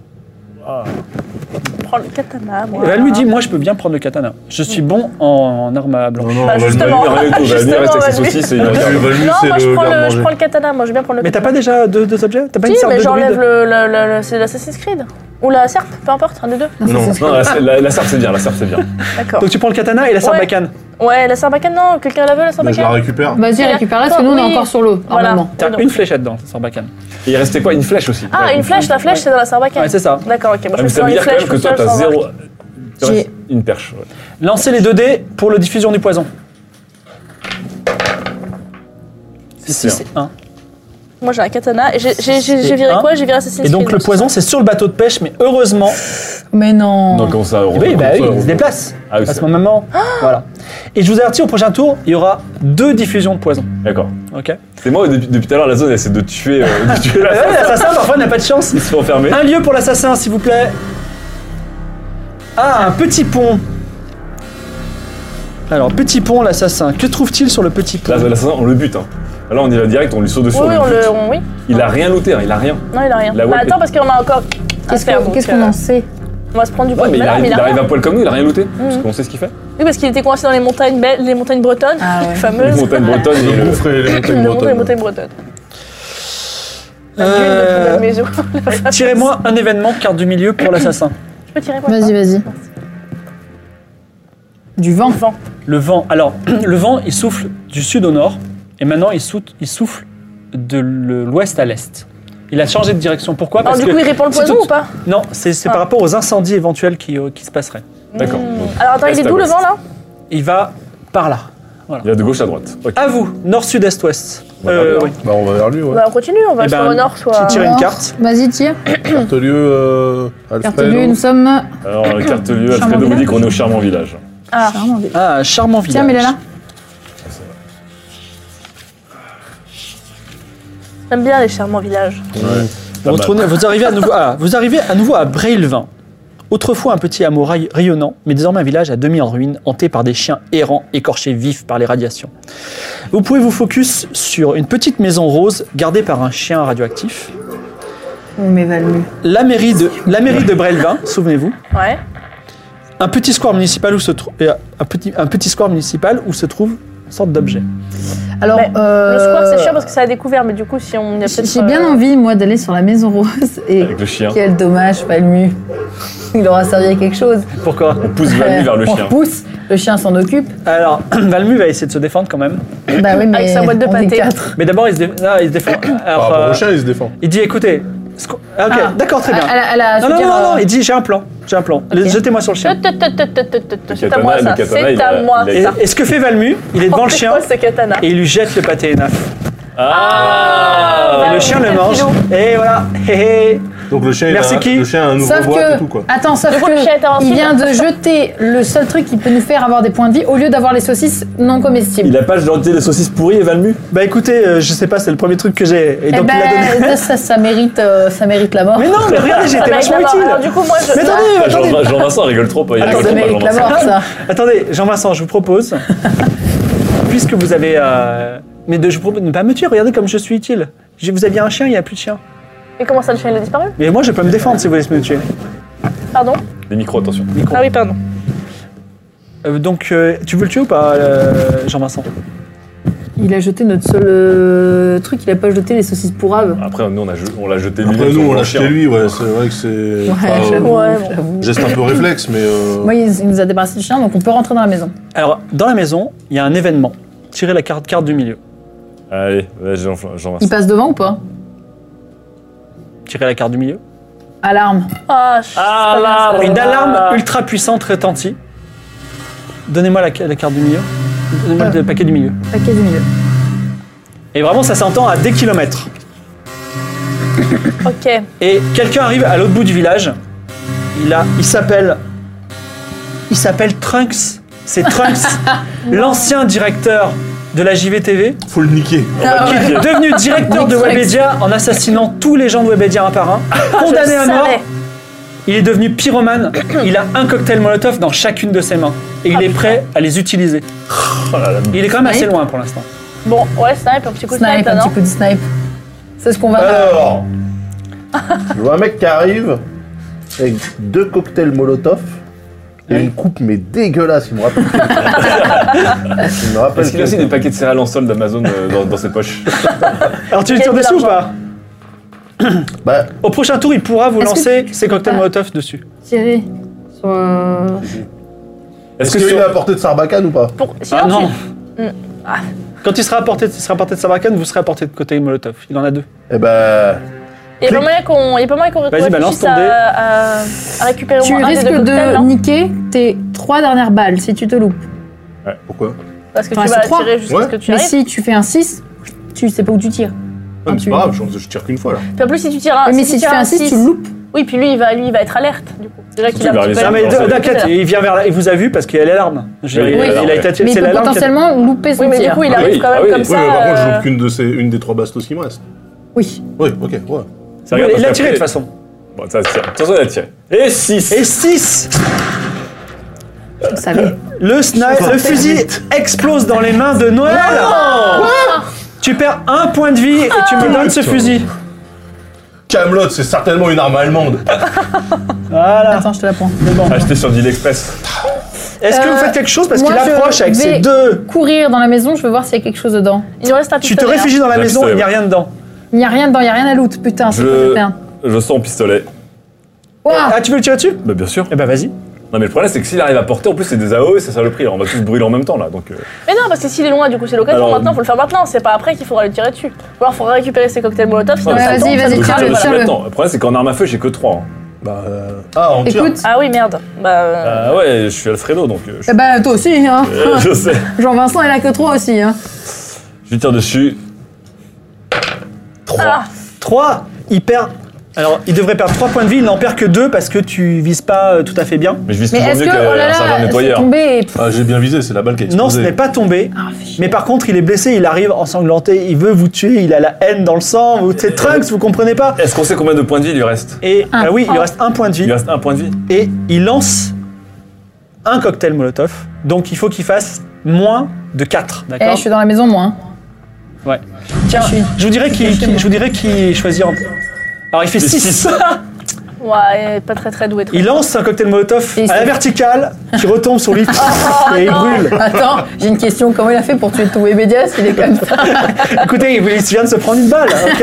E: Prends le katana, moi.
A: Elle lui dit, moi je peux bien prendre le katana. Je suis bon en, en arme à blanc.
D: non,
E: Bah, justement.
B: Il rien du tout, il va venir rester avec ses
E: Justement,
B: saucisses et il
D: Non,
B: regarde.
E: Non,
D: c'est
E: moi je
D: le
E: prends le,
D: garde-manger.
E: je prends le katana, moi je vais bien prendre le
A: Mais t'as
E: katana.
A: pas déjà deux, deux objets T'as pas une
E: Si,
A: sarbe
E: mais
A: de
E: j'enlève
A: druide
E: le. le- le- le- C'est l'Assassin's Creed Ou la serpe, peu importe, un des deux.
D: Non.
B: Non, la, la, la sarpe, c'est bien, la sarpe, c'est bien.
E: D'accord.
A: Donc tu prends le katana et la sarbacane.
E: Ouais, la sarbacane, non, quelqu'un la veut la
D: Bah, Je la
E: sarbacane
D: récupère.
C: Vas-y, récupère-la parce que nous on est
E: Oui.
C: encore sur l'eau,
E: Voilà.
C: normalement.
A: T'as
E: Non.
A: une fléchette dans la sarbacane.
B: Et il restait quoi Une flèche aussi
E: Ah, une flèche, la flèche c'est dans la sarbacane.
A: Ouais, c'est ça.
E: D'accord, ok. Moi
B: Ah,
E: je
B: mais
E: me
B: ça veut
E: une
B: dire quand
E: flèche,
B: même que toi,
E: je me
B: t'as
E: suis dit,
B: zéro. Tu
C: J'ai-
B: restes Une perche. ouais.
A: Lancez les deux dés pour le diffusion du poison.
B: C'est
A: 6 et 1.
E: Moi j'ai un katana. Et j'ai- J'ai j'ai-
A: Et
E: j'ai viré
A: un.
E: quoi J'ai viré Assassin's
A: Et donc
E: Creed,
A: le
E: c'est
A: poison,
E: ça
A: c'est sur le bateau de pêche, mais heureusement,
C: Mais non.
B: Donc comme ça, on
A: eh oui, bah
B: comme
A: oui,
B: ça, on-
A: il se déplace
B: Ah Oh, oui,
A: à
B: c'est-
A: ce moment. Voilà. Et je vous avertis, au prochain tour, il y aura deux diffusions de poison.
B: D'accord.
A: Ok.
B: C'est moi, depuis, depuis tout à l'heure, la zone elle essaie de tuer, euh, de tuer
A: Ah
B: la
A: ouais, L'assassin parfois n'a pas de chance.
B: Ils se sont enfermés.
A: Un lieu pour l'assassin, s'il vous plaît. Ah, un petit pont. Alors, petit pont, l'assassin. Que trouve-t-il sur le petit pont
B: Là, l'assassin, on le bute. Hein. Là, on y va direct, on lui saute dessus.
E: Oui, oui,
B: on
E: on
B: le bute.
E: le, on- oui.
B: Il a rien looté, hein, il a rien.
E: Non, il a rien.
B: La
E: Bah,
B: web-
E: attends, parce qu'on a encore. à
C: Qu'est-ce
E: faire,
C: qu'on
E: donc,
C: qu'est-ce
E: euh,
C: qu'on en sait
E: On va se prendre du
B: Ouais,
E: poison.
B: mais il
E: Bah non,
B: arrive, il
E: rien. Mm.
B: arrive un poil comme nous, il a rien looté. Parce qu'on sait ce qu'il fait.
E: Oui, parce qu'il était coincé dans les montagnes, belles- les montagnes bretonnes,
C: Ah ouais.
E: les
B: Les
E: fameuses.
B: montagnes bretonnes et
D: Je
B: le.
D: boufferai les
E: Le
D: montagnes
E: monde des
D: bretonnes.
E: montagnes bretonnes. La gueule de
A: Euh,
E: Poulade Maison.
A: Tirez-moi un événement, carte du milieu pour l'assassin.
E: Je peux tirer quoi
C: Vas-y, vas-y. Du vent.
E: Vent.
A: Le vent. Alors, le vent, il souffle du sud au nord. Et maintenant, il, sou- il souffle de le- l'ouest à l'est. Il a changé de direction. Pourquoi
E: Alors,
A: Parce
E: du
A: que
E: coup, il Ah. répand le
A: c'est
E: poison
A: tout-
E: ou pas
A: Non, c'est c'est par rapport aux incendies éventuels qui, euh, qui se passeraient.
B: D'accord.
E: Hmm.
B: Donc,
E: Alors, attends, il
B: Est
E: est
B: à
E: d'où le
B: ouest.
E: vent là
A: Il va par là.
B: Il va de gauche à droite. Ok.
A: À vous, nord, sud, est, ouest.
B: On va
A: Euh,
B: vers le
A: oui.
D: Bah, on va vers lui, ouais.
E: Bah, on continue, on va
A: Eh
E: soit
A: ben,
E: au nord, soit.
A: Tirez une
C: Alors,
A: carte.
C: Vas-y, tire.
D: Cartelieu, euh,
C: Carte
D: Alfred.
C: bleue, nous sommes.
B: Alors, la carte lieu,
C: Charmant
B: Alfredo vous dit
C: village.
B: qu'on est au charmant village.
E: Ah.
C: Charmant, bébé.
A: Ah, charmant village.
C: Tiens, mais là, là.
E: J'aime bien les charmants villages.
B: Pas
A: Vous
B: mal.
A: retournez- vous, arrivez à nouveau, ah, vous arrivez à nouveau à Brailvin. Autrefois un petit hameau ray- rayonnant, mais désormais un village à demi en ruine, hanté par des chiens errants écorchés vifs par les radiations. Vous pouvez vous focus sur une petite maison rose gardée par un chien radioactif.
C: On m'évalue.
A: La mairie de, la mairie de Brailvin, souvenez-vous.
E: Ouais.
A: Un petit square municipal où se trouve un petit, un petit square municipal où se trouve une sorte d'objet.
C: Alors,
E: Mais
C: euh,
E: Le square, c'est chiant parce que ça a découvert, mais du coup, si on y a
C: j'ai-
E: peut-être.
C: J'ai
E: euh,
C: bien envie, moi, d'aller sur la maison rose. Et
B: Avec le chien.
C: quel dommage, Palmu. Il aura servi à quelque chose. Euh,
A: Pourquoi
B: On pousse Valmy vers le
C: on
B: chien.
C: pousse, le chien s'en occupe.
A: Alors, Valmu va essayer de se défendre quand même.
C: Bah oui, mais
E: Avec sa boîte de
C: on est
E: pâté.
C: quatre.
A: Mais d'abord, il, se dé- non, il se défend.
D: Par
A: Alors,
D: rapport
A: euh,
D: au chien, il se défend.
A: il dit écoutez, ce qu'on- ah, ok,
C: Ah.
A: d'accord, très
C: Ah,
A: bien.
C: Elle a, elle a- je
A: Non,
C: veux
A: non,
C: dire,
A: non, non,
C: euh,
A: il dit j'ai un plan, j'ai un plan. Le- Jetez-moi sur le chien.
E: tut, tut, tut, tut, tut, tut, tut, C'est à
B: katana,
E: moi
B: le
E: ça,
B: katana, il
E: c'est
B: a-
E: à moi
B: il
A: Et,
B: a-
E: ça.
A: et ce que fait Valmu, il est devant le
E: C'est
A: chien
E: quoi ce katana
A: et il lui jette le pâté et naf.
B: Ah,
A: Et le chien le mange. Et voilà. Hé, hé.
D: Donc le chien, il
A: Merci
D: a,
A: qui
D: le chien a un nouveau
C: Sauf
D: boîte
C: que, Ah.
D: et tout, quoi.
C: attends, sauf
E: Du coup, le chien
A: hein.
E: est
C: que,
E: invincible.
C: il vient de jeter le seul truc qui peut nous faire avoir des points de vie au lieu d'avoir les saucisses non
B: Il
C: comestibles.
B: a pas jeté les saucisses pourries et Valmu
A: Bah écoutez, euh, je sais pas, c'est le premier truc que j'ai. Et
C: Eh
A: donc
C: ben,
A: il a donné.
C: ça, ça, ça mérite, euh, ça mérite la mort.
A: Mais non, mais regardez, j'ai
E: Ça
A: été
E: va être
A: vachement
E: la mort.
A: utile.
E: Alors, du coup, moi, je.
A: Mais attendez,
B: Ah,
A: attendez.
B: Jean- Jean-Vincent rigole trop. Il
C: ça
B: rigole trop,
C: mérite la
B: Jean-Vincent.
C: mort, ça.
A: Attendez, Jean-Vincent, je vous propose, puisque vous avez. euh, mais de, je vous propose de ne pas me tuer, regardez comme je suis utile. J'ai- Vous aviez un chien, il n'y a plus de chien.
E: Et comment ça, le chien, il a disparu
A: Mais moi, je peux me défendre si vous laissez me tuer.
E: Pardon
B: Les micros, attention.
A: Micro.
E: Ah oui, pardon.
A: Euh, donc, euh, tu veux le tuer ou pas, euh, Jean-Vincent
C: Il a jeté notre seul euh, truc, il a pas jeté les saucisses pourraves.
B: Après, nous, on a je- on l'a jeté lui-même
D: Après
B: sur
D: nous,
B: le
D: on
B: grand
D: l'a
B: chien.
D: chez lui, ouais, c'est vrai que c'est... enfin, euh,
C: j'avoue,
E: Ouais, bon.
C: j'avoue.
D: Geste un peu réflexe, mais... euh,
C: Moi, il il nous a débarrassé du chien, donc on peut rentrer dans la maison.
A: Alors, dans la maison, il y a un événement. Tirez la carte, carte du milieu.
B: Allez, vas-y, Jean-
C: Il
B: Jean-Vincent.
C: passe devant ou pas
A: Tirez la carte du milieu.
C: Alarme.
E: Ah, je- c'est pas bien, ça.
A: Une alarme ultra puissante retentit. Donnez-moi la, ca- la carte du milieu. Donnez-moi le paquet du milieu.
C: Paquet du milieu.
A: Et vraiment, ça s'entend à des kilomètres.
E: Ok.
A: Et quelqu'un arrive à l'autre bout du village. Il a, il s'appelle, il s'appelle Trunks. C'est Trunks, l'ancien directeur de la JVTV,
D: Faut le niquer.
A: qui est devenu directeur de
C: Trunks.
A: Webedia en assassinant tous les gens de Webedia un par un, condamné à mort.
E: savais.
A: Il est devenu pyromane. Il a un cocktail Molotov dans chacune de ses mains et il est prêt à les utiliser. Oh Il est quand même assez
C: Snipe.
A: loin pour l'instant.
E: Bon, ouais, snipe, un petit coup de snipe,
C: Snipe, un
E: non
C: petit coup de snipe. C'est ce qu'on va faire.
D: Alors
G: Je vois un mec qui arrive avec deux cocktails Molotov et une coupe mais dégueulasse, il me rappelle. il me rappelle.
B: Est-ce qu'il a aussi des paquets de céréales en solde d'Amazon euh, dans, dans ses poches
A: Alors tu les
E: Il y a
A: tires
E: de
A: dessus ou
E: l'argent.
A: pas
G: Bah,
A: Au prochain tour, il pourra vous
C: Est-ce que
A: lancer
C: tu-
A: ses cocktails
C: Ah.
A: Molotov dessus.
C: Tirer sur. euh,
B: Est-ce
G: est-ce
B: que
G: qu'il
B: sur-
G: est à portée de Sarbacane ou pas
E: Pour... Sinon,
A: Ah non.
E: tu- Hmm. Ah.
A: Quand il sera à portée, de- il sera à portée de Sarbacane, vous serez à portée de côté Molotov. Il en a deux.
G: Eh ben,
E: Il y a pas moyen qu'on il y a pas moyen qu'on
A: Vas-y, balance
E: réfléchisse
A: ton dé.
E: à, à, à récupérer au
C: Tu
E: moins un des
C: risques
E: deux cocktails,
C: de
E: non
C: niquer tes trois dernières balles si tu te loupes.
D: Pourquoi
E: Parce que
C: Enfin,
E: tu
C: c'est
E: vas
C: trois.
E: tirer jusqu'à
D: Ouais.
E: ce que tu
C: Mais
E: arrives.
C: si tu fais un 6, tu sais pas où tu tires.
D: Ah, mais
C: tu-
D: c'est pas grave, je, je tire qu'une fois là.
E: Puis en plus, si tu tires un.
C: mais Ah, si tu fais un 6, tu loupes.
E: Oui, puis lui, il va, lui, il va être alerte, du coup. Déjà qu'il a
B: il va
E: un
B: arriver
E: petit
A: Non,
E: peu
A: Ah, mais
B: Non, c'est-
A: t'inquiète, il vient vers là, il vous a vu parce qu'il y a l'alarme. Je veux dire,
B: Oui,
A: il,
B: oui.
A: il a été attiré-
C: Mais il
A: c'est
C: peut
A: l'alarme. qui a-
C: potentiellement louper son
E: Oui, mais du
C: tir.
E: coup, il arrive
B: oui,
E: quand même
B: ah oui.
E: comme
B: Oui,
D: Oui,
E: ça.
D: mais par contre, je
E: euh,
D: loupe qu'une de ces, une des trois bastos qui me reste.
C: Oui.
D: Oui, ok, ouais.
B: Ça
A: Oui,
B: regarde,
A: Il l'a
B: parce
A: tiré de
B: qu'après-
A: toute façon.
B: Bon, ça tire. Attention, elle a tiré. Et 6
A: Et 6
C: Vous savez.
A: Le, snipe, le fusil explose dans les mains de Noël Tu perds un point de vie et tu me donnes ce fusil.
D: Camelot, c'est certainement une arme allemande.
A: Voilà.
C: Attends, je te la prends. Mais bon.
B: Acheté sur Deal Express.
A: Est-ce que
C: Euh,
A: vous faites quelque chose parce
C: moi,
A: qu'il
C: je
A: approche avec
C: vais-
A: ses deux
C: Courir dans la maison, je veux voir s'il y a quelque chose dedans.
E: Il nous reste un
A: Tu te
E: pistolet,
A: réfugies dans la
B: La
A: maison,
B: pistolet,
A: il n'y a
B: ouais.
A: rien dedans.
C: Il n'y a rien dedans, il n'y a rien à loot. Putain, c'est
B: Je-
C: putain.
B: Je sens au pistolet.
C: Ouah
A: Ah, tu veux le tirer dessus
B: Bah bien sûr.
A: Eh ben vas-y.
B: Non mais le problème c'est que s'il arrive à porter, en plus c'est des AOE, c'est ça le prix. Alors, on va tous brûler en même hein. Mais non, mais- même temps là. Donc euh,
E: hein. Mais non, parce que s'il est loin, du coup, c'est l'occasion.
C: Bah,
B: Alors-
E: Maintenant, faut le faire maintenant. C'est pas après qu'il faudra le tirer dessus. Ou alors, faudra récupérer ses cocktails Molotov. sinon
B: Ouais,
E: ça
C: Bah, vas-y,
E: tombe, ça
C: vas-y,
E: tombe.
C: tire-le,
E: Voilà.
C: tire-le.
B: Le problème c'est qu'en arme à feu j'ai que hein. 3.
D: Bah. euh, Ah, on tire.
C: Écoute,
E: Ah oui, merde. Bah. euh,
B: Ah ouais, je suis Alfredo donc euh, je,
C: eh ben, toi aussi, hein.
B: euh, je sais.
C: Jean-Vincent, il a que 3 aussi, hein.
B: Je lui tire dessus. 3.
E: Ah,
A: 3, il perd. Alors, il devrait perdre 3 points de vie, il n'en perd que 2 parce que tu vises pas euh, tout à fait bien.
B: Mais je vise
C: Mais
B: toujours
C: est-ce
B: mieux
C: que, oh là
B: qu'un serveur
C: là, c'est
B: nettoyeur.
C: tombé et...
D: Ah, j'ai bien visé, c'est la balle qui a explosé.
A: Non, ce n'est pas tombé.
C: Ah, fichu.
A: Mais par contre, il est blessé, il arrive ensanglanté, il veut vous tuer, il a la haine dans le sang, vous, c'est Trunks, vous comprenez pas
B: Est-ce qu'on sait combien de points de vie il lui reste
A: Et
C: Un.
A: ah oui, il lui reste un point de
B: Il
A: vie
B: lui reste un point de vie.
A: et il lance un cocktail Molotov. Donc il faut qu'il fasse moins de 4,
C: Eh,
A: d'accord
C: je suis dans la maison, moi. hein.
A: Ouais. Tiens,
C: Je suis-
A: je vous dirais qu'il qu'il- je vous dirais qu'il choisit en Alors il fait 6.
E: ouais, pas très très doué. très.
A: Il lance un cocktail Molotov
C: Et
A: à la
C: c'est-
A: verticale qui retombe sur lui et il brûle.
C: Attends, j'ai une question. Comment il a fait pour tuer tous les médias s'il est comme ça
A: Écoutez, il il vient de se prendre une balle, hein,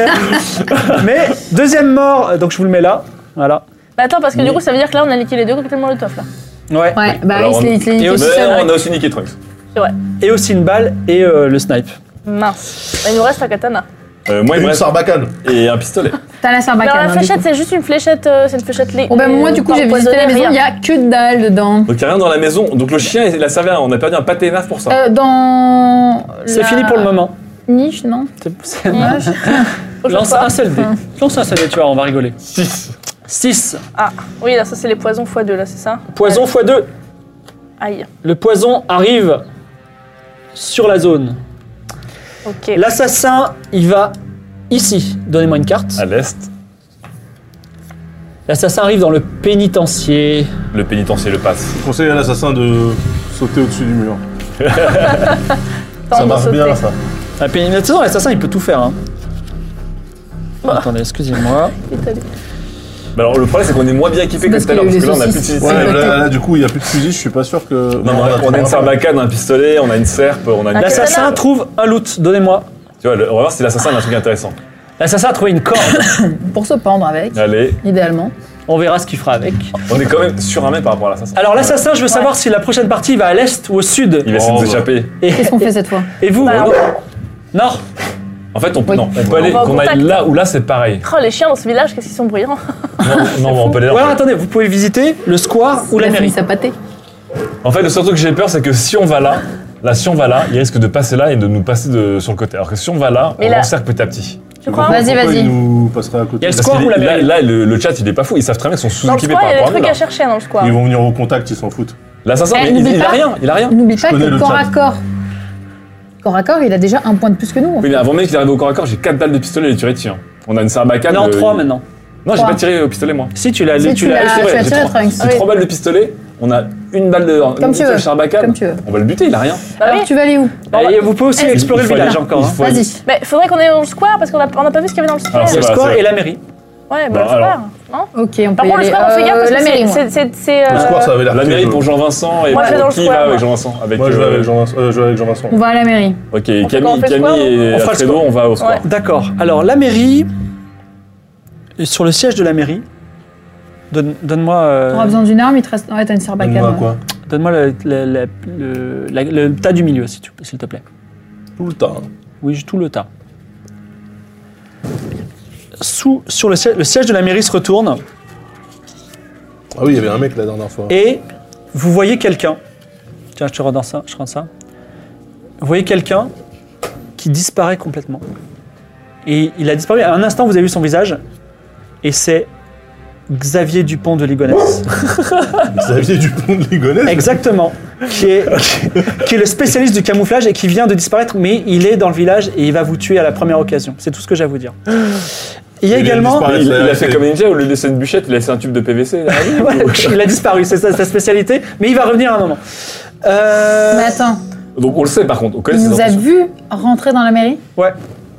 A: ok Mais deuxième mort, donc je vous le mets là. Voilà.
E: Mais Bah, attends, parce que du coup, ça veut dire que là, on a niqué les deux cocktails Molotov là.
A: Ouais.
C: Ouais, bah
B: Alors,
C: il se l'est- il se l'est
A: Et
C: niqué tout
A: aussi-
B: Mais
C: seul.
B: on a aussi niqué Trunks.
A: Et aussi une balle et euh, le snipe.
E: Mince. Bah, il nous reste un katana.
B: Euh, moi
D: Et
B: il me
D: une
B: reste
D: sarbacane.
B: et un pistolet.
C: T'as la
E: Alors,
C: sarbacane.
E: la
C: hein, du
E: fléchette,
C: coup.
E: c'est juste une fléchette. euh, C'est une fléchette lé-
C: Bon, bah, moi, du coup,
E: pas
C: j'ai visité
E: empoisonnée,
C: la maison,
E: rien.
C: il n'y a que dalle dedans.
B: Donc il n'y a rien dans la maison. Donc le chien il a servi à- on a perdu un pâté et naf pour ça.
C: Euh, dans.
A: C'est
C: la Mmh.
A: fini pour le moment.
C: Niche, non
A: C'est- c'est-
E: Faut que je
A: Lance
E: sois-
A: un seul
C: Mmh.
A: dé. Lance un seul dé, tu vois, on va rigoler.
C: Euh,
B: 6.
A: 6.
E: Ah, oui, là, ça, c'est les poisons x2, là, c'est ça
A: Poison x2.
E: Aïe.
A: Le poison arrive sur la zone.
E: Ok.
A: L'assassin, il va ici. Donnez-moi une carte.
B: À l'est,
A: L'assassin arrive dans le pénitencier.
B: le pénitencier le passe.
D: Je conseille à l'assassin de sauter au-dessus du mur.
E: Attends,
D: ça
E: on va
D: marche
E: sauter.
D: bien ça.
A: La pénitencier, Attends, l'assassin, il peut tout faire. hein. Attendez, excusez-moi.
B: Bah alors le problème c'est qu'on est moins bien équipé que
C: Parce
B: tout à l'heure
C: que
B: parce que
C: les
B: là on a plus
C: saucisses-
B: d'utilité.
D: Ouais,
C: C'est
D: mais
C: exactement.
D: là, là, du coup, il n'y a plus de fusil, je suis pas sûr que.
B: Non, mais on a- on a une sarbacane, un pistolet, on a une serpe, on a une.
E: D'accord.
A: L'assassin
E: Katana.
A: trouve un loot. Donnez-moi.
B: Tu vois, le- on va voir si l'assassin a un truc intéressant.
A: L'assassin a trouvé une corde.
C: Pour se pendre avec,
B: Allez,
C: idéalement.
A: on verra ce qu'il fera avec.
B: on est quand même sur un mètre par rapport à l'assassin.
A: Alors, l'assassin, je veux savoir si la prochaine partie va à l'est ou au sud.
B: Il va essayer de
D: Oh,
B: s'échapper.
A: Et,
C: Qu'est-ce qu'on fait cette fois
A: et vous
E: Bah,
A: Nord
B: En fait, on peut,
C: Oui.
B: non, on peut aller,
E: va au
B: qu'on aille
E: contact.
B: là ou là, c'est pareil.
E: Oh, les chiens dans ce village, qu'est-ce qu'ils sont bruyants.
B: Non, non, on peut aller
A: Ou alors,
B: là.
A: attendez, vous pouvez visiter le square ou la
C: Il a fini
A: mairie.
C: sa pâtée.
B: En fait, le seul truc que j'ai peur, c'est que si on va là, là, si on va là, il risque de passer là et de nous passer de, sur le côté. Alors que si on va là,
E: Mais
B: on
E: là-
B: l'encercle petit à petit.
E: Tu crois
C: Vas-y,
D: Pourquoi
C: vas-y.
D: Il nous passerait à côté.
A: Yes.
B: Parce
A: Square
B: qu'il
A: ou
B: est-
A: la
B: là,
A: mairie
B: là, le, le chat, il est pas fou. Ils savent très bien qu'ils sont
E: Dans le
B: sous-équipés
E: square,
B: par
E: il y a
B: rapport
E: des
B: à nous.
E: trucs
B: là.
E: à chercher dans le square.
D: Ils vont venir au contact, ils s'en foutent.
B: L'assassin,
C: Eh,
B: il,
C: n'oublie
B: il- il a
C: pas.
B: rien, il a rien.
C: N'oublie pas
D: connais
C: que
D: le
C: corps
D: chat.
C: à corps. Corps à corps, il a déjà un point de plus que nous.
B: Oui, mais avant même qu'il arrive au corps à corps, j'ai 4 balles de pistolet et les tiré dessus. hein. On a une sarbacane.
A: Non,
B: euh,
A: 3 maintenant.
B: Non, j'ai
C: Trois.
B: pas tiré au pistolet, moi.
A: Si tu l'as,
C: Si tu l'as,
A: c'est
C: tu
A: vrai.
C: as
B: j'ai
C: tiré
B: trois.
C: Trunks.
E: Ah
B: J'ai 3 balles de pistolet, on a une balle de. une
C: tu
B: seule
C: veux.
B: sarbacane.
C: Comme tu veux.
B: On va le buter, il a rien.
E: Bah
C: Alors
E: oui.
C: tu vas aller où
A: Et vous pouvez aussi
C: Eh, Il-
A: explorer
B: il
A: le
B: faut aller-
A: village encore.
B: il
A: hein.
B: faut aller-
C: Vas-y.
E: Mais faudrait qu'on aille dans le square parce qu'on a, on a pas vu ce qu'il y avait dans le square.
B: Alors,
A: Le
B: c'est-
A: square
B: vrai.
A: et la mairie.
E: Ouais, bah,
B: Bah,
E: le square.
B: alors.
C: Ok,
E: Non
C: on peut
E: Par
C: y
E: contre, le
C: aller.
E: square, on fait gaffe
C: Euh,
E: parce
C: la
E: que
C: mairie,
E: c'est-
C: moi.
E: c'est. c'est- c'est,
D: Le
E: euh,
D: square, ça avait l'air
B: La
D: très
B: mairie
D: joli.
B: pour Jean-Vincent et
E: Moi, je vais dans le
B: qui
E: square,
B: va
E: moi.
B: avec Jean-Vincent avec,
D: Moi, je vais
B: euh,
D: avec Jean-Vincent. euh, je vais avec Jean-Vincent.
C: On va à la mairie.
B: Ok,
E: comment on
B: Camille,
E: fait le square,
B: Camille et
A: on fera le
B: Alfredo,
A: square.
B: on va au square.
E: Ouais.
A: D'accord. Alors, la mairie. et Sur le siège de la mairie. Donne- Donne-moi. euh,
C: On aura besoin d'une arme, il te reste. Ouais, t'as une sarbacane.
D: Donne-moi
C: ouais.
D: quoi
A: Donne-moi le, le- le- le- la- le tas du milieu, si tu- s'il te plaît.
D: Tout le temps.
A: Oui, j'ai tout le tas. Sous, sur le siège, le siège de la mairie se retourne
D: Ah oui, il y avait un mec la dernière fois.
A: et vous voyez quelqu'un. Tiens, je te rends ça. Je rends ça. Vous voyez quelqu'un qui disparaît complètement. Et il a disparu. À un instant, vous avez vu son visage. Et c'est Xavier Dupont de Ligonnès.
D: Xavier Dupont de Ligonnès
A: Exactement. Qui est, qui est le spécialiste du camouflage et qui vient de disparaître, mais il est dans le village et il va vous tuer à la première occasion. C'est tout ce que j'ai à vous dire. Il y a
D: Il est
A: également.
D: disparu.
B: Il, il a
D: c'est-
B: fait comme Ninja, au lieu de laisser une bûchette, il a laissé un tube de PVC. là.
A: Ouais, il a disparu, c'est sa, sa spécialité, mais il va revenir à un moment. Euh,
C: Mais attends,
B: Donc on le sait par contre, on connaît
C: il
B: ses
C: nous a
B: intentions.
C: vu rentrer dans la mairie
A: Ouais.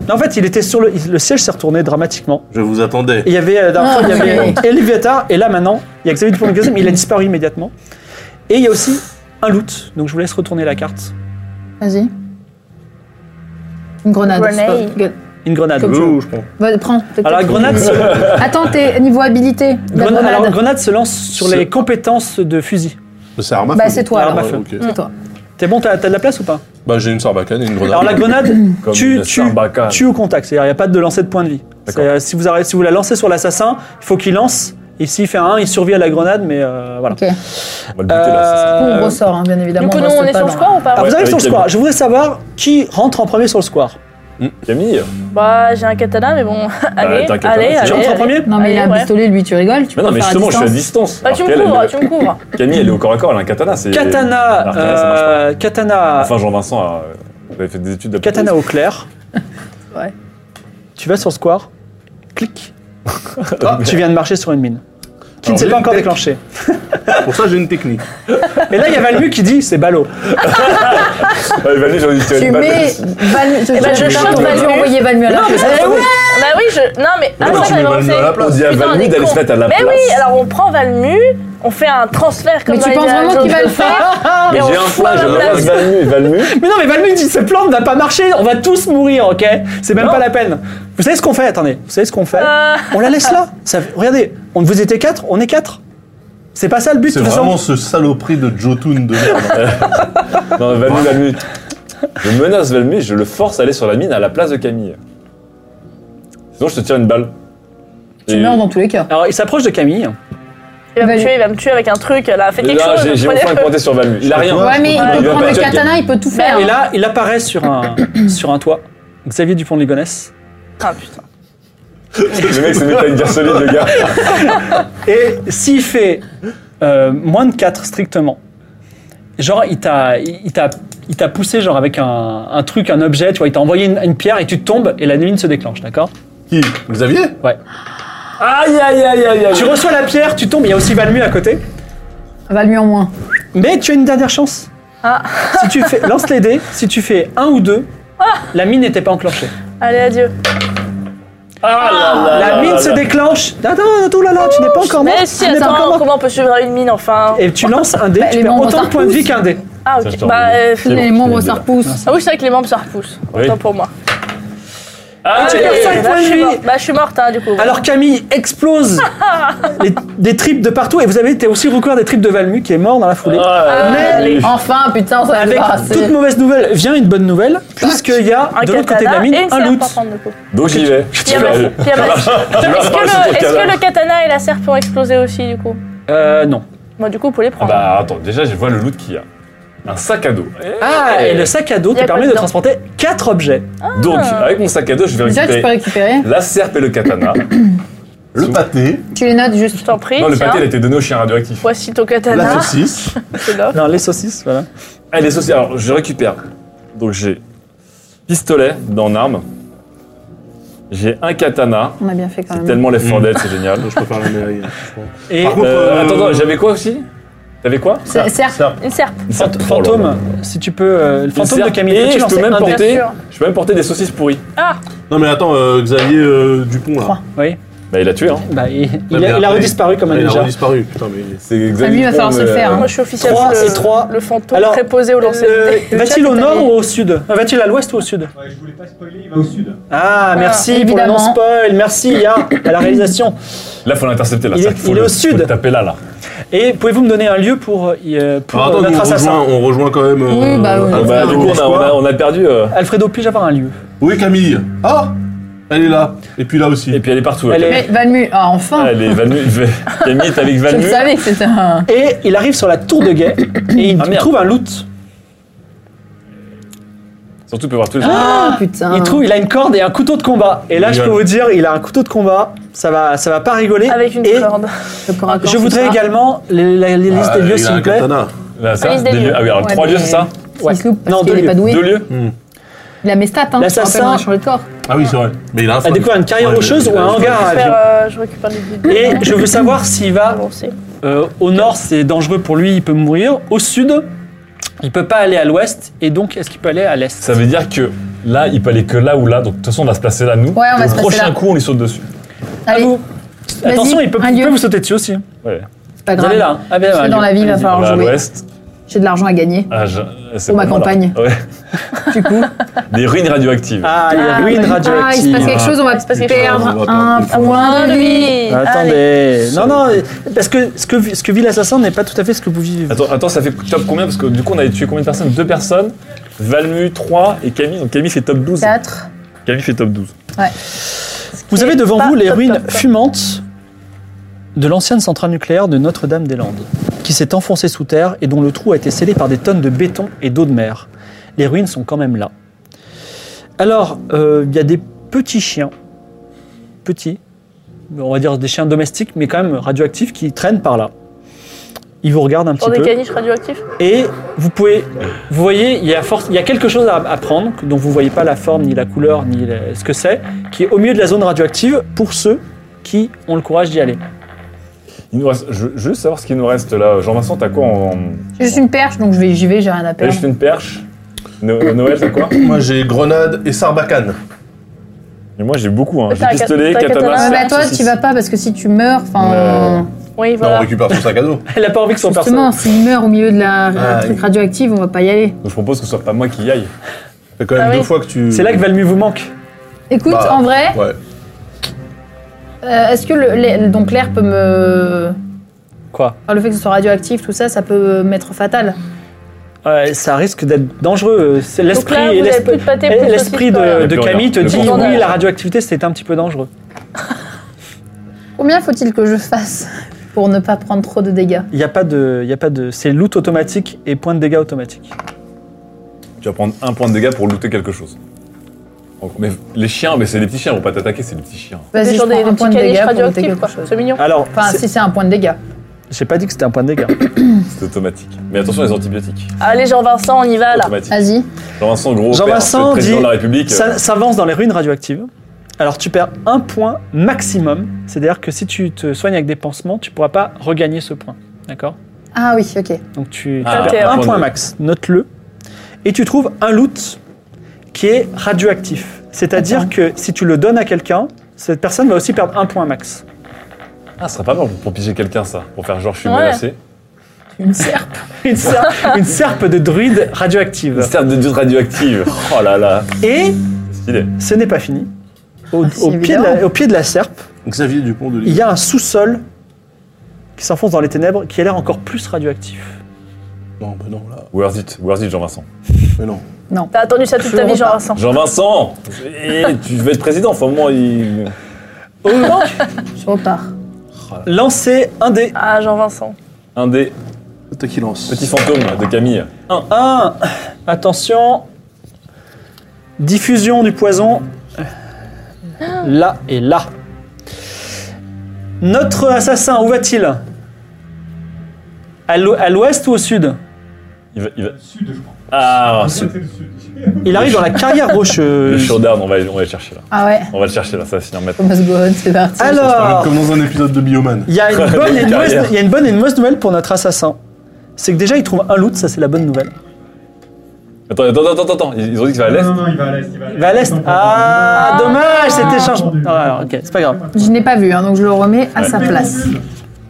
A: En fait, il était sur le, il- le siège s'est retourné dramatiquement.
D: Je vous attendais.
A: Et Il y avait euh, la dernière fois, il y
C: Ah,
A: avait Eliviatar, et là maintenant, il y a Xavier Dupont de Ligonnès, mais il a disparu immédiatement. Et il y a aussi un loot, donc je vous laisse retourner la carte.
C: Vas-y. Une grenade.
E: Grenade.
C: Oh, gueule.
A: Une grenade.
C: Comme tu veux.
D: Ouh, je prends.
C: Va, prends. peut-être
A: Alors la
C: que-
A: grenade, se,
C: Attends, t'es niveau habilité. La
A: grenade- alors,
C: grenade.
A: grenade se lance sur les compétences de fusil.
D: C'est arme à
C: Bah,
D: feu.
C: c'est toi,
A: Arme
C: alors.
A: à feu.
D: Ah, Ok.
C: C'est toi.
A: T'es bon, t'as t'as de la place ou pas
D: Bah, j'ai une sarbacane et une grenade.
A: Alors la grenade,
B: Comme
A: tu,
B: une
A: tu,
B: sarbacane.
A: tu au contact, c'est-à-dire il n'y a pas de lancer de points de vie.
B: D'accord.
A: C'est-à-dire, Si vous, arrêtez- si vous la lancez sur l'assassin, il faut qu'il lance, et s'il fait un 1, il survit à la grenade, mais euh, voilà.
C: Ok.
B: On va le buter là.
A: Euh,
C: On ressort, hein, bien évidemment.
E: Du
C: on
E: coup, nous,
C: reste
E: on est
C: pas
E: sur le
C: dans-
E: square ou pas
A: alors, vous
B: Ouais,
A: arrivez sur le
B: avec
A: square,
B: Camille.
A: je voudrais savoir qui rentre en premier sur le square.
E: Ah.
B: c'est- Camille
E: Bah, j'ai un katana, mais bon. allez,
B: t'as un katana,
E: allez,
B: c'est
A: Tu rentres
E: allez.
A: en
E: allez.
A: premier
C: Non, mais il a un
E: Allez, ouais.
C: pistolet, lui, tu rigoles. Tu
B: Mais
C: peux
B: non, mais
C: faire à
B: justement, je suis à
C: distance.
B: distance.
E: Bah, tu
B: Alors
E: me
B: qu'elle,
E: couvres,
B: elle-
E: tu me couvres.
B: Camille, elle est au corps à corps, elle a un katana. c'est-
A: Katana,
B: Alors, katana, ça marche pas.
A: euh,
E: Ah.
A: katana,
B: Enfin, Jean-Vincent, a- vous avez fait des études d'après.
A: katana au clair.
C: Ouais.
A: Tu vas sur le square, clic. tu viens de marcher sur une mine. Qui
D: Alors,
A: ne s'est
D: j'ai
A: pas
D: une
A: encore
D: tech.
A: déclenchée.
D: Pour ça, j'ai une technique.
A: Et là, il y a Valmu qui dit c'est ballot.
B: Ouais, Valérie, j'ai envie de tirer
C: Tu
B: une balle.
C: mets Valmu.
E: Eh ben, je chope
C: Tu
E: Valmu.
C: envoyer Valmu à la place.
E: Bah oui, je. Non, mais. Ah,
D: non,
E: ça,
D: tu
E: j'avais
D: mets Valmu
E: pensé.
D: à la place.
B: On dit à
E: Putain,
B: Valmu
E: on est
B: d'aller
E: con.
B: se mettre à la place.
E: Mais oui, alors on prend Valmu, on fait un transfert comme
C: Mais
E: dans
C: tu penses
E: Indiana
C: vraiment qu'il
E: Jones.
C: va le faire
B: Mais
E: Et
B: j'ai
E: on
B: un
E: foire
B: flash,
E: la
B: j'ai un flash
E: place.
B: Valmu. Valmu,
A: Mais non, mais Valmu il dit ce plan ne va pas marcher, on va tous mourir, ok C'est même pas la peine. Vous savez ce qu'on fait Attendez, vous savez ce qu'on fait
E: Euh.
A: On la laisse là. Ça- regardez, on, vous étiez quatre, on est quatre. C'est pas ça le but. de
D: C'est
A: toute façon.
D: vraiment ce saloperie de Jotun de merde.
B: Non, Valmu, Valmu. Je menace Valmu et je le force à aller sur la mine à la place de Camille. Sinon, je te tire une balle.
C: Tu
B: Et-
C: meurs dans tous les cas.
A: Alors il s'approche de Camille.
E: Il va me
C: Valmu.
E: tuer, il va me tuer avec un truc, là, fais
B: Et
E: quelque
B: là,
E: chose.
B: j'ai- j'ai
E: prenez-
B: enfin pointé sur Valmu. Il a rien.
A: Ah,
C: Ouais, mais il
B: Ouais,
C: peut
B: il va
C: prendre
B: pas
C: le
B: attaquer.
C: katana, il peut tout faire.
A: Et là, il apparaît sur un, sur un toit. Xavier Dupont de Ligonnès.
E: Ah, putain.
B: Le mec, c'est Metal Gear Solid, le gars.
A: Et s'il fait euh, moins de 4 strictement, genre il t'a il il t'a il t'a poussé genre avec un, un truc, un objet, tu vois, il t'a envoyé une, une pierre et tu tombes et la mine se déclenche, d'accord
D: Qui
B: Ah,
D: Xavier
A: Ouais.
B: Aïe, aïe, aïe, aïe, aïe.
A: Tu reçois la pierre, tu tombes, il y a aussi Valmu à côté.
C: Valmu en moins.
A: Mais tu as une dernière chance.
E: Ah.
A: Si tu fais, lance les dés, si tu fais un ou deux,
E: Ah.
A: la mine n'était pas enclenchée.
E: Allez, adieu.
A: la mine se déclenche. Attends, attends, là là, tu n'es pas encore mort.
E: Mais si,
A: tu n'es pas encore
E: attends,
A: mort.
E: comment on peut suivre une mine, enfin
A: Et tu lances un dé,
C: Bah,
A: tu
C: les
A: perds
C: membres,
A: autant
C: ça
A: de points de vie qu'un dé.
E: Ah,
B: Ça, je
E: ok.
B: t'en
E: Bah, euh,
B: C'est bon,
C: Les membres,
B: c'est
C: ça
B: bon.
C: repousse.
E: Ah oui, c'est vrai que les membres ça repousse.
B: Oui.
E: Autant pour moi.
B: Aïe,
A: Ah, Tu perds
E: Allez,
A: cinq
E: bah,
A: points
E: je
A: de
E: suis
A: vie.
E: morte- bah, je suis morte, hein, du coup.
A: Alors Camille explose les- des tripes de partout et vous avez été aussi recouvert des tripes de Valmu qui est mort dans la
B: Ah,
A: foulée.
E: allez.
C: Enfin, putain, ça va
A: Avec toute
C: débarrasser.
A: mauvaise nouvelle vient une bonne nouvelle puisqu'il y a
E: Un
A: de l'autre côté de la
E: katana
A: mine
E: et une
A: un loot.
E: serpent, par contre, du coup.
B: Donc j'y vais.
E: Puis un massue, puis un massue. Est-ce que, le, est-ce que le katana et la serpe ont explosé aussi, du coup
A: Euh, non.
E: Moi, du coup, vous pouvez les
B: Ah
E: prendre.
B: Bah attends, déjà je vois le loot qu'il y a. Un sac à dos.
A: Ah, et le sac à dos
E: Il y
A: te
E: a quoi
A: permet de
E: dedans
A: transporter quatre objets.
B: Donc avec mon sac à dos, je vais
C: Déjà, tu peux
B: récupérer
C: récupérer.
B: la serpe et le katana.
D: Le pâté,
C: Tu les notes
E: Je
C: juste.
E: t'en prie,
B: Non, le
E: tiens.
B: pâté, il a été donné au chien radioactif.
E: Voici ton
D: la
E: katana.
D: saucisse.
E: C'est là.
A: Non, les saucisses, voilà.
B: Ah, les saucisses. Alors je récupère. Donc j'ai pistolet dans arme. J'ai un katana.
C: On a bien fait quand
B: C'est
C: même.
B: tellement les Dead, c'est génial.
D: Je préfère la mairie.
A: Et
D: Par contre,
B: Euh,
D: euh,
B: attends, attends, j'avais quoi aussi T'avais quoi
C: C'est- Certes,
D: Serpe.
E: Une serpe.
B: Une
A: fant-
B: serpe. Oh là là.
A: fantôme, si tu peux, euh, le
B: Une
A: fantôme de
B: serpe.
A: Camille,
B: Et
A: peux-tu
B: je peux
A: lancer
B: même
A: un dé
B: porter,
E: Bien sûr.
B: je peux même porter des saucisses pourries.
D: Non, mais attends, euh, Xavier euh, Dupont, là.
C: Trois.
A: Oui,
B: Bah il a tué hein.
A: bah, il, il
D: mais
A: a, il a
D: après-
A: redisparu comme un
D: Ah, il a
A: ninja.
D: disparu. Putain, mais il est-
B: C'est
C: Ah, lui, il va
B: exactement,
C: falloir se le
B: euh,
C: faire. hein.
E: Moi, je suis officiellement
A: Trois,
E: le,
A: c'est trois.
E: le fantôme
A: Alors,
E: préposé au lancer
A: Euh,
E: de dés. Le chat
A: va-t-il au
E: est
A: nord
E: allé.
A: ou au sud Euh, Va-t-il à l'ouest ou au sud
F: Ouais, je voulais pas spoiler, il va au sud.
A: Ah, merci pour le
C: évidemment.
A: non-spoil, merci Yann, à la réalisation.
B: Là faut l'intercepter là.
A: Il est-
B: ça, faut
A: il est
B: le-
A: au
B: faut
A: sud.
B: le taper là là.
A: Et pouvez-vous me donner un lieu pour, euh, y, euh, pour
D: Alors, attends,
A: euh,
D: nous,
A: notre
D: on,
A: assassin
D: rejoint, on rejoint quand même. euh,
C: Oui, bah oui.
B: Ah
D: Alfred
B: bah,
D: de
B: du coup, on a, on a-
D: Bourgeois.
B: on a perdu. euh,
A: Alfredo, puis-je avoir un lieu
D: Oui, Camille. Ah Elle est là. Et puis là aussi.
B: Et puis elle est partout.
A: Elle
B: Elle est...
C: Mais Valmu, ah, enfin
B: Elle est Valmu. Camille est avec
C: Je le
B: Valmu.
C: savais que c'était un.
A: Et il
D: Ah,
A: arrive sur la tour de guet et il
B: Ah, merde.
A: trouve un loot.
B: Surtout, on peut voir tous les
C: Ah putain.
A: Il trouve, il a une corde et un couteau de combat. Et là, je peux
H: Rigole.
A: vous dire, il a un couteau de combat. Ça va, ça va pas rigoler.
E: Avec une
A: et Ah,
E: corde.
C: Le corps à corps,
A: Je voudrais
C: c'est ça.
A: également les, la- les listes des lieux,
D: Ah, il a
A: s'il
D: un
A: vous plaît.
D: katana.
B: Là, ça,
E: Ah, liste des
B: des
E: lieux.
B: lieux. Ah oui, alors
C: Ouais,
B: trois lieux,
C: mais
B: c'est ça
A: Ouais.
C: Il se loupe parce
A: Non,
C: qu'il
A: deux
C: est pas
A: lieux.
C: doué.
B: Deux lieux
C: Il a mes stats, hein.
A: L'assassin-
C: je te rappelle, on a changé le corps.
D: Ah oui, c'est vrai. Mais il a un
A: À
D: flingue.
A: découvrir une carrière
D: Ouais,
A: rocheuse
D: mais-
A: ou un hangar à
E: Je vais
A: avion.
E: faire, euh, je récupère les bidons.
A: Et je veux savoir s'il va
E: lancer.
A: euh, au nord, c'est dangereux pour lui, il peut mourir. Au sud, il peut pas aller à l'ouest. Et donc, est-ce qu'il peut aller à l'est
B: Ça veut dire que là, il peut aller que là ou là. Donc, de toute façon, on va se placer là, nous.
C: Ouais, on va
B: Le
C: se placer
B: prochain
C: là.
B: coup, on lui saute dessus.
A: À
C: Allez,
A: vous.
C: Ah Vas-y,
A: Attention, il peut,
C: un
A: il peut
C: lieu.
A: vous sauter dessus aussi. hein.
B: Ouais.
C: c'est pas
A: Vous
C: grave.
A: allez là. hein. Ah, bien,
C: Parce que
A: un
C: dans
A: lieu.
C: la vie, il va
A: Allez-y.
B: On
C: falloir
B: va à
C: jouer.
B: l'ouest.
C: J'ai de l'argent à gagner.
B: Ah, je- c'est
C: Pour
B: pas
C: ma
B: mal,
C: campagne.
B: hein. Ouais.
C: Du coup,
B: Des ruines radioactives.
A: Ah, il y a
C: Ah,
A: ruine
C: oui. Ah, il se
A: radioactive.
C: passe quelque chose, on va
E: se passe quelque
D: chose. On va
C: perdre
D: perdre
C: un
D: des points.
C: point de vie.
E: Allez.
A: Attendez. Non, non, parce que ce que, vit- ce que vit l'assassin n'est pas tout à fait ce que vous vivez.
B: Attends, attends, ça fait top combien Parce que du coup, on avait tué combien de personnes Deux personnes. Valmu 3 et Camille. Donc Camille fait top 12.
C: 4.
B: Camille fait top 12.
A: Vous avez devant
E: pas
A: vous les
E: top,
A: ruines
E: top, top.
A: fumantes de l'ancienne centrale nucléaire de Notre-Dame-des-Landes, qui s'est enfoncée sous terre et dont le trou a été scellé par des tonnes de béton et d'eau de mer. Les ruines sont quand même là. Alors, euh, il y a des petits chiens, petits, on va dire des chiens domestiques, mais quand même radioactifs, qui traînent par là. Ils vous regardent un petit
E: Pour des
A: peu.
E: caniches radioactifs
A: Et vous pouvez, vous voyez, il y a, force- il y a quelque chose à, à prendre dont vous voyez pas la forme, ni la couleur, ni le- ce que c'est, qui est au milieu de la zone radioactive pour ceux qui ont le courage d'y aller.
B: Il nous reste, je, je veux savoir ce qu'il nous reste là. Jean-Vincent, t'as quoi en.
C: J'ai juste une perche, donc je vais- j'y vais, j'ai rien à
B: T'as
C: perdre.
B: juste une perche No- Noël, t'as quoi
D: Moi, j'ai grenade et sarbacane.
B: Et moi, j'ai beaucoup. Hein. J'ai
E: T'as un
B: pistolet,
E: katana,
B: katana.
C: Ouais, mais
E: Ah,
C: bah, toi,
B: saucisse.
C: tu vas pas parce que si tu meurs, enfin.
E: Oui,
D: Non, on
E: voilà.
D: récupère son sac à dos.
A: Elle a pas envie que son personnage.
C: Justement, s'il meurt au milieu de la
D: Ah,
C: un truc
D: oui.
C: radioactive, on va pas y aller.
B: Donc, je propose que ce soit pas moi qui y aille.
D: C'est quand même
E: Ah
D: deux
E: oui.
D: fois que tu.
A: C'est là que Valmu vous manque.
C: Écoute,
D: Bah,
C: en vrai,
D: Ouais.
C: euh, est-ce que le- l'air- donc l'air peut me.
A: Quoi
C: Enfin, le fait que ce soit radioactif, tout ça, ça peut m'être fatal.
A: Ouais, ça risque d'être dangereux. C'est
E: Donc là,
A: l'esprit.
E: vous avez
A: l'esprit-
E: plus de pâté, plus de
A: L'esprit
E: saucisses, voilà.
A: de, de
B: Le
A: Camille te
B: bon
A: dit
E: tournage.
A: oui, la radioactivité c'est un petit peu dangereux.
C: Combien faut-il que je fasse pour ne pas prendre trop de dégâts
A: Il n'y a pas de, il y a pas de, c'est loot automatique et point de dégâts automatique.
B: Tu vas prendre un point de dégâts pour looter quelque chose. Donc, mais les chiens, mais c'est des petits chiens, ils vont pas t'attaquer, c'est des petits chiens.
E: C'est
C: Vas-y, je
E: genre des,
C: prends
E: des
C: un point
E: petits
C: de
E: caniches
C: dégâts pour noter
E: radioactifs,
C: quelque
E: quoi.
C: chose.
E: C'est mignon.
A: Alors,
C: Enfin,
A: c'est-
C: si c'est un point de dégâts.
A: j'ai pas dit que c'était un point de dégâts.
B: C'est automatique. Mais attention, les antibiotiques.
E: Allez, Jean-Vincent, on y va là.
B: Automatique.
C: Vas-y.
B: Jean-Vincent, gros,
A: Jean-Vincent
B: père, c'est le président
A: dit-
B: de la République. euh,
A: Ça s'avance dans les ruines radioactives. Alors tu perds un point maximum. C'est-à-dire que si tu te soignes avec des pansements, tu pourras pas regagner ce point. D'accord
C: Ah oui, ok.
A: Donc tu, tu
B: Ah,
A: perds
B: un
A: un
B: point
A: point
B: de-
A: max. Note-le. Et tu trouves un loot qui est radioactif. C'est-à-dire que si tu le donnes à quelqu'un, cette personne va aussi perdre un point max.
B: Ah, ce serait pas mal pour, pour piger quelqu'un, ça. Pour faire genre, je suis
E: Ouais.
B: menacé.
C: Une serpe.
A: Une, ser- une serpe de druide
B: Une
A: radioactive.
B: serpe de diode radioactive. Oh là là,
A: Et
B: c'est stylé.
A: ce n'est pas fini. Au,
C: si,
A: au pied de la,
C: évidemment.
A: au pied de la serpe,
D: Xavier Dupont de
A: il
D: Ligny.
A: y a un sous-sol qui s'enfonce dans les ténèbres qui a l'air encore plus radioactif.
D: Non, bah non, là.
B: Worth it, worth it, Jean-Vincent.
D: Mais non.
E: T'as attendu ça toute ta vie,
C: Je
E: Jean-Vincent.
B: Jean-Vincent eh, Tu veux être président, enfin, moi, il.
A: Au moment,
C: Je repars.
A: lancez un dé.
E: Ah, Jean-Vincent.
B: Un des
D: Toi qui lance.
B: petits fantômes de Camille. Un.
A: Un. Attention. Diffusion du poison. Là et là. Notre assassin, où va-t-il À l'ou- à l'ouest ou au sud
B: Il va, il va-
F: Sud, je crois.
B: Ah, ce-
F: C'est le sud.
A: Il arrive dans la carrière
B: le
A: rocheuse.
B: showdown, on va, on va le chercher là.
C: Ah ouais.
B: On va le chercher là, ça va se finir maintenant.
C: Thomas Gohan, c'est parti.
A: Alors,
D: Comme dans un épisode de Bioman.
A: il y, a une bonne et une mauvaise-
B: Carrière.
A: il y a une bonne et une mauvaise nouvelle pour notre assassin. C'est que déjà, il trouve un loot, ça c'est la bonne nouvelle.
B: Attends, attends, attends, attends, attends, ils ils ont dit qu'il va à l'est.
F: Non, non, il va à l'est. Il va
A: Il va à l'est. Bah, Ah, dommage, cet échange. Ah, alors, ok, c'est pas grave.
C: Je n'ai pas vu, hein, donc je le remets à sa place.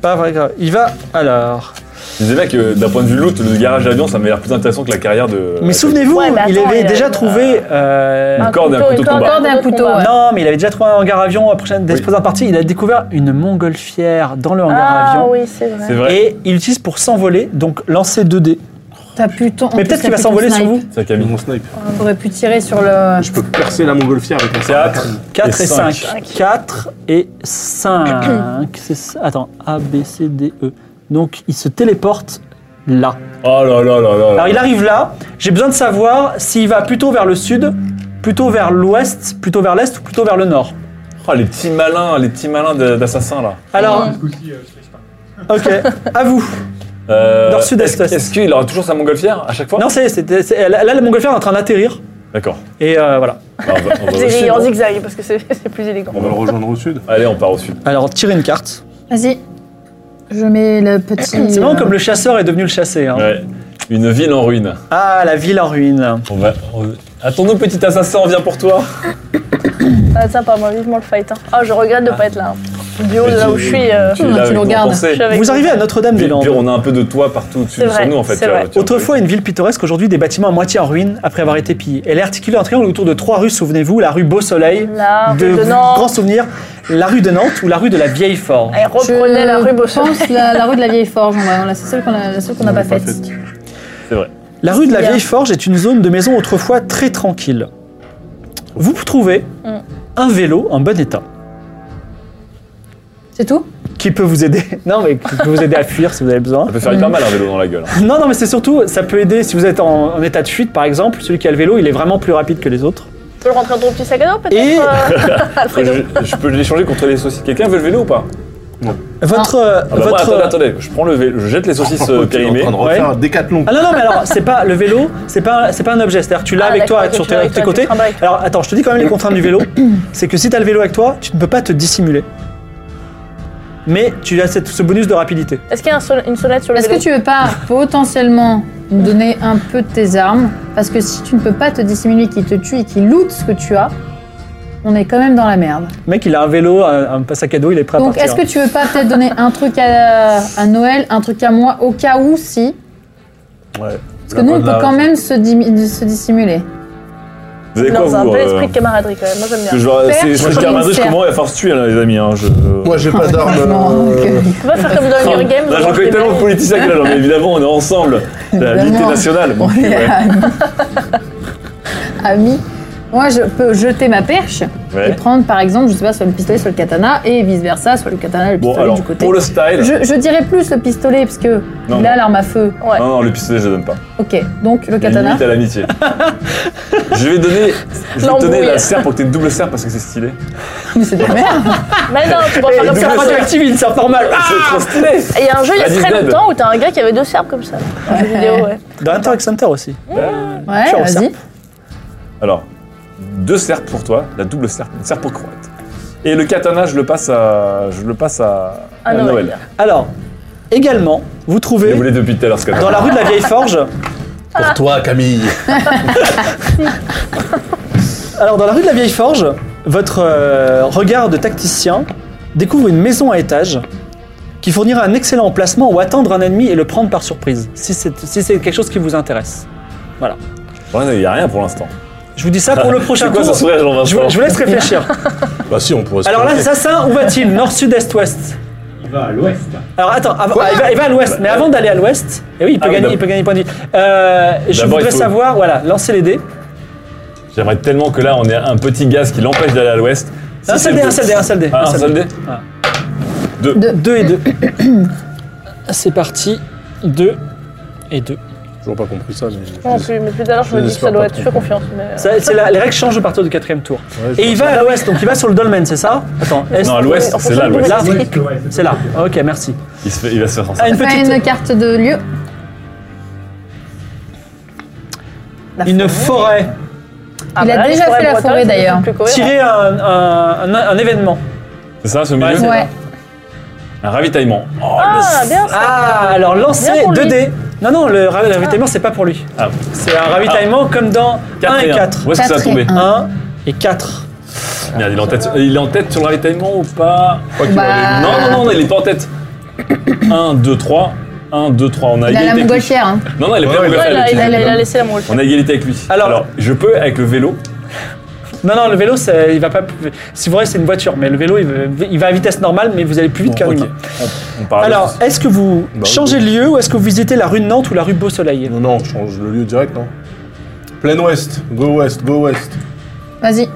A: Pas vrai grave. Il va alors.
B: Je disais là que d'un point de vue loot, le garage avion, ça m'a l'air plus intéressant que la carrière de. euh,
A: Mais souvenez-vous,
E: Ouais, mais attends,
A: il avait
E: il a-
A: déjà trouvé. euh,
B: Un corde et un couteau de combat.
C: corde et un couteau, ouais.
A: Non, mais il avait déjà trouvé un hangar avion à prochaine des prochaines parties. Il a découvert une montgolfière dans le hangar
E: Ah
A: avion.
E: oui, c'est vrai.
B: C'est vrai,
A: Et il l'utilise pour s'envoler, donc lancer 2 dés.
C: T'as pu ton- en
A: Mais
C: plus,
A: peut-être
C: t'as
A: qu'il va
C: pu ton
A: s'envoler sur
C: snipe.
A: vous.
B: ça
D: Avec
B: Camille.
D: mon snipe.
A: Ah.
C: On aurait pu tirer sur le.
D: Je peux percer la montgolfière avec un
B: Théâtre.
D: sarbacane.
A: 4 et
B: Et
A: 5.
B: cinq.
A: 4 et 5. Attends, A, B, C, D, E. Donc il se téléporte là.
I: Oh là là là là. là.
A: Alors il arrive là, j'ai besoin de savoir s'il va plutôt vers le sud, plutôt vers l'ouest, plutôt vers l'est ou plutôt vers le nord.
B: Oh, les petits malins, les petits malins de- d'assassins là.
A: Alors,
E: Mm.
F: Du coup, si, euh, je triche pas.
A: ok, à vous.
B: Euh,
A: Nord, sud, est,
B: est-ce-
A: ouest.
B: Est-ce qu'il aura toujours sa montgolfière à chaque fois
A: Non, c'est, c'est- c'est- là, la montgolfière est en train d'atterrir.
B: D'accord.
A: Et euh, voilà.
B: Alors, on va- on va au
E: J'ai
B: sud. hein.
E: en zigzag parce que c'est c'est plus élégant.
D: On va le rejoindre au sud.
B: Allez, on part au sud.
A: Alors, tirez une carte.
C: Vas-y. Je mets le petit.
A: C'est vraiment
C: euh,
A: comme le chasseur est devenu le chassé. hein.
B: Ouais. Une ville en ruine.
A: Ah, la ville en ruine.
B: On va. on- Attends-nous, petit assassin, on vient pour toi.
E: Ah, tiens, pas moi, vivement le fight. hein. Ah, je regrette de pas être là. hein. Du haut de
B: Mais
E: là
B: tu-
E: où je suis. euh,
B: es
C: tu
B: là avec
C: nous
B: nous
C: regardes.
B: pensée.
E: je suis avec
A: Vous
E: vous.
A: arrivez à
B: Puis,
A: Notre-Dame-des-Landes.
B: puis on a un peu de toit partout au-dessus
E: C'est
B: de
E: vrai,
B: nous en fait.
E: c'est
B: tu vois,
E: vrai.
B: tu vois.
A: Autrefois une ville pittoresque, aujourd'hui des bâtiments à moitié en ruine après avoir été pillés. Elle est articulée en triangle autour de trois rues, souvenez-vous, la rue Beau Soleil,
E: La rue
A: de,
E: Ah, de Nantes.
A: grands souvenirs, la rue de Nantes ou la rue de la Vieille Forge.
E: Elle reprenait
C: je
E: la rue Beauchamp.
C: pense la, la rue de la Vieille Forge. on va- on la- C'est celle qu'on a- la seule qu'on n'a pas, faite.
A: La rue de la
C: Bien.
A: Vieille Forge est une zone de maisons autrefois très tranquille. Vous trouvez
E: Mm.
A: un vélo en bon état
C: C'est tout
A: qui peut vous aider. Non mais qui peut vous aider à fuir si vous avez besoin.
B: Ça peut faire hyper mal un vélo dans la gueule. hein.
A: Non non mais c'est surtout ça peut aider si vous êtes en, en état de fuite par exemple. Celui qui a le vélo, il est vraiment plus rapide que les autres.
E: Tu peux le rentrer dans ton petit sac à dos peut-être
A: Et-
E: euh,
B: Je, je peux l'échanger contre les saucisses. Quelqu'un veut le vélo ou pas
A: Votre euh, Ah,
B: Ah bah, moi,
A: votre
B: attendez, attendez, je prends le vélo, je jette les saucisses
D: Oh, T'es
B: euh,
D: en
B: périmées.
D: train de refaire un décathlon.
A: Ah non, non, mais alors, c'est pas le vélo, c'est pas, c'est pas un objet. C'est-à-dire que tu l'as
E: Ah,
A: avec toi
E: d'accord,
A: sur
E: ok, tu l'as
A: tes,
E: avec
A: tes
E: toi, tu
A: côtés.
E: le trimbales avec toi.
A: Alors, attends, je te dis quand même les contraintes du vélo. C'est que si t'as le vélo avec toi, tu ne peux pas te dissimuler. Mais tu as cette- ce bonus de rapidité.
E: Est-ce qu'il y a un son- une sonnette sur le
C: Est-ce que
E: vélo
C: tu veux pas potentiellement nous donner un peu de tes armes Parce que si tu ne peux pas te dissimuler qu'il te tue et qu'il loot ce que tu as, on est quand même dans la merde.
A: Le mec, il a un vélo, un, un sac à dos, il est prêt à
C: Donc est-ce
A: partir.
C: que tu veux pas peut-être donner un truc à, à Noël, un truc à moi, au cas où si
D: Ouais.
C: Parce que nous, on peut quand même se, dimi- se dissimuler.
B: Vous avez quoi,
E: Non, c'est un
B: vous
E: peu
B: euh,
E: l'esprit de camaraderie quand même. Moi j'aime
B: que
E: bien.
B: je vois-
C: Faire
B: c'est- Je
C: chez
B: suis à Madrid,
C: Ministère.
B: je commence à faire se tuer là, les amis. hein, je-
D: Moi, j'ai pas
E: Ah,
D: d'arme.
C: Je me rends compte que-
D: euh,
E: Tu peux pas faire comme dans Hunger Games.
B: Là,
E: on
B: Bah, j'en
E: mange des
B: connais tellement de
E: bananes.
B: politiciens que là, genre, mais évidemment, on est ensemble. La
C: Évidemment.
B: l'unité nationale. mon
C: On
B: cul,
C: est
B: ouais.
C: amis. Amis. Moi, je peux jeter ma perche et
B: Ouais.
C: prendre, par exemple, je sais pas, soit le pistolet, soit le katana, et vice-versa, soit le katana, le
B: Bon,
C: pistolet
B: alors,
C: du côté.
B: pour le style.
C: Je, je dirais plus le pistolet, parce que
B: Non,
C: il a
B: non.
C: l'arme à feu.
E: Ouais.
B: Non, non, le pistolet, je donne pas.
C: Ok, donc le
B: Il y a une
C: katana.
B: limite à l'amitié. je vais donner, je vais te donner
E: L'embrouille.
B: la serre pour que t'aies une double serre parce que c'est stylé.
C: Mais c'est de la merde.
E: Mais non, tu pourras faire comme
A: C'est
E: ça.
A: un radioactif, il sort normal.
C: Ah,
B: C'est trop stylé.
E: Et Il y a un jeu il y a
B: Radis
E: très
B: Dead.
E: longtemps où t'as un gars qui avait deux serbes comme ça. Un jeu vidéo, ouais.
A: Dans Interact Center aussi.
C: Ouais,
A: Sure,
C: vas-y.
B: Alors, deux serpes pour toi, la double serpe, une serpe pour croate. Et le katana, je le passe à, je le passe à, à
E: Un
B: Noël.
E: Noël.
A: Alors, également, vous
B: Je l'ai
A: trouvez
B: voulu depuis tout à l'heure ce
A: dans
B: katana.
A: la rue de la Vieille Forge.
E: Ah.
D: Pour toi, Camille.
A: Alors, dans la rue de la Vieille Forge, votre euh, regard de tacticien découvre une maison à étage qui fournira un excellent emplacement où attendre un ennemi et le prendre par surprise, si c'est si c'est quelque chose qui vous intéresse.
B: Ouais, Il n'y a rien pour l'instant.
A: Je vous dis ça pour le prochain
B: C'est quoi
A: tour.
B: ce sourire,
A: je,
B: Jean-Vincent
A: vous, je vous laisse réfléchir.
D: Bah si, on pourrait se
A: Alors là,
D: planter.
A: l'assassin, où va-t-il Nord, sud, est, ouest
F: Il va à l'ouest.
A: Alors attends, avant- ah, il, va, il va à l'ouest, mais avant d'aller à l'ouest, et oui, il peut,
B: Bah, euh, Ah oui,
A: gagner,
B: d'ab-
A: il peut gagner point de vie. Euh, je
B: D'abord, il
A: voudrais
B: faut-
A: savoir, voilà, lancer les dés.
B: J'aimerais tellement que là, on ait un petit gaz qui l'empêche d'aller à l'ouest. Si
A: Un
B: c'est
A: seul dé,
B: le-
A: un seul dé, un seul dé.
B: Ah, un seul dé
A: Ah.
B: Deux.
A: 2 et 2. C'est parti, 2 et 2.
D: J'ai toujours pas compris ça, mais.
E: Non plus, mais plus tard je me dis que ça doit être. Je fais confiance. mais-
A: Ça, c'est la- les règles changent à partir du quatrième tour. Et il va à l'ouest, donc il va sur le dolmen, c'est ça Attends, est-
B: Non, à l'ouest, c'est là l'ouest.
A: Là,
F: Ouest, ouais, c'est
A: c'est là. Ok, merci.
B: Il, se fait- il va se faire
A: Ah,
B: ensemble.
A: une
C: Fais
A: petite,
C: une carte de lieu. La
A: une forêt.
E: Ah,
C: Il a
E: bah là,
C: déjà
E: les forêts
C: fait la
E: bretonnes,
C: forêt,
E: c'est
C: d'ailleurs.
E: plus cohérent.
A: Tirer un, un- un- un événement.
B: C'est ça, ce milieu
A: Ouais, c'est-
C: Ouais.
B: Un ravitaillement. Oh,
E: Ah,
B: le-
E: bien ça.
A: Ah, alors lancer
E: Bien pour lui. Ah.
A: 2 dés. Non, non, le ra- le ravitaillement, c'est pas pour lui.
B: Ah.
A: C'est un ravitaillement comme dans 1 et
B: un.
A: 4.
B: Où est-ce que ça va
C: Quatre et
B: tomber
C: un.
A: 1 et 4.
B: Merde, il est, en tête, il est en tête sur le ravitaillement ou pas Je crois qu'il
C: Bah.
B: avait- Non, non, non, non, il est pas en tête. 1, 2, 3. 1, 2, 3. On a
C: Il a
B: égalité
C: la
B: avec lui.
C: montgolfière. hein.
B: Non, non, il est pas
D: Ouais,
E: Ouais,
B: montgolfière,
E: il a-
B: le
E: il a-
B: petit.
E: il a laissé la moule.
B: Ah, On a égalité avec lui.
A: Alors-
B: Alors, je peux, avec le vélo,
A: Non, non, le vélo, c'est- il va pas. plus- Si vous voulez, c'est une voiture, mais le vélo, il va, il va à vitesse normale, mais vous allez plus vite qu'un
B: ok. Ah, bah,
A: humain.
B: on parle.
A: Alors, est-ce que vous
D: Bah,
A: changez de lieu ou est-ce que vous visitez la rue de Nantes ou la rue Beau Soleil
D: Non, non, on change le lieu direct, non Plein ouest, go west, go west.
C: Vas-y.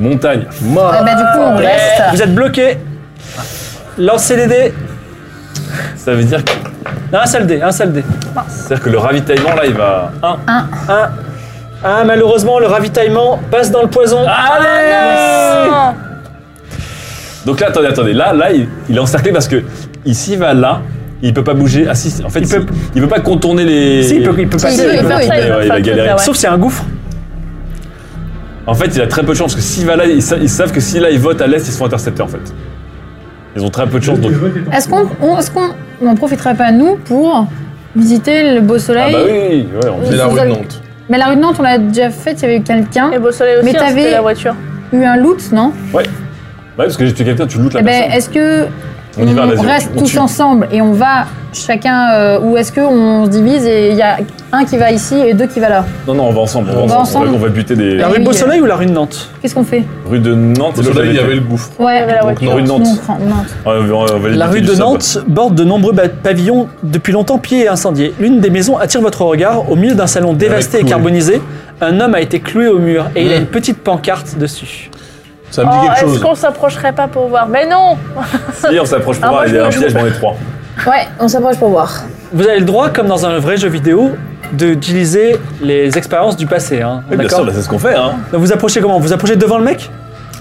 B: montagne.
C: Ah
D: Ma...
C: bah, du coup, on reste.
A: Vous êtes bloqué. Lancez les dés.
B: Ça veut dire que
A: Non, un seul dé, un seul dé.
B: C'est-à-dire que le ravitaillement, là, il va. Un.
A: Un. Ah, malheureusement, le ravitaillement passe dans le poison. Allez
E: Ah,
B: Donc là, attendez, attendez. Là, là il, il est encerclé parce que ici, il va là. Il peut pas bouger. Ah si, en fait,
A: Il
B: il,
A: peut-
B: peut... il peut pas contourner les.
A: Si, il peut, il peut
E: Si,
A: passer.
E: il peut
A: il peut-
E: faire
B: Ouais,
E: ça,
B: ouais, il
E: il
B: a
E: va
B: galéré.
E: faire un truc,
A: Sauf s'il y a un gouffre.
B: En fait, il a très peu de chance parce que s'il va là, ils, sa- ils savent que s'il là, ils votent à l'est, ils se font intercepter en fait. Ils ont très peu de chance. Donc...
F: Le vote est en
C: Est-ce qu'on on- est-ce qu'on n'en profiterait pas, nous, pour visiter le beau
B: Ah
C: soleil
B: bah oui, ouais, on
D: C'est la
C: Vous
D: rue de
C: avez-
D: Nantes.
C: Mais la rue de Nantes, on l'a déjà faite, il y avait eu quelqu'un,
E: ouais. Et Beau Soleil aussi,
C: Mais
E: hein,
C: t'avais-
E: c'était la voiture.
C: eu un loot, non
B: Ouais, Bah parce que j'ai tué quelqu'un, tu lootes la
C: Eh ben,
B: personne.
C: est-ce que
B: on y va,
C: on
B: vas-y.
C: reste
B: on
C: tous
B: tue.
C: ensemble et on va chacun, euh, ou est-ce qu'on se divise et il y a un qui va ici et deux qui va là
B: Non, non, on va ensemble.
C: On
B: On
C: va
B: va ensemble.
C: ensemble.
B: On va buter des.
A: La rue
C: oui,
A: Beau
C: il y a-
A: Soleil ou la rue de Nantes
C: Qu'est-ce qu'on fait
B: Rue de Nantes,
D: Au
B: c'est
D: soleil,
B: là
D: il y avait le gouffre.
C: Ouais,
E: Il y avait la
B: Donc,
E: voiture.
B: rue de Nantes.
C: on prend Nantes.
B: On va- on va les
A: La
B: buter
A: rue
B: du
A: de
B: sable.
A: Nantes borde de nombreux ba- pavillons depuis longtemps pillés et incendiés. L'une des maisons attire votre regard. Au milieu d'un salon dévasté et
D: cloué.
A: carbonisé, un homme a été cloué au mur et il a
B: Hmm.
A: une petite pancarte dessus.
D: Ça me dit
E: Oh,
D: quelque
E: est-ce
D: chose.
E: qu'on s'approcherait pas pour voir Mais non
B: Si, on s'approche pour
E: Ah,
B: voir,
E: moi,
B: il
E: je
B: y a
E: me
B: un
E: joue.
B: piège dans les trois.
C: Ouais, on s'approche pour voir.
A: Vous avez le droit, comme dans un vrai jeu vidéo, de- d'utiliser les expériences du passé. Hein,
B: Oui, bien
A: D'accord
B: sûr, là, c'est ce qu'on fait, hein.
C: Ah.
A: Donc Vous approchez comment Vous approchez devant le mec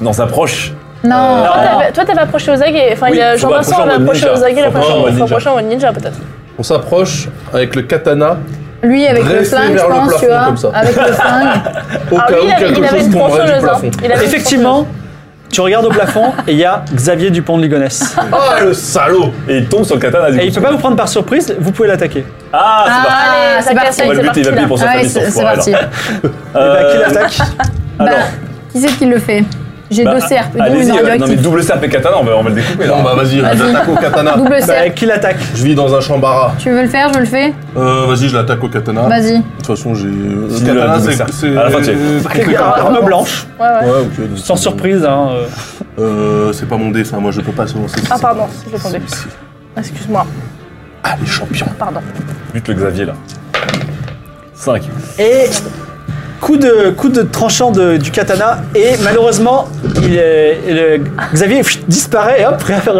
B: Non, on s'approche.
C: Non,
B: Euh,
E: Toi,
A: Ah.
E: t'avais- Toi, t'avais approché aux aguets. Enfin,
B: Oui,
E: il y a
B: faut pas
E: Jean-Vincent
B: approcher en
E: avait
B: mode
E: approché
B: ninja.
E: aux aguets. Il a
B: Faut
E: approché
B: pas en
E: en
B: mode
E: faut
B: ninja.
E: approcher en mode ninja, peut-être.
D: On s'approche avec le katana
C: lui avec le
D: Dressé
C: flingue, je
D: vers le
C: pense, tu
D: plafond,
C: vois.
D: comme ça.
C: Avec le flingue.
D: au
E: Ah
D: cas
E: oui,
D: où
E: il avait-
D: quelque
E: il avait
D: chose
E: une
D: tomberait du
E: tronçonneuse. hein.
D: plafond.
E: Il avait une
A: Effectivement, tu regardes au plafond et il y a Xavier Dupont de Ligonnès.
D: Ah le salaud
B: Et il tombe sur le katana du
A: Et
B: coup.
A: il peut pas vous prendre par surprise, vous pouvez l'attaquer.
B: Ah,
E: Allez,
C: c'est
E: ça casse,
C: parti. Ah,
B: c'est
E: c'est
B: pas. On va le buter, il va
E: parti,
B: payer pour sa
C: Ouais,
B: famille, cet
C: c'est c'est
B: enfoiré,
C: parti.
B: là.
A: Et bah, qui
B: Euh,
A: l'attaque
C: Bah, qui c'est qui le fait J'ai
B: bah,
C: deux serpes, dont
B: Allez-y,
C: une
B: euh, non mais
C: radioactive.
B: double serpe et katana, on va, on va le découper là.
D: Non bah vas-y, j'attaque au katana.
C: Double
A: Bah,
C: serpe.
A: Qui l'attaque
D: Je vis dans un chambara.
C: Tu veux le faire Je le fais
D: Euh, vas-y, je l'attaque au
B: Ah.
D: katana. De
C: Vas-y.
D: toute façon, j'ai. euh, Le
B: Si, le double serpe. À la fin, tu es-
D: c'est compliqué.
A: Arme blanche,
D: Ouais, ok. donc,
A: sans
D: euh,
A: surprise. Hein, euh.
D: Euh, c'est pas mon dé, ça. Moi, je peux pas se lancer.
E: Ah, pardon, j'ai tombé.
D: C'est ici.
E: Excuse-moi,
D: Ah, les champions.
E: pardon.
B: Bute le Xavier là. 5.
A: Et coup de, coup de tranchant de- du katana. Et malheureusement, il est- le- Xavier pff, disparaît et hop,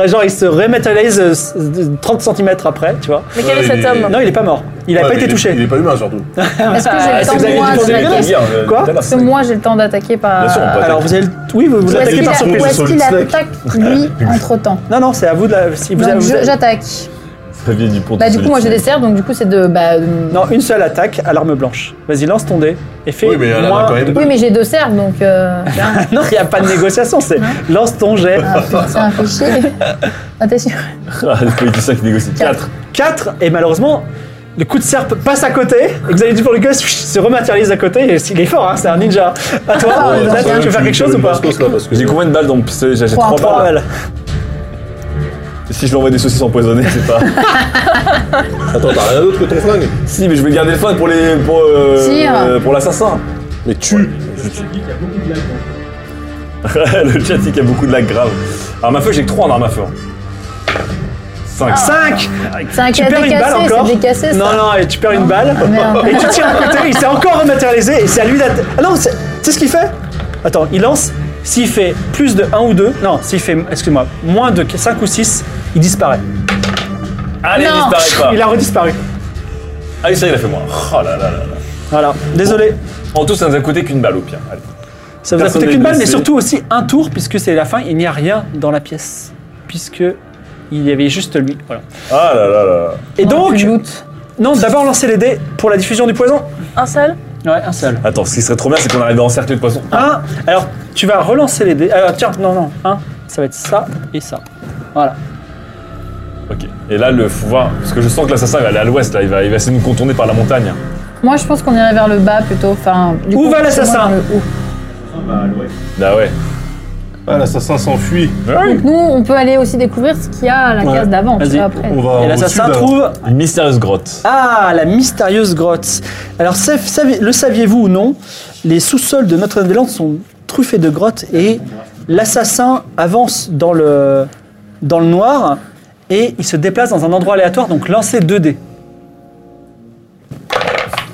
A: genre il se remétalise euh, s- de 30 cm après, tu vois.
E: Mais quel
D: Ouais,
E: est
D: il
E: cet
D: est-
E: homme
A: Non, il est pas mort. Il a
D: Ouais,
A: pas
D: mais
A: été
D: il est-
A: touché.
D: Il est pas humain, surtout.
C: Est-ce que j'ai
A: Ah,
C: le
A: c'est
C: temps,
A: Xavier
C: moi,
A: Dupont de
C: d'attaquer
A: Ligonnès. Quoi
C: Est-ce que moi j'ai le temps d'attaquer par.
B: Bien sûr, on peut
A: Alors vous allez, oui, vous, vous
C: Ou est-ce
A: l'attaquez
C: qu'il
A: par
C: a-
A: surprise.
C: ou est-ce qu'il
D: Solid Snake.
C: attaque lui entre temps
A: Non, non, c'est à vous de la. Si vous
C: Donc
A: avez- vous
C: je-
A: avez-
C: j'attaque.
B: Xavier Dupont.
C: Bah du coup moi j'ai des
B: des
C: serres donc du coup c'est de. Bah, euh,
A: non, une seule attaque à l'arme blanche. Vas-y, lance ton dé et fais
D: Oui, mais elle en a
A: moins
D: quand même
A: de-
D: deux.
C: Oui mais j'ai deux serres donc. Euh...
A: Non, il n'y a pas de négociation, c'est lance ton jet.
C: ah, putain, fais chier. Ah t'es sûr
B: Ah, le politicien qui négocie. 4.
A: 4 et malheureusement le coup de serpe passe à côté et Xavier Dupont Lucas se rematérialise à côté et il est fort hein, c'est un ninja. À toi,
C: Ah,
D: Ouais,
A: Nathan,
D: ça,
A: tu veux faire quelque chose ou pas
D: bastos, là, parce que-
B: J'ai combien de balles dans mon pistolet J'ai
C: Trois.
B: 3
A: Trois
B: balles.
A: balles.
B: Si je lui envoie des saucisses empoisonnées, c'est pas.
D: Attends, t'as rien d'autre que ton flingue
B: si, mais je vais garder le fun pour les. pour. euh,
C: Tire.
B: euh, pour l'assassin.
D: Mais tu
B: le chat dit qu'il y a beaucoup de lag grave. Arme à feu, j'ai que 3 en arme à feu. hein. 5.
A: 5
C: C'est un
A: Tu perds
C: cassé,
A: une balle
C: cassé,
A: encore
C: c'est décassé ça.
A: Non non et tu perds une balle
C: Merde.
A: et tu tires à côté, il s'est encore rematérialisé et c'est à lui d'atta- Ah non c'est c'est ce qu'il fait Attends, il lance, s'il fait plus de 1 ou 2, non s'il fait excuse-moi, moins de 5 ou 6, il disparaît.
B: Allez,
C: Ah, Non.
B: disparaît pas.
A: Il a redisparu.
B: Allez, ça, il a fait moins. Oh là là là là.
A: Voilà, désolé.
B: En tout, ça nous a coûté qu'une balle au pire. Allez.
A: Ça vous a
B: Personne
A: coûté qu'une
B: n'est
A: balle, mais
B: blessé.
A: surtout aussi un tour, puisque c'est la fin, il n'y a rien dans la pièce. Puisque il y avait juste lui. Voilà.
B: Ah là là là.
A: Et donc,
C: Tu lootes.
A: non, d'abord lancer les dés pour la diffusion du poison.
E: Un seul
A: Ouais, un seul.
B: Attends, ce qui serait trop bien, c'est qu'on arrive à encercler le poisson.
A: Un, alors tu vas relancer les dés. Alors tiens, non, non, un, ça va être ça et ça. Voilà.
B: Ok. Et là, le faut voir. Parce que je sens que l'assassin, il va aller à l'ouest, là. Il va, il va essayer de nous contourner par la montagne.
C: Moi je pense qu'on irait vers le bas plutôt. Enfin, du
A: Où
C: coup,
A: va
C: c'est
A: l'assassin
C: moi dans le haut.
F: Bah, à l'ouest.
B: Bah ouais.
D: Ah, l'assassin s'enfuit.
C: Donc nous on peut aller aussi découvrir ce qu'il y a à la
D: Ouais,
C: case d'avant. tu
A: Ah vas-y.
C: vois, après.
D: On va.
A: et
D: au
A: l'assassin
D: sud, là.
A: trouve.
B: Une mystérieuse grotte.
A: Ah, la mystérieuse grotte. Alors, sa- savi- le saviez-vous ou non Les sous-sols de Notre-Dame-des-Landes sont truffés de grottes et l'assassin avance dans le, dans le noir et il se déplace dans un endroit aléatoire, donc lancez 2 dés.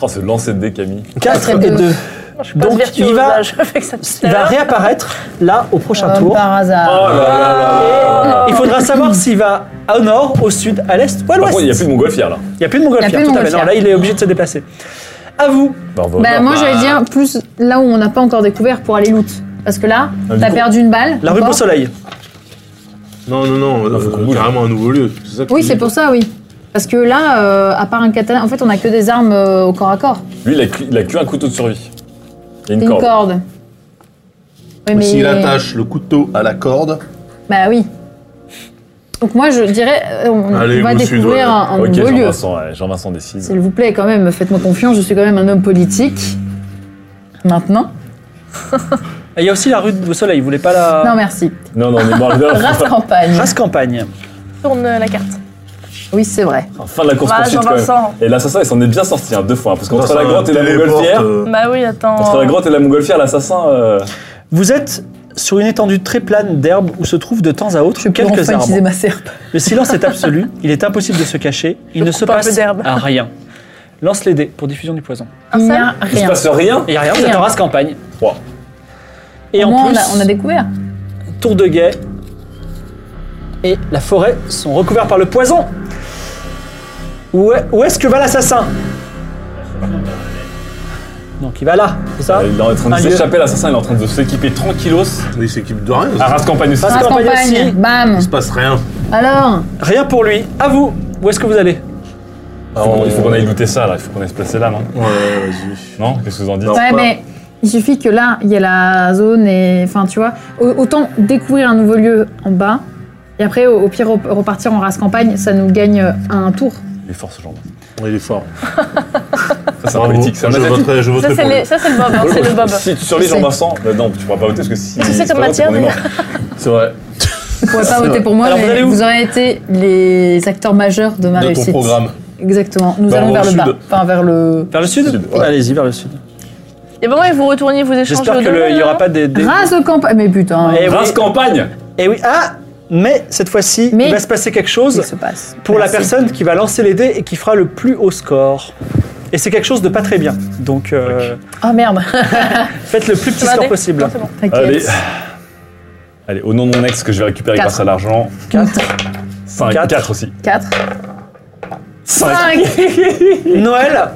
B: Oh, ce lancer de dés, Camille.
A: 4 et 2.
C: et deux.
E: Je suis pas
A: Donc,
E: vertueuse,
A: il va-
E: là, je fais que ça tout
A: Il
E: à
A: va
E: l'heure.
A: réapparaître là au prochain
C: Comme
A: tour.
C: par Euh, hasard.
B: Oh là là là là.
A: Il faudra savoir s'il va au nord, au sud, à l'est ou à
B: Par
A: l'ouest.
B: contre, il n'y a plus de montgolfière là.
A: Il n'y a plus de
C: Il y a
A: montgolfière,
C: plus
A: tout
C: de
A: à fait. Non,
C: montgolfière.
A: là, il est obligé de se déplacer. À vous.
B: Bah, on va au
C: Bah,
B: nord.
C: moi, j'allais
B: Ah.
C: dire plus là où on n'a pas encore découvert pour aller loot. Parce que là, t'as
B: coup,
C: perdu une balle.
A: Ah, La rue
C: encore.
A: Beau Soleil.
D: Non, non, non,
B: faut qu'on
D: euh,
B: bouge.
D: carrément un nouveau lieu. C'est ça que
C: Oui,
D: tu
C: c'est
D: dis.
C: pour ça, oui. Parce que là, euh, à part un katana, en fait, on a que des armes euh, au corps à corps.
B: Lui, il a, cu- il a que un couteau de survie. Et une
C: Une
B: corde.
C: corde. Oui,
D: Mais S'il attache le couteau à la corde,
C: Bah oui. Donc moi, je dirais, euh, on,
D: Allez,
C: on va
D: au
C: découvrir
D: sud, ouais.
C: un, un
B: Ok,
C: nouveau lieu.
B: Jean-Vincent ouais, Jean-Vincent décide.
C: S'il vous plaît, quand même, faites-moi confiance, je suis quand même un homme politique. Maintenant
A: Et il y a aussi la rue Beau Soleil, vous voulez pas la.
C: Non, merci.
B: Non, non, on est mort
C: Race campagne.
A: Ah. Race campagne.
E: Tourne la carte.
C: Oui, c'est vrai.
B: Fin de la course
E: Bah,
B: poursuite quand même.
E: Jean-Vincent.
B: Et l'assassin, il s'en est bien sorti hein, deux fois. hein, parce qu'entre
D: Vincent,
B: la grotte et la
D: téléporte,
B: montgolfière,
D: euh,
E: Bah oui, attends.
B: entre la grotte et la montgolfière, l'assassin. euh,
A: Vous êtes sur une étendue très plane d'herbe où se trouvent de temps à autre
C: Pour
A: quelques
C: enfin
A: arbres.
C: utiliser ma serpe.
A: Le silence est absolu, il est impossible de se cacher, il ne se
E: coupe un peu
A: passe
E: d'herbe.
A: à rien. Lance les dés pour diffusion du poison.
E: Un
C: Il n'y
E: seul
C: a
B: Il se
C: rien.
B: passe rien.
A: Il n'y a rien, vous êtes
C: Rien.
A: en race campagne.
B: Trois.
A: Et
C: Au
A: en
C: moins,
A: plus,
C: on, a, on a découvert.
A: tour de guet et la forêt sont recouverts par le poison. Où est, où est-ce que va l'assassin Donc il va là, c'est ça
B: Ah, Il est en train de
A: Un lieu.
B: s'échapper, l'assassin, il est en train de s'équiper tranquillos
D: il s'équipe de rien.
B: à race campagne aussi.
A: Race
C: Race
A: campagne
C: campagne,
A: aussi.
C: bam
D: Il se passe rien.
C: Alors
A: Rien pour lui. À vous. Où est-ce que vous allez
B: Ah, on- Il faut qu'on aille looter ça là, il faut qu'on aille se placer là, non
D: Ouais, vas-y.
B: Non Qu'est-ce que vous en dites
D: Non.
C: Ouais,
D: pas-
C: mais il suffit que là, il y a la zone et. Enfin, tu vois, au- autant découvrir un nouveau lieu en bas, et après, au, au pire, rep- repartir en race campagne, ça nous gagne un tour.
B: Il est fort ce genre.
D: Il est fort.
B: Ça, c'est un
D: Bravo.
B: politique, c'est un
D: je
B: asiatique.
D: voterai, je
E: Ça,
D: voterai
E: c'est
D: pour
E: les-
D: lui.
E: ça, c'est le Bob. hein, c'est le Bob.
B: Si tu survis
C: Je sais.
B: Jean-Vincent, euh, non, tu pourras pas voter parce que si.
E: Qu'est-ce que c'est
B: si
E: comme
B: tu votes,
E: matière,
B: on est mort.
D: C'est vrai.
C: Vous pourrez pas voter pour moi,
A: Alors, vous
C: mais
A: allez où
C: vous, aurez été les acteurs majeurs de ma
D: De ton
C: réussite.
D: programme.
C: Exactement. Nous
D: Bah, on
C: allons
D: va
C: vers
D: au
C: le bas.
D: sud.
C: Enfin, vers le.
A: Vers le sud, Allez-y, vers le sud.
E: Et bon, et vous retourniez, vous échangez
A: J'espère
E: au domaine,
A: qu'il n'y aura
E: là
A: pas des... des-
C: Race de campagne. Mais putain,
A: Eh
C: qu'est-ce
A: oui.
B: Race campagne
A: Eh oui, ah Mais cette fois-ci,
C: Mais-
A: il va se passer quelque chose
C: qui se passe
A: pour la
C: Merci.
A: personne qui va lancer les dés et qui fera le plus haut score. Et c'est quelque chose de pas très bien. Donc euh,
C: Ah merde.
A: faites le plus petit
E: Ça va,
A: score
E: des-
A: possible.
E: Non, c'est bon.
C: T'inquiète.
B: Allez. Allez, au nom de mon ex que je vais récupérer
C: Quatre.
B: grâce à l'argent.
A: 4,
B: 5,
A: Quatre.
B: 4 aussi.
C: 4.
B: 5
A: Noël,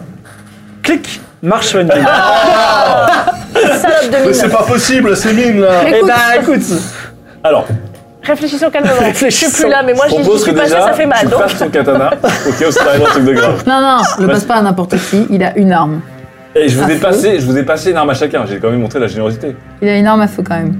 A: clic, marche sur une mine.
E: Salope de
D: Mais
E: mine.
D: c'est pas possible, c'est mine là.
A: Eh
C: Écoute,
A: ben écoute,
B: Alors,
E: Réfléchissons calmement. Je
A: Réfléchissons.
E: suis plus là, mais moi,
B: je
E: j'y j'y
B: propose que
E: suis passé,
B: déjà,
E: ça fait mal.
B: tu
E: Donc,
B: passes ton katana. Ok, au style, un truc de grave.
C: Non, non, le
B: Vas-y.
C: passe pas à n'importe qui, il a une arme.
B: Et je vous,
C: Ah,
B: ai
C: faux.
B: passé, je vous ai passé une arme à chacun, j'ai quand même montré la générosité.
C: Il a une arme à feu quand même.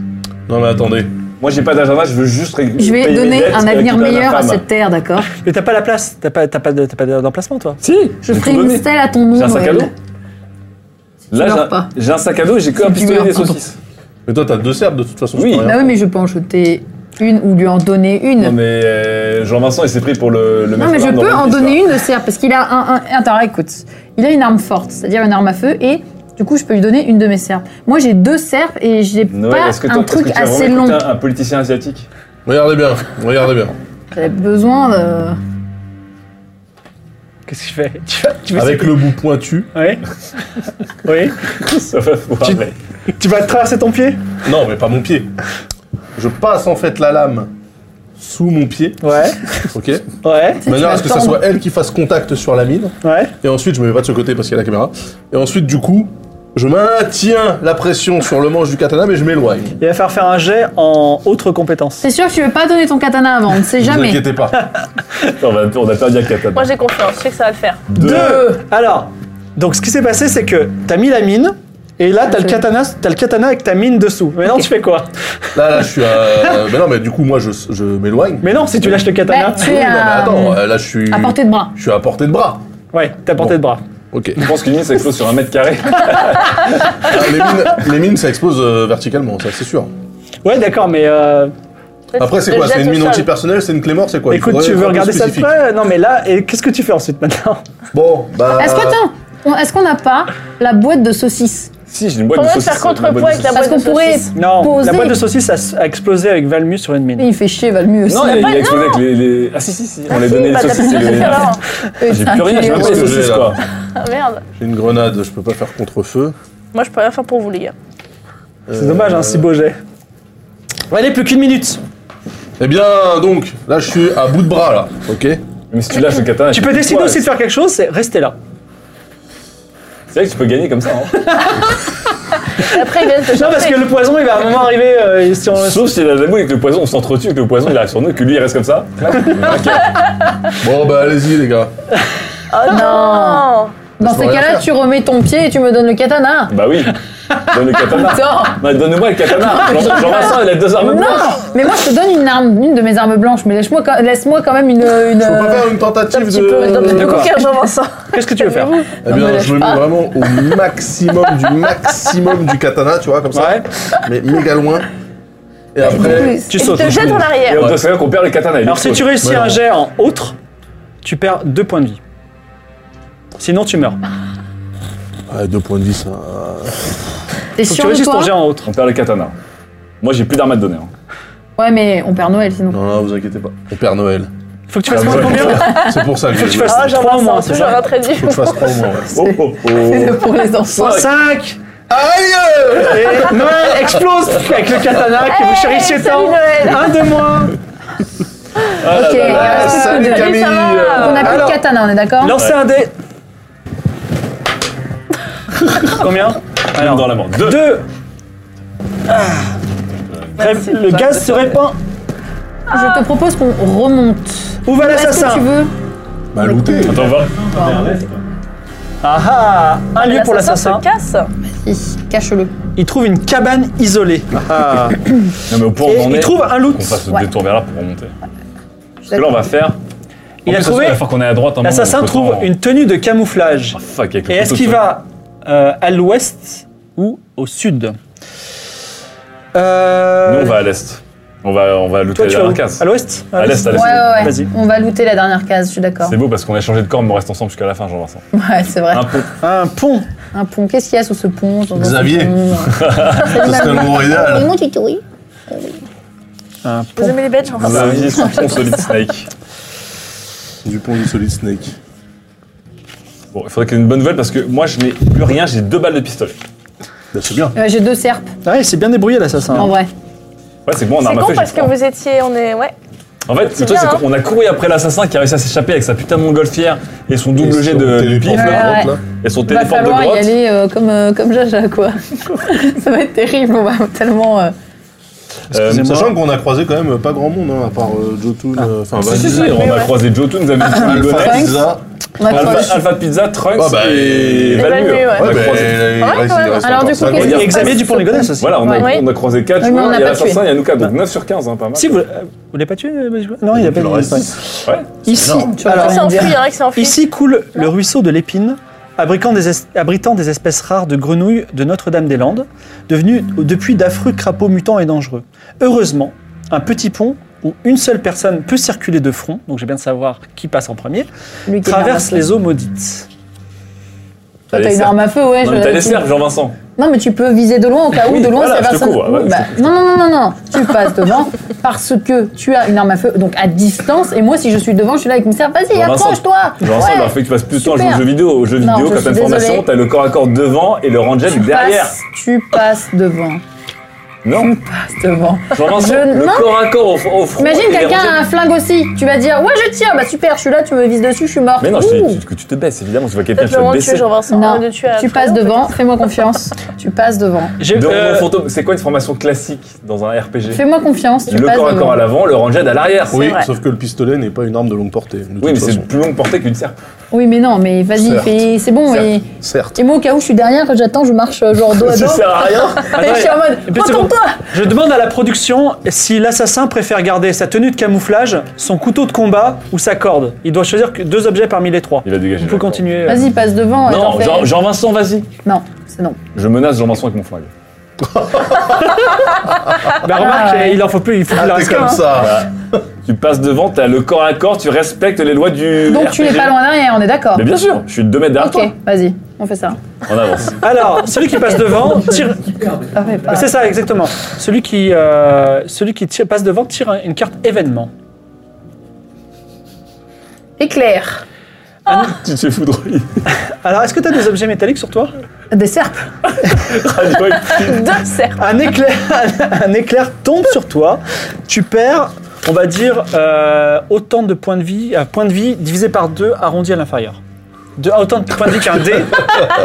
D: Non mais attendez.
B: Moi j'ai pas d'agenda, je veux juste ré-
C: Je
B: payer
C: vais
B: mes
C: donner
B: dettes euh,
C: un
B: et
C: avenir
B: récupérer ma
C: meilleur à
B: femme.
C: cette terre, d'accord
A: mais t'as pas la place, t'as pas, t'as pas, de- t'as pas d'emplacement toi.
B: Si,
C: Je
B: j'ai
C: ferai
B: tout
C: une
B: donné.
C: stèle à ton euh. nom.
B: J'ai un sac à
C: Noël.
B: dos.
C: meurs
B: Là, j'ai un-
C: pas.
B: j'ai un sac à dos et j'ai que
C: Si
B: un
C: tu
B: pistolet et
C: meurs,
B: des
C: pardon.
B: saucisses.
D: Mais toi, t'as deux serbes de toute façon.
B: Oui.
D: c'est pas
C: Bah
D: rien.
C: oui, mais je peux en jeter une ou lui en donner une.
B: Non mais euh, Jean-Vincent il s'est pris pour le, le
C: Non,
B: maître
C: mais je
B: d'armes
C: peux
B: dans
C: en
B: One Piece,
C: donner
B: là.
C: une de serre parce qu'il a un, un- Attends, écoute. Il a une arme forte, c'est-à-dire une arme à feu, et du coup, je peux lui donner une de mes serpes. Moi, j'ai deux serpes et j'ai
B: Noël,
C: pas
B: est-ce que toi-
C: un
B: est-ce que
C: truc
B: tu as
C: assez
B: vraiment
C: long.
B: écouté Un, un politicien asiatique.
D: Regardez bien, regardez bien.
C: J'avais besoin de.
A: Qu'est-ce que tu fais Tu vas, tu vas
D: Avec le bout pointu.
A: Oui. oui.
B: Ça va voir,
A: Tu-
B: mais-
A: Tu vas traverser ton pied
D: Non, mais pas mon pied. Je passe en fait la lame sous mon pied,
A: Ouais.
D: ok
A: Ouais.
D: De manière
C: vas
D: à ce que ça
C: tendre.
D: soit elle qui fasse contact sur la mine.
A: Ouais.
D: Et ensuite, je me mets pas de ce côté parce qu'il y a la caméra. Et ensuite, du coup, je maintiens la pression sur le manche du katana, mais je m'éloigne.
A: Il va falloir faire un jet en autre compétence.
C: C'est sûr que tu veux pas donner ton katana avant, on ne sait
D: Ne vous
C: jamais.
D: inquiétez pas.
B: Attends, on va- on a perdu un katana.
E: moi, j'ai confiance. Je sais que ça va le faire.
A: Deux. Alors, donc ce qui s'est passé, c'est que t'as mis la mine. Et là, t'as le,
C: Ok.
A: katana, t'as le katana avec ta mine dessous. Mais non, tu fais quoi
D: Là, là, je suis à. euh, Mais non, mais du coup, moi, je, je m'éloigne.
A: Mais non, si tu lâches le katana.
C: Bah, tu
D: Oui,
C: es
D: non, mais
C: à,
D: attends, euh, là, je suis.
C: à portée de bras.
D: Je suis à portée de bras.
A: Ouais, t'as porté de bras.
D: Ok.
B: Je pense qu'une mine s'explose sur un mètre carré.
D: Ah, les, mines, les mines, ça explose euh, verticalement, ça, c'est sûr.
A: Ouais, d'accord, mais euh,
D: Après, c'est
E: Je
D: quoi
E: jette
D: C'est une
E: au
D: mine
E: sol.
D: antipersonnelle, c'est une clémore, c'est quoi Il
A: écoute,
D: faudrait
A: tu
D: être un
A: veux
D: peu
A: regarder ça de
D: spécifique.
A: près Non, mais là, et qu'est-ce que tu fais ensuite maintenant
D: Bon, bah.
C: Est-ce que attends, on- est-ce qu'on n'a pas la boîte de saucisses
B: Si, j'ai une boîte
E: Comment
B: de
E: faire
B: saucisses.
E: contrepoids
B: une boîte de
E: avec la
B: saucisses.
C: Parce
E: boîte
C: qu'on
E: de
C: pourrait
E: saucisses.
A: Non,
C: poser.
A: la boîte de saucisses a, a explosé avec Valmu sur une mine.
C: Il fait chier, va le mieux aussi.
B: Non, il,
E: pas-
B: il a explosé avec les, les- Ah si, si, si, on lui a donné les
E: Bah, t'as
B: saucisses.
E: plus
B: et
E: de
B: les-
E: alors.
B: J'ai plus rien, j'ai même pas les
D: ce que j'ai,
B: saucisses
D: là.
B: quoi.
E: Ah, Merde.
D: J'ai une grenade, je peux pas faire contre-feu. Euh,
E: Moi, je peux rien faire pour vous, les gars.
A: hein, C'est dommage, hein, si beau jet. Allez, plus qu'une minute.
D: Eh bien, donc, là, je suis à bout de bras, là, ok
B: Mais si tu lâches le katana.
A: Tu peux
B: fais
A: décider
B: quoi,
A: aussi de
B: là
A: faire quelque chose, c'est rester là.
B: C'est vrai que tu peux gagner comme ça. hein.
E: Après, ils viennent te
A: Non, parce
E: chercher.
A: que le poison, il va à un moment arriver. euh, si on-
B: Sauf si la lame et que le poison, on s'entretue, et que le poison il arrive sur nous, et que lui il reste comme ça.
D: Bon, bah, allez-y, les gars.
E: Oh non
C: Dans
D: faut
C: ces
D: rien
C: cas-là,
D: faire.
C: tu remets ton pied et tu me donnes le katana.
B: Bah oui. Donne le katana.
C: Attends.
B: Bah, Donne-moi le katana. Jean- Jean-Vincent, il a deux armes
C: Non,
B: blanches.
C: mais moi je te donne une arme, une de mes armes blanches, mais laisse-moi quand, laisse-moi quand même une. une
D: Faut pas faire une tentative
E: Tu peux dans
D: de...
A: de- quoi
E: aucun moment sans.
A: Qu'est-ce que tu veux faire Ouais.
D: Eh bien, je me mets vraiment au maximum du maximum du katana, tu vois, comme ça. Mais méga loin. Et après...
A: Tu
E: Et
A: sautes.
E: tu te jettes en
B: Et
E: arrière.
B: on doit savoir qu'on perd le katana. il est
A: Alors, si
B: fou.
A: tu réussis
D: Ouais,
A: un
D: ouais.
A: jet en autre, tu perds deux points de vie. Sinon, tu meurs.
D: Ah, 2 points de vie, ça...
C: T'es
A: Faut que tu
C: sûr de
A: réussisses ton
C: toi
A: jet en autre.
B: On perd le katana. Moi j'ai plus d'armes à te donner. hein.
C: Ouais, mais on perd Noël sinon.
D: Non, non, vous inquiétez pas. Au Père Noël.
A: Faut que tu fasses
B: Ah,
A: moins de
B: ouais.
A: combien
D: C'est pour ça que
A: Faut que
D: je-
A: tu
E: Oh,
A: fasses trois
E: Jean-Vincent,
A: mois. c'est
E: toujours
A: ça
E: un trait dur.
D: Faut que je fasse 3 mois, ouais.
B: Oh, oh,
C: C'est
B: oh.
C: pour les enfants.
A: 5 Aïe Et Noël explose avec le katana que vous chérissiez
E: Salut
A: tant.
E: Noël
A: Un de moins
C: Ok, il
D: Ah,
C: reste plus
D: salut
C: de-
D: Camille
C: Donc on a plus de
A: Alors-
C: katana, on est d'accord
A: Lancez un dé Combien Alors,
B: Dans la mort. Deux.
A: Deux Ah. Ré- Le gaz se répand.
C: Je te propose qu'on remonte.
A: Où va
C: Est-ce que tu
A: l'assassin
C: veux
D: Bah, looté.
B: Attends, on va.
A: Ah ah Un lieu pour l'assassin.
E: se casse.
C: Ici, Cache-le.
A: Il trouve une cabane isolée. Ah.
B: Non, mais au point où
A: Et
B: on en
A: il
B: est,
A: trouve un loot.
B: qu'on fasse le
C: Ouais.
B: détour vers là pour remonter. Parce que là, on va faire.
A: Il a trouvé-
B: Il faut qu'on est à droite. un moment,
A: L'assassin
B: entre-temps,
A: trouve
B: on-
A: une tenue de camouflage.
B: Ah, fuck, avec le
A: Et est-ce
B: couteau
A: qu'il
B: de-
A: va euh, à l'ouest ou au sud Euh,
B: Nous, on va à l'est. On va, on va looter
A: Toi,
B: la
A: tu vas
B: dernière
A: où
B: case.
A: À l'ouest
B: À l'est, à
C: Ouais,
B: l'est.
C: ouais, ouais.
A: Vas-y.
C: On va looter la dernière case, je suis d'accord.
B: C'est beau parce qu'on a changé de corps, mais on reste ensemble jusqu'à la fin, Jean-Vincent.
C: Ouais, c'est vrai.
B: Un pont.
A: Un pont.
C: Un pont, qu'est-ce qu'il y a sous ce pont Jean-
D: Xavier.
C: ce pont euh,
D: Ça serait le moment idéal.
J: Comment tu souris
A: Un
E: Vous
A: pont.
E: aimez les hein. bêtes,
A: Bah
B: On
E: Jean-Vincent
B: a visé son pont Solid Snake.
D: Du pont du Solid Snake.
B: Bon, il faudrait qu'il y ait une bonne nouvelle parce que moi, je n'ai plus rien, j'ai deux balles de pistolet.
D: Bah, c'est bien.
C: Euh, J'ai deux serpes,
A: Ouais, il s'est Ah bien débrouillé l'assassin.
C: en vrai.
B: Ouais, c'est que moi, on
A: bah,
B: a
E: C'est
B: arme à
E: con
B: feu, j'ai
E: parce que
B: froid.
E: vous étiez, on est, ouais.
B: En fait, le
E: C'est
B: truc,
E: bien,
B: c'est
E: hein.
B: qu'on a couru après l'assassin qui a réussi à s'échapper avec sa putain de montgolfière et son double jet de, de pif,
D: téléporte,
B: là,
D: là,
C: Ouais,
D: là.
B: et son
C: Il va
B: téléphone de
C: falloir y
B: grotte.
C: aller euh, comme, euh, comme Jaja, quoi. ça va être terrible, on va tellement... euh,
B: Euh, Ah.
A: Excusez-moi.
D: Sachant qu'on a croisé quand même pas grand monde, hein, à part euh, Jotun, euh, enfin
B: Si, si,
D: Vanille,
B: si, on a croisé Jotun, nous
D: Ah,
B: avons vu
D: Alpha
B: Alpha,
D: Pizza.
C: on a creusé.
B: Alpha, Alpha Pizza, Trunks
D: Ah, bah,
B: et
D: et-
B: Valmue.
E: Valmue, ouais.
B: On a
D: Ouais, bah,
B: croisé-
D: il
E: Ouais,
D: reste-
E: ouais.
D: il reste
C: Alors,
D: encore
C: du coup,
D: cinq.
C: qu'est-ce
A: Et
C: qui se
A: Xavier
C: passe
A: du pont des Goddesses aussi.
B: Voilà, on a,
E: Ouais.
B: on a croisé 4
C: Oui, mais on
B: joueurs,
C: n'a
B: il y a
C: pas
B: l'assassin,
C: tué.
B: il y a Nuka, donc 9 sur 15, hein, pas mal.
A: Si, vous, euh, vous l'avez pas tué euh, Benjamin Non, il n'y a pas
D: Il en reste
A: de...
D: six.
B: Ouais.
A: Ici,
C: Tu vas
A: alors,
C: faire
E: Il s'est
C: une
E: enfui, il y
C: bière.
E: en a qui s'est enfui.
A: ici coule le ruisseau de l'épine, abritant des, es- abritant des espèces rares de grenouilles de Notre-Dame-des-Landes, devenues depuis d'affreux crapauds mutants et dangereux. Heureusement, un petit pont où une seule personne peut circuler de front, donc j'ai bien de savoir qui passe en premier,
C: Lui qui est
A: traverse
C: arme à feu.
A: les eaux maudites.
C: Toi, T'as une arme à feu, ouais.
B: Non,
C: je-
B: mais t'as les
C: tu-
B: serfs, Jean-Vincent.
C: Non, mais tu peux viser de loin au cas où,
B: Oui,
C: de loin,
B: voilà, je
C: c'est
B: te
C: personne.
B: couvre, ouais, je te
C: Oui, bah, non, non, non, non, non, tu passes devant parce que tu as une arme à feu, donc à distance. Et moi, si je suis devant, je suis là avec mes serpes. Vas-y,
B: Jean-Vincent.
C: approche-toi.
B: Jean-Vincent, il
C: Ouais.
B: aurait fait que tu passes plus de temps à jouer
C: Super.
B: aux jeux vidéo. Aux jeux
C: Non,
B: vidéo,
C: je
B: quand t'as une
C: suis désolée.
B: formation, t'as le corps à corps devant et le ranger
C: Tu
B: derrière.
C: passes, tu passes devant.
B: Non,
C: Passes devant.
B: Jean-Vincent,
C: Je-
B: le
C: non.
B: corps à corps au, au front. et
C: Imagine
B: les
C: quelqu'un
B: rangers-
C: a un flingue aussi. Tu vas dire, ouais, je tire. Bah super, je suis là, tu me vises dessus, je suis mort.
B: Mais non, je
C: Ouh.
B: te dis que tu te baisses, évidemment. Tu vois quelqu'un,
E: Peut-être
B: tu
E: le
B: vas
E: moment
B: te
E: de tuer
B: baisser.
E: Jean-Vincent.
C: Non,
E: euh, de tuer
C: tu
E: Alfredo,
C: passes
E: peut-être.
C: devant, fais-moi confiance. Tu passes devant.
A: J'ai-
B: De
A: euh,
B: Roman fantôme, c'est quoi une formation classique dans un RPG
C: Fais-moi confiance, tu
B: Le
C: passes
B: corps à
C: devant.
B: corps à l'avant, le ranger à l'arrière.
D: Oui,
E: vrai.
D: sauf que le pistolet n'est pas une arme de longue portée. de
B: Oui, mais
D: toute
B: c'est
D: façon.
B: plus longue portée qu'une serpe.
C: Oui, mais non, mais vas-y,
D: Certes.
C: fais- c'est bon.
D: Certes.
C: Et...
D: Certes.
C: et moi, au cas où je suis derrière, quand j'attends, je marche euh, genre dos à
B: Ça
C: dos.
B: sert à rien.
C: Et je suis en mode,
A: Et puis c'est bon.
C: retourne-toi
A: Je demande à la production si l'assassin préfère garder sa tenue de camouflage, son couteau de combat ou sa corde. Il doit choisir que deux objets parmi les trois.
B: Il a dégagé.
A: On peut continuer.
C: Vas-y, passe devant. et j'en
B: Non,
C: fais-
B: Jean- Jean-Vincent, vas-y.
C: Non, c'est non.
B: Je menace Jean-Vincent avec mon flingue.
A: Bah, remarque,
C: Ah ouais.
A: il en faut plus, il faut qu'il
D: Ah,
A: en
D: t'es
A: reste qu'un.
D: comme ça.
B: Tu passes devant, t'as le corps à corps, tu respectes les lois du.
C: Donc tu n'es
B: RPG.
C: pas loin derrière, on est d'accord
B: Mais bien sûr, je suis deux mètres derrière
C: Ok, vas-y, on fait ça.
B: toi. On avance.
A: Alors, celui qui passe devant tire.
C: Ah, ouais, pas-
A: C'est ça, exactement. Celui qui, euh, celui qui tire- passe devant tire un- une carte événement.
C: Éclair
B: tu te fais foudre.
A: Alors, est-ce que tu as des objets métalliques sur toi
C: Des serpes
E: Deux cerfs.
A: un éclair, un éclair tombe sur toi. Tu perds on va dire euh, autant de points de vie, euh, points de vie divisé par 2 arrondi à l'inférieur. De, ah, autant de points de vie qu'un dé,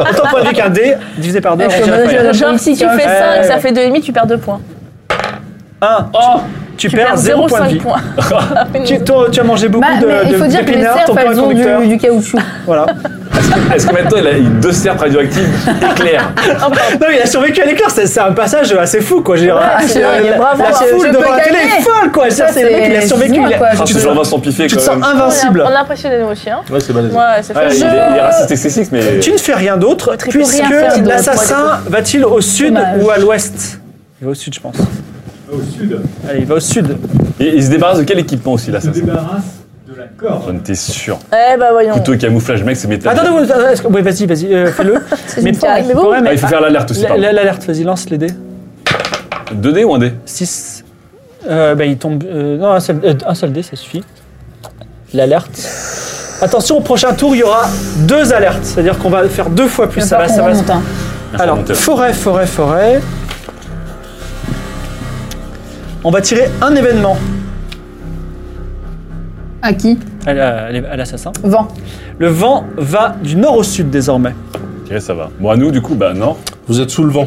A: autant de points de vie qu'un dé divisé par 2
C: Eh, je
A: arrondi
C: suis
A: à
C: au manager
A: l'inférieur.
C: de la
E: Genre, si
C: politique,
E: tu
C: hein.
E: fais
A: Ouais,
E: 5,
A: ouais,
E: ça
A: ouais.
E: fait 2,5, tu perds 2 points.
A: 1,
C: Oh,
A: tu, tu perds 0 points de vie.
E: points. Ah,
A: Tu, toi, tu as mangé beaucoup
C: Bah,
A: de,
C: mais il
A: de-
C: faut dire que les
A: d'épinards, ton
C: cerfs,
A: point
C: elles ont
A: conducteur.
C: du, du caoutchouc.
A: Voilà.
B: Est-ce que maintenant il a deux serpes radioactives éclair
A: Non, mais il a survécu à l'éclair, c'est c'est un passage assez fou, quoi. je veux dire.
C: Ah, c'est dingue,
A: la,
C: bravo,
A: la
C: je
A: foule
C: peux
A: devant la télé
C: gagner.
A: est folle, quoi. Ça,
C: Ça,
A: c'est le mec, il a
C: c'est-
A: survécu.
C: dis-moi,
A: il a-
C: quoi,
B: Ah,
A: tu, te
B: ce
A: sens,
B: Jean-Vincent Piffet
A: tu te
B: quand
A: sens
B: même.
A: invincible.
E: On a impressionné nos chiens.
D: Ouais, c'est balèze.
E: Ouais, c'est
B: Ouais, il, est,
E: fâcheux.
B: il est raciste et sexiste, mais.
A: Tu ne fais rien d'autre,
C: Tu peux rien
A: puisque
C: faire de-
A: l'assassin va-t-il au sud
C: Dommage.
A: ou à l'ouest Il va au sud, je pense.
F: Au sud,
A: Allez, il va au sud.
B: Il, il se débarrasse de quel équipement aussi là
A: Ah,
F: se
B: ça, ça
F: débarrasse de la corde.
B: J'en étais sûr.
E: Eh bah voyons.
B: Couteau et camouflage, mec, c'est métal.
A: Attends, attends, attends, est-ce que- ouais, vas-y, vas-y, euh, fais-le.
C: C'est une carrière.
E: mais bon.
A: ouais, mais-
B: Ah, il faut faire l'alerte aussi,
A: La-
B: pardon.
A: la- L'alerte, vas-y, lance les dés.
B: 2D ou 1D
A: 6. Euh, bah, il tombe. euh, non, un seul, euh, un seul dé, ça suffit. L'alerte. Attention, au prochain tour, il y aura deux alertes. C'est-à-dire qu'on va faire deux fois plus.
C: J'aime
A: Ça
C: pas
A: va,
C: qu'on
A: ça va.
C: remonte, hein.
A: Alors,
B: monter.
A: forêt, forêt, forêt. On va tirer un événement
C: À qui
A: à la- à l'assassin.
C: Vent.
A: Le vent va du nord au sud désormais.
B: Ok, ça va. Bon, à nous, du coup, bah non.
D: Vous êtes sous le vent.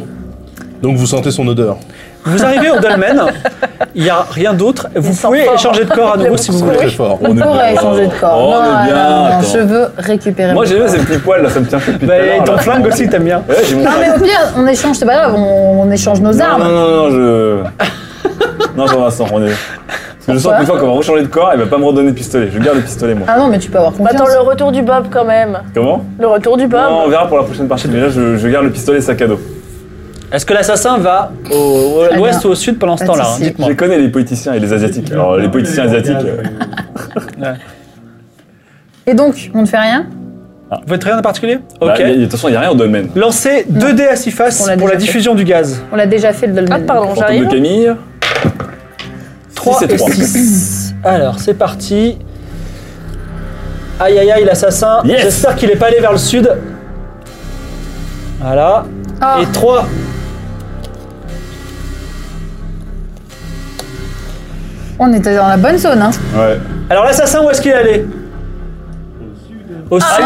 D: Donc vous sentez son odeur.
A: Vous arrivez au dolmen, il n'y a rien d'autre. Vous
E: sent
A: pouvez
E: fort.
A: échanger de corps à nouveau si vous voulez.
D: Très fort.
B: On est
C: J'aurais changé de corps.
B: On
C: non,
B: est bien.
C: non, non, non,
B: attends.
C: je veux récupérer.
B: Moi,
C: mon
B: j'aime bien
C: corps.
B: ces petits poils là, ça me tient plus depuis tout à
A: Bah, et
B: l'heure,
A: ton
B: là.
A: flingue aussi, t'aimes bien.
B: Ouais, j'ai mon
C: Non, mais au pire, on échange, c'est pas grave, on, on échange nos
B: Non,
C: armes.
B: non, non, non, je. Non, Jean-Vincent, on est. Parce que je sens
C: Pourquoi
B: plus fort qu'on va rechanger de corps, elle va pas me redonner le pistolet. Je garde le pistolet, moi.
C: Ah non, mais tu peux avoir confiance.
E: Attends, le retour du Bob quand même.
B: Comment
E: Le retour du
B: Non,
E: Bob.
B: on verra pour la prochaine partie, mais là, je, je garde le pistolet sac à dos.
A: Est-ce que l'assassin va au, au- à
C: Très
A: l'ouest
C: bien.
A: ou au sud pendant ce
C: Ah Pas de
A: temps-là hein,
C: souci.
B: Je
A: Dites-moi.
B: les connais, les politiciens et les asiatiques. Alors, les politiciens asiatiques. euh,
C: Et donc, on ne fait rien
A: Vous faites rien de particulier
B: bah,
A: Ok.
B: y a- y a- De toute façon, il n'y a rien au dolmen.
A: Lancez 2 dés à 6
C: On
A: faces
C: l'a
A: pour la
C: déjà fait.
A: diffusion du gaz.
C: On l'a déjà fait le dolmen.
E: Ah, pardon,
B: Fantôme de
E: j'arrive.
B: Camille.
A: 3
B: Six et
A: et
B: trois.
A: 6. Alors, c'est parti. Aïe aïe aïe, l'assassin.
B: Yes.
A: J'espère qu'il n'est pas allé vers le sud. Voilà.
C: Ah.
A: Et 3.
C: On était dans la bonne zone, hein.
B: Ouais.
A: Alors, l'assassin, où est-ce qu'il est allé Au
C: Ah.
A: sud. il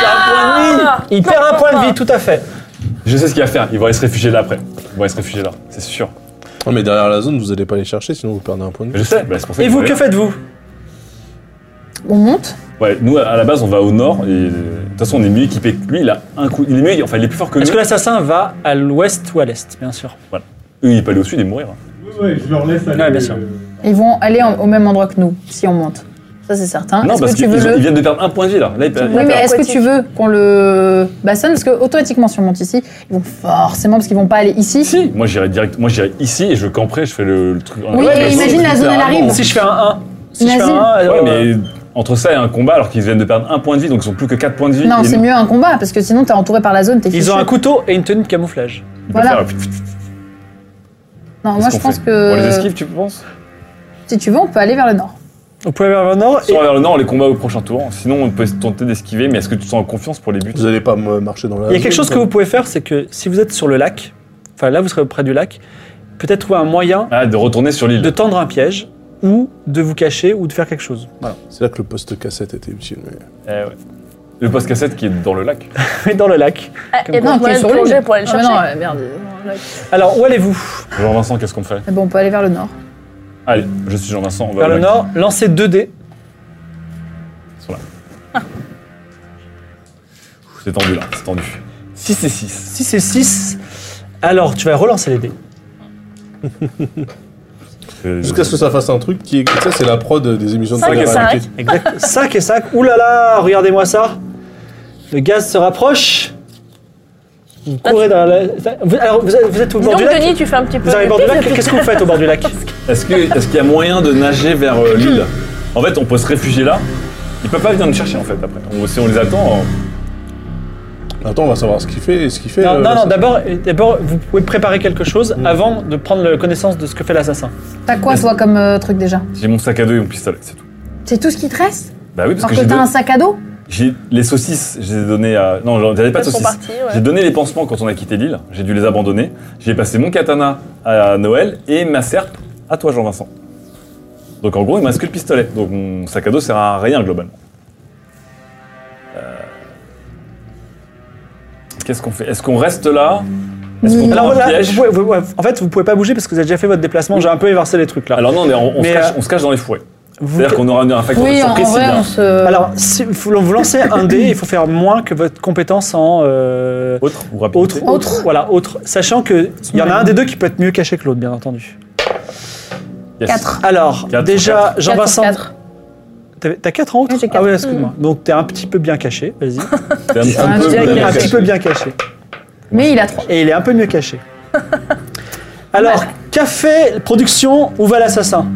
A: perd un point de vie. Il perd un point de vie, tout à fait.
B: Je sais ce qu'il va faire, il va aller se réfugier là après. Il va aller se réfugier là, c'est sûr.
D: Non, mais derrière la zone, vous allez pas les chercher, sinon vous perdez un point de vie.
B: Je sais, bah, c'est pour ça
A: Et
B: qu'il
A: vous,
B: faut
A: que
B: aller.
A: faites-vous
C: On monte.
B: Ouais, nous à la base on va au nord et euh, de toute façon on est mieux équipé que lui, il a un coup. Il est mieux, enfin il est plus fort que nous.
A: Est-ce que l'assassin va à l'ouest ou à l'est, bien sûr
B: Eux, il peut aller au sud et mourir.
C: Ah,
F: Oui, oui, je leur laisse aller.
A: Ouais, bien sûr.
F: euh,
C: Ils vont aller en- au même endroit que nous, si on monte. Ça, c'est certain.
B: non,
C: Est-ce
B: parce
C: que tu
B: qu'ils
C: veux
B: ils- ils
C: le...
B: viennent de perdre un point de vie là. Là, ils perdent-
C: Oui, mais est-ce que
E: Aquatique.
C: tu veux qu'on le bassonne Parce que automatiquement, si on monte ici, ils vont forcément, parce qu'ils vont pas aller ici.
B: Si, moi j'irai direct, moi j'irai ici et je camperai, je fais le, le truc. en
C: Oui,
B: ouais,
C: et
B: mais-
C: imagine la zone, elle arrive.
A: Si je fais un 1. Si je fais
C: Nazim.
A: un euh, 1,
B: Ouais, mais entre ça et un combat alors qu'ils viennent de perdre un point de vie donc ils ont plus que 4 points de vie.
C: Non,
B: et
C: c'est
B: nous,
C: mieux un combat, parce que sinon, t'es entouré par la zone, t'es
A: Ils
C: fichu.
A: ont un couteau et une tenue de camouflage.
B: ils peuvent
C: voilà.
B: faire-
C: Non,
B: Qu'est-ce
C: moi, je
B: qu'on
C: pense
B: fait
C: que
B: On les esquive, tu penses
C: si tu veux, on peut aller vers le nord.
A: Vous pouvez aller vers le nord.
B: Soit vers le nord, on les combat au prochain tour. Sinon, on peut tenter d'esquiver, mais est-ce que tu te sens en confiance pour les buts
D: Vous allez pas me marcher dans la
A: Il y a quelque chose que vous pouvez faire, c'est que si vous êtes sur le lac, enfin là vous serez près du lac, peut-être trouver un moyen
B: Ah, de retourner sur l'île.
A: de tendre un piège ou de vous cacher ou de faire quelque chose.
D: C'est là que le poste cassette était utile. mais-
B: Eh ouais. Le poste cassette qui est dans le lac.
A: Mais dans le lac.
E: Ah, Il y a
C: Non,
E: donc moyen
C: qui est sur
E: de plonger
C: l'île.
E: pour aller le
C: Ah, mais
E: chercher.
C: non, euh, merde. euh, ouais.
A: Alors où allez-vous
B: Jean-Vincent, qu'est-ce qu'on fait
C: Eh ben, on peut aller vers le nord.
B: Allez, je suis Jean-Vincent, on va
A: Vers
B: au
A: le
B: lac.
A: nord, lancez 2 dés.
B: C'est tendu là, c'est tendu. 6 et 6.
A: 6 et 6. Alors tu vas relancer les dés.
D: Jusqu'à ce que ça fasse un truc qui est. Ça, c'est la prod des émissions de
E: Cinq
D: télé
E: et cinq.
D: réalité.
A: Exact. 5 et 5. Ouh là là, regardez-moi ça. Le gaz se rapproche. Vous courez dans la... vous- Alors vous êtes vous êtes au
E: Ah, Dis
A: bord
E: donc,
A: du lac
E: Denis, tu fais un petit peu.
A: Vous arrivez au bord du lac,
E: de piste.
A: qu'est-ce que vous faites au bord du lac
B: Est-ce que- est-ce qu'il y a moyen de nager vers euh, l'île En fait, on peut se réfugier là. Ils peuvent pas venir nous chercher en fait après. On- si on les attend, euh, on-
D: Attends, on va savoir ce qu'il fait et ce qu'il fait.
A: Non,
D: euh,
A: non,
D: là,
A: non
D: ça-
A: d'abord, d'abord, vous pouvez préparer quelque chose avant de prendre le- connaissance de ce que fait l'assassin.
C: T'as quoi, toi, comme euh, truc déjà
B: j'ai mon sac à dos et mon pistolet, c'est tout.
C: C'est tout ce qui te reste
B: Bah oui, parce
C: Alors
B: que
C: que
B: j'ai
C: t'as
B: don-
C: un sac à dos
B: j'ai- les saucisses, je les ai données à. Non, j'en- j'avais pas de
E: Elles sont
B: saucisses.
E: parties, ouais.
B: J'ai donné les pansements quand on a quitté l'île, j'ai dû les abandonner. J'ai passé mon katana à Noël et ma serpe à toi, Jean-Vincent. Donc en gros, il me reste que le pistolet. Donc mon sac à dos sert à rien globalement. Euh, Qu'est-ce qu'on fait Est-ce qu'on reste là Est-ce qu'on prend
A: Alors,
B: un
A: là,
B: piège
A: vous pouvez- vous- ouais, en fait, vous pouvez pas bouger parce que vous avez déjà fait votre déplacement. J'ai un peu évincé les trucs là.
B: Alors non, on, est- on- on
A: Mais,
B: se cache,
A: euh,
B: on se cache dans les fourrés.
A: Vous-
B: C'est-à-dire qu'on aura un facteur de
C: Oui, en
B: surprise.
C: vrai,
B: s'il y a-
C: on se.
A: Alors, si vous vous lancez un dé, il faut faire moins que votre compétence en euh,
B: Autre ou rapidité
A: autre, autre, voilà, autre. Sachant que il y en a un des deux qui peut être mieux caché que l'autre, bien entendu.
B: Yes.
C: Quatre.
A: Alors,
B: Quatre,
A: déjà,
C: Quatre sur
A: Jean-Vincent,
C: quatre.
A: t'avais- t'as 4 en haut
C: Oui, j'ai
A: Ah
C: quatre. Mm.
A: ouais, excuse-moi. Donc t'es un petit peu bien caché, vas-y.
B: C'est un,
C: Ah, je
B: peu
C: dirais
B: le-
C: qu'il
A: un
C: a-
A: petit peu bien caché.
C: Mais il a trois.
A: Et il est un peu mieux caché. Alors, café, production, où va l'assassin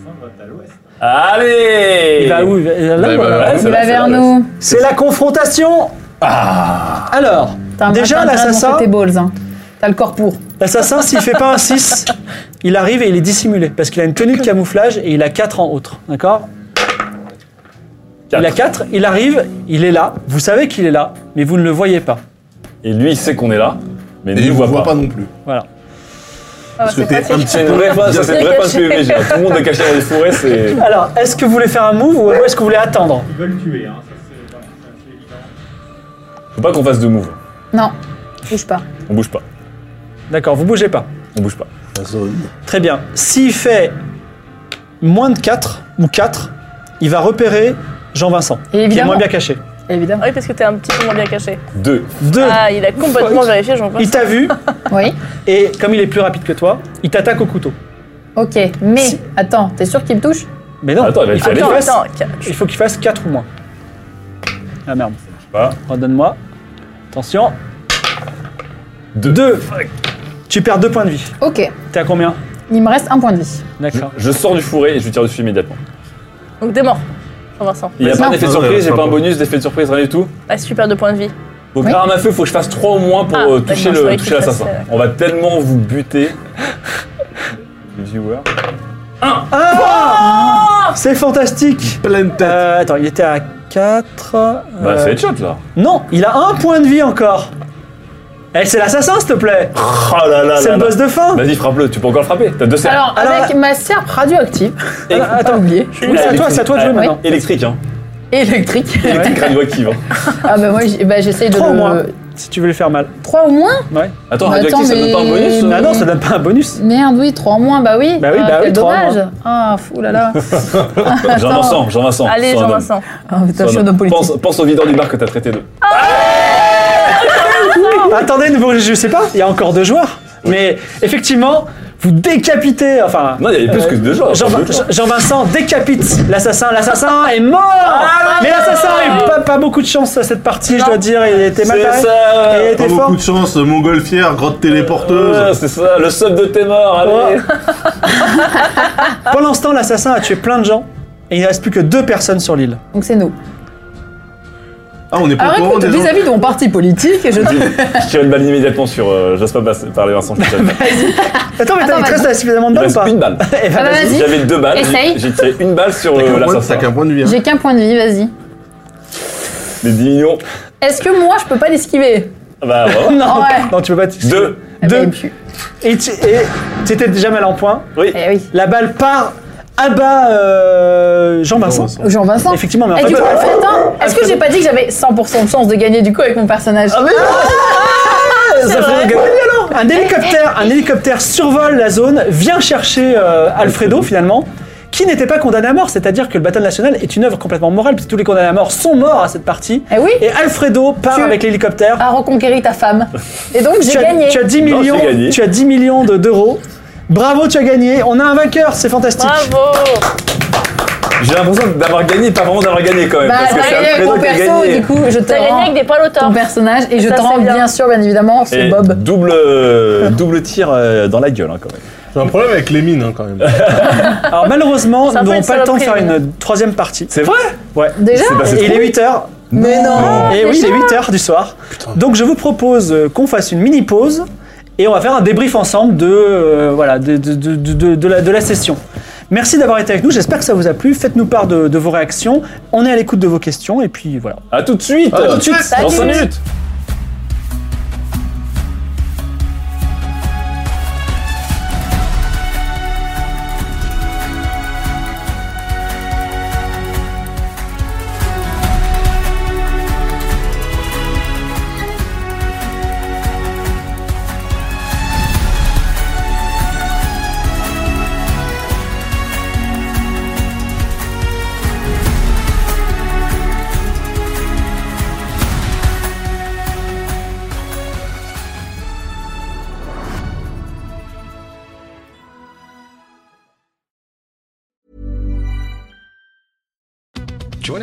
F: L'assassin va à l'ouest.
B: Allez
A: Il va où Il va- là,
D: Bah, il va
A: voilà.
B: Ouais,
C: Il
B: c'est là,
C: va
B: c'est là,
C: vers
B: ouais.
C: nous.
A: C'est la confrontation Alors,
C: T'as un
A: Déjà,
C: t'as un
A: l'assassin-
C: T'es balls, hein. T'as le corps pour.
A: l'assassin, s'il fait pas un 6, il arrive et il est dissimulé. Parce qu'il a une tenue de camouflage et il a 4 en autre. D'accord Il a 4, il arrive, il est là. Vous savez qu'il est là, mais vous ne le voyez pas.
B: Et lui, il sait qu'on est là, mais
D: Et
B: il
D: il
B: ne
D: vous
B: voit
D: voit
B: pas.
D: pas non plus.
A: Voilà. Ah,
D: Parce que t'es un petit
B: C'est une vraie phase, ça, c'est une vraie phase
E: Caché.
B: PUBG. hein. Tout le monde est caché dans les forêts, c'est.
A: Alors, est-ce que vous voulez faire un move ou est-ce que vous voulez attendre
F: Ils veulent tuer, hein, ça c'est voilà, ça, c'est évident.
B: Faut pas qu'on fasse de move.
C: Non, bouge pas.
B: On bouge pas.
A: D'accord, vous bougez pas.
B: On bouge pas.
D: La zone.
A: Très bien. S'il fait moins de 4 ou 4, il va repérer Jean-Vincent,
C: Et
A: qui est
C: évidemment.
A: moins bien caché.
C: Évidemment.
E: Oui, parce que t'es un petit peu moins bien caché.
B: Deux.
A: 2.
E: Ah, il a complètement
A: Fuck.
E: vérifié, j'en pense.
A: Il t'a vu
C: Oui.
A: et comme il est plus rapide que toi, il t'attaque au couteau.
C: Ok, mais attends, t'es sûr qu'il me touche
A: Mais non,
B: Attends, il va
A: il, faut
B: faire
A: qu'il
B: les
E: Attends,
A: fasse,
E: attends, ca-
A: il faut qu'il fasse 4 ou moins. Ah merde.
B: pas.
A: Redonne-moi. Attention. 2. Tu perds 2 points de vie.
C: Ok,
A: T'es à combien
C: il me reste un point de vie.
B: Je,
A: D'accord.
B: je sors du fourré et je lui tire dessus immédiatement.
E: Donc des morts, Jean-Vincent.
B: Il n'y a
C: Non.
B: pas d'effet de surprise, j'ai
D: Non.
B: pas un bonus d'effet de surprise, rien du tout.
E: Ah, super de points de vie.
B: Donc
C: Oui.
B: arme à feu, faut que je fasse 3 au moins pour
E: Ah,
B: euh,
E: d'accord,
B: toucher
E: je
B: le
E: croyais
B: toucher
E: que tu
B: l'assassin.
E: fasses,
B: On va tellement vous buter. Les viewers.
C: Oh
A: Ah C'est fantastique
D: Pleine tête.
A: Euh, Attends, il était à 4.
B: Bah
A: Euh,
B: c'est headshot là.
A: Non, il a un point de vie encore. Eh, c'est l'assassin, s'il te plaît.
B: Oh là là
A: c'est
B: là Bah,
A: le
B: là.
A: boss de fin.
B: Vas-y frappe-le, tu peux encore le frapper, t'as deux cerfs.
C: Alors,
A: Alors,
C: avec ma serpe radioactive,
B: Et-
C: faut pas oublier,
A: Ah, Oui, c'est à toi, c'est à toi de jouer
B: Ah,
A: maintenant.
B: Électrique hein.
C: et électrique.
B: Électrique radioactive. hein.
C: ah bah moi j'ai- bah, j'essaye de.
A: Trois au
C: le-
A: moins. Si tu veux lui faire mal.
C: Trois au moins
B: Attends,
C: Bah,
B: radioactive
C: attends,
B: ça donne pas un
C: mais-
B: bonus euh
A: Ah non, ça donne pas un bonus.
C: Merde, oui, trois au moins, bah oui.
A: Bah oui,
C: Ah,
A: bah oui,
C: quel
A: trois au
C: dommage. Ah, fou là là.
B: Jean-Vincent, Jean-Vincent.
E: Allez,
B: sois un homme.
E: Jean-Vincent.
C: Ah, putain,
B: Sois
C: je suis
B: un
C: un homme
B: homme.
C: politique.
B: Pense, pense au videur du bar que t'as traité de.
A: Attendez, nouveau- je sais pas, il y a encore deux joueurs. Mais effectivement, vous décapitez. Enfin.
B: Non, il y avait plus que deux joueurs.
A: Jean-
B: deux joueurs.
A: Jean-Vincent décapite l'assassin. L'assassin est mort
C: Ah,
A: Mais l'assassin a eu pas, pas beaucoup de chance à cette partie, je dois dire. Il était mal barré.
B: C'est ça
A: Il
B: ouais.
A: était
D: Pas
A: fort.
D: beaucoup de chance, montgolfière, grotte
B: Ouais,
A: Euh,
D: téléporteuse.
B: C'est ça, le sub de tes morts, allez
A: Pour l'instant, l'assassin a tué plein de gens. Et il ne reste plus que deux personnes sur l'île.
C: Donc c'est nous.
D: Ah, on est pas
C: Alors
D: au courant
C: écoute,
D: des gens.
C: vis-à-vis de mon parti politique, je te
B: Je tire une balle immédiatement sur. Euh, J'ose pas passer- parler Vincent, je te jure.
A: Attends, mais t'as-
C: Attends,
A: il te reste suffisamment de
B: Il
A: balles ou
B: reste
A: pas
B: une balle.
A: Eh ben,
C: Ah bah,
A: vas-y.
C: Vas-y.
B: J'avais deux balles.
C: Essaye.
B: J'ai j'ai tiré une balle sur
D: T'as
B: euh,
D: qu'un point-
B: l'assassin.
D: T'as qu'un point de vie. hein.
C: J'ai qu'un point de vie, vas-y.
B: Les 10 millions.
C: Est-ce que moi je peux pas l'esquiver
B: Bah, voilà.
A: Non,
C: Ah, Ouais.
A: non, tu peux pas. tu-
B: Deux.
A: Deux.
C: Eh ben, il pue.
A: Et tu et tu étais déjà mal en point.
B: Oui.
C: Eh oui.
A: La balle part à bas euh, Jean-Vincent.
D: Vincent.
C: Jean-Vincent.
A: Effectivement, mais en
C: Et
A: fait.
C: Eh,
A: euh,
C: du coup, attends, est-ce que j'ai pas dit que j'avais 100% de chance de gagner du coup avec mon personnage
A: Ah, Ça fait gagner, alors. Un hélicoptère, un hélicoptère survole la zone, vient chercher euh, Alfredo finalement, qui n'était pas condamné à mort, c'est-à-dire que le bataille national est une œuvre complètement morale, puisque tous les condamnés à mort sont morts à cette partie.
C: Eh oui.
A: Et Alfredo part
C: Tu-
A: avec l'hélicoptère.
C: à reconquérir ta femme. Et donc j'ai
A: tu, as,
C: gagné.
A: tu as 10
B: Non,
A: millions,
B: j'ai gagné.
A: tu as 10 millions de- d'euros. Bravo, tu as gagné. On a un vainqueur, c'est fantastique.
E: Bravo
B: J'ai l'impression d'avoir gagné, pas vraiment d'avoir gagné quand même.
C: Bah,
B: parce que
C: t'as
B: c'est
C: gagné avec
B: Alfredo
C: mon
B: qui a
C: perso,
B: gagné.
C: du coup, je te
E: T'as gagné
C: rends
E: avec des poils
C: ton
E: auteurs.
C: personnage et je
E: Ça,
C: te
E: c'est
C: rends
E: bien.
C: bien sûr, bien évidemment, c'est
B: Et
C: Bob.
B: Double, euh, double tir euh, dans la gueule, hein, quand même.
D: J'ai un problème avec les mines hein, quand même.
A: Alors malheureusement,
E: C'est un
A: nous
E: peu
A: n'aurons
E: une
A: pas le temps de faire
E: saloperie,
A: une troisième partie.
B: C'est vrai
A: Ouais.
C: Déjà
B: Bah, C'est passé
A: Et il
B: trop
A: est
B: vite.
A: 8h.
C: Mais non
A: Et oui, il
C: déjà
A: est 8h du soir. Donc je vous propose euh, qu'on fasse une mini pause et on va faire un débrief ensemble de, euh, voilà, de, de- de- de- de la, de la session. Merci d'avoir été avec nous, j'espère que ça vous a plu. Faites-nous part de, de vos réactions. On est à l'écoute de vos questions et puis voilà.
B: A tout de suite
D: À tout de
B: suite Dans 5
E: Salut.
B: minutes
K: Join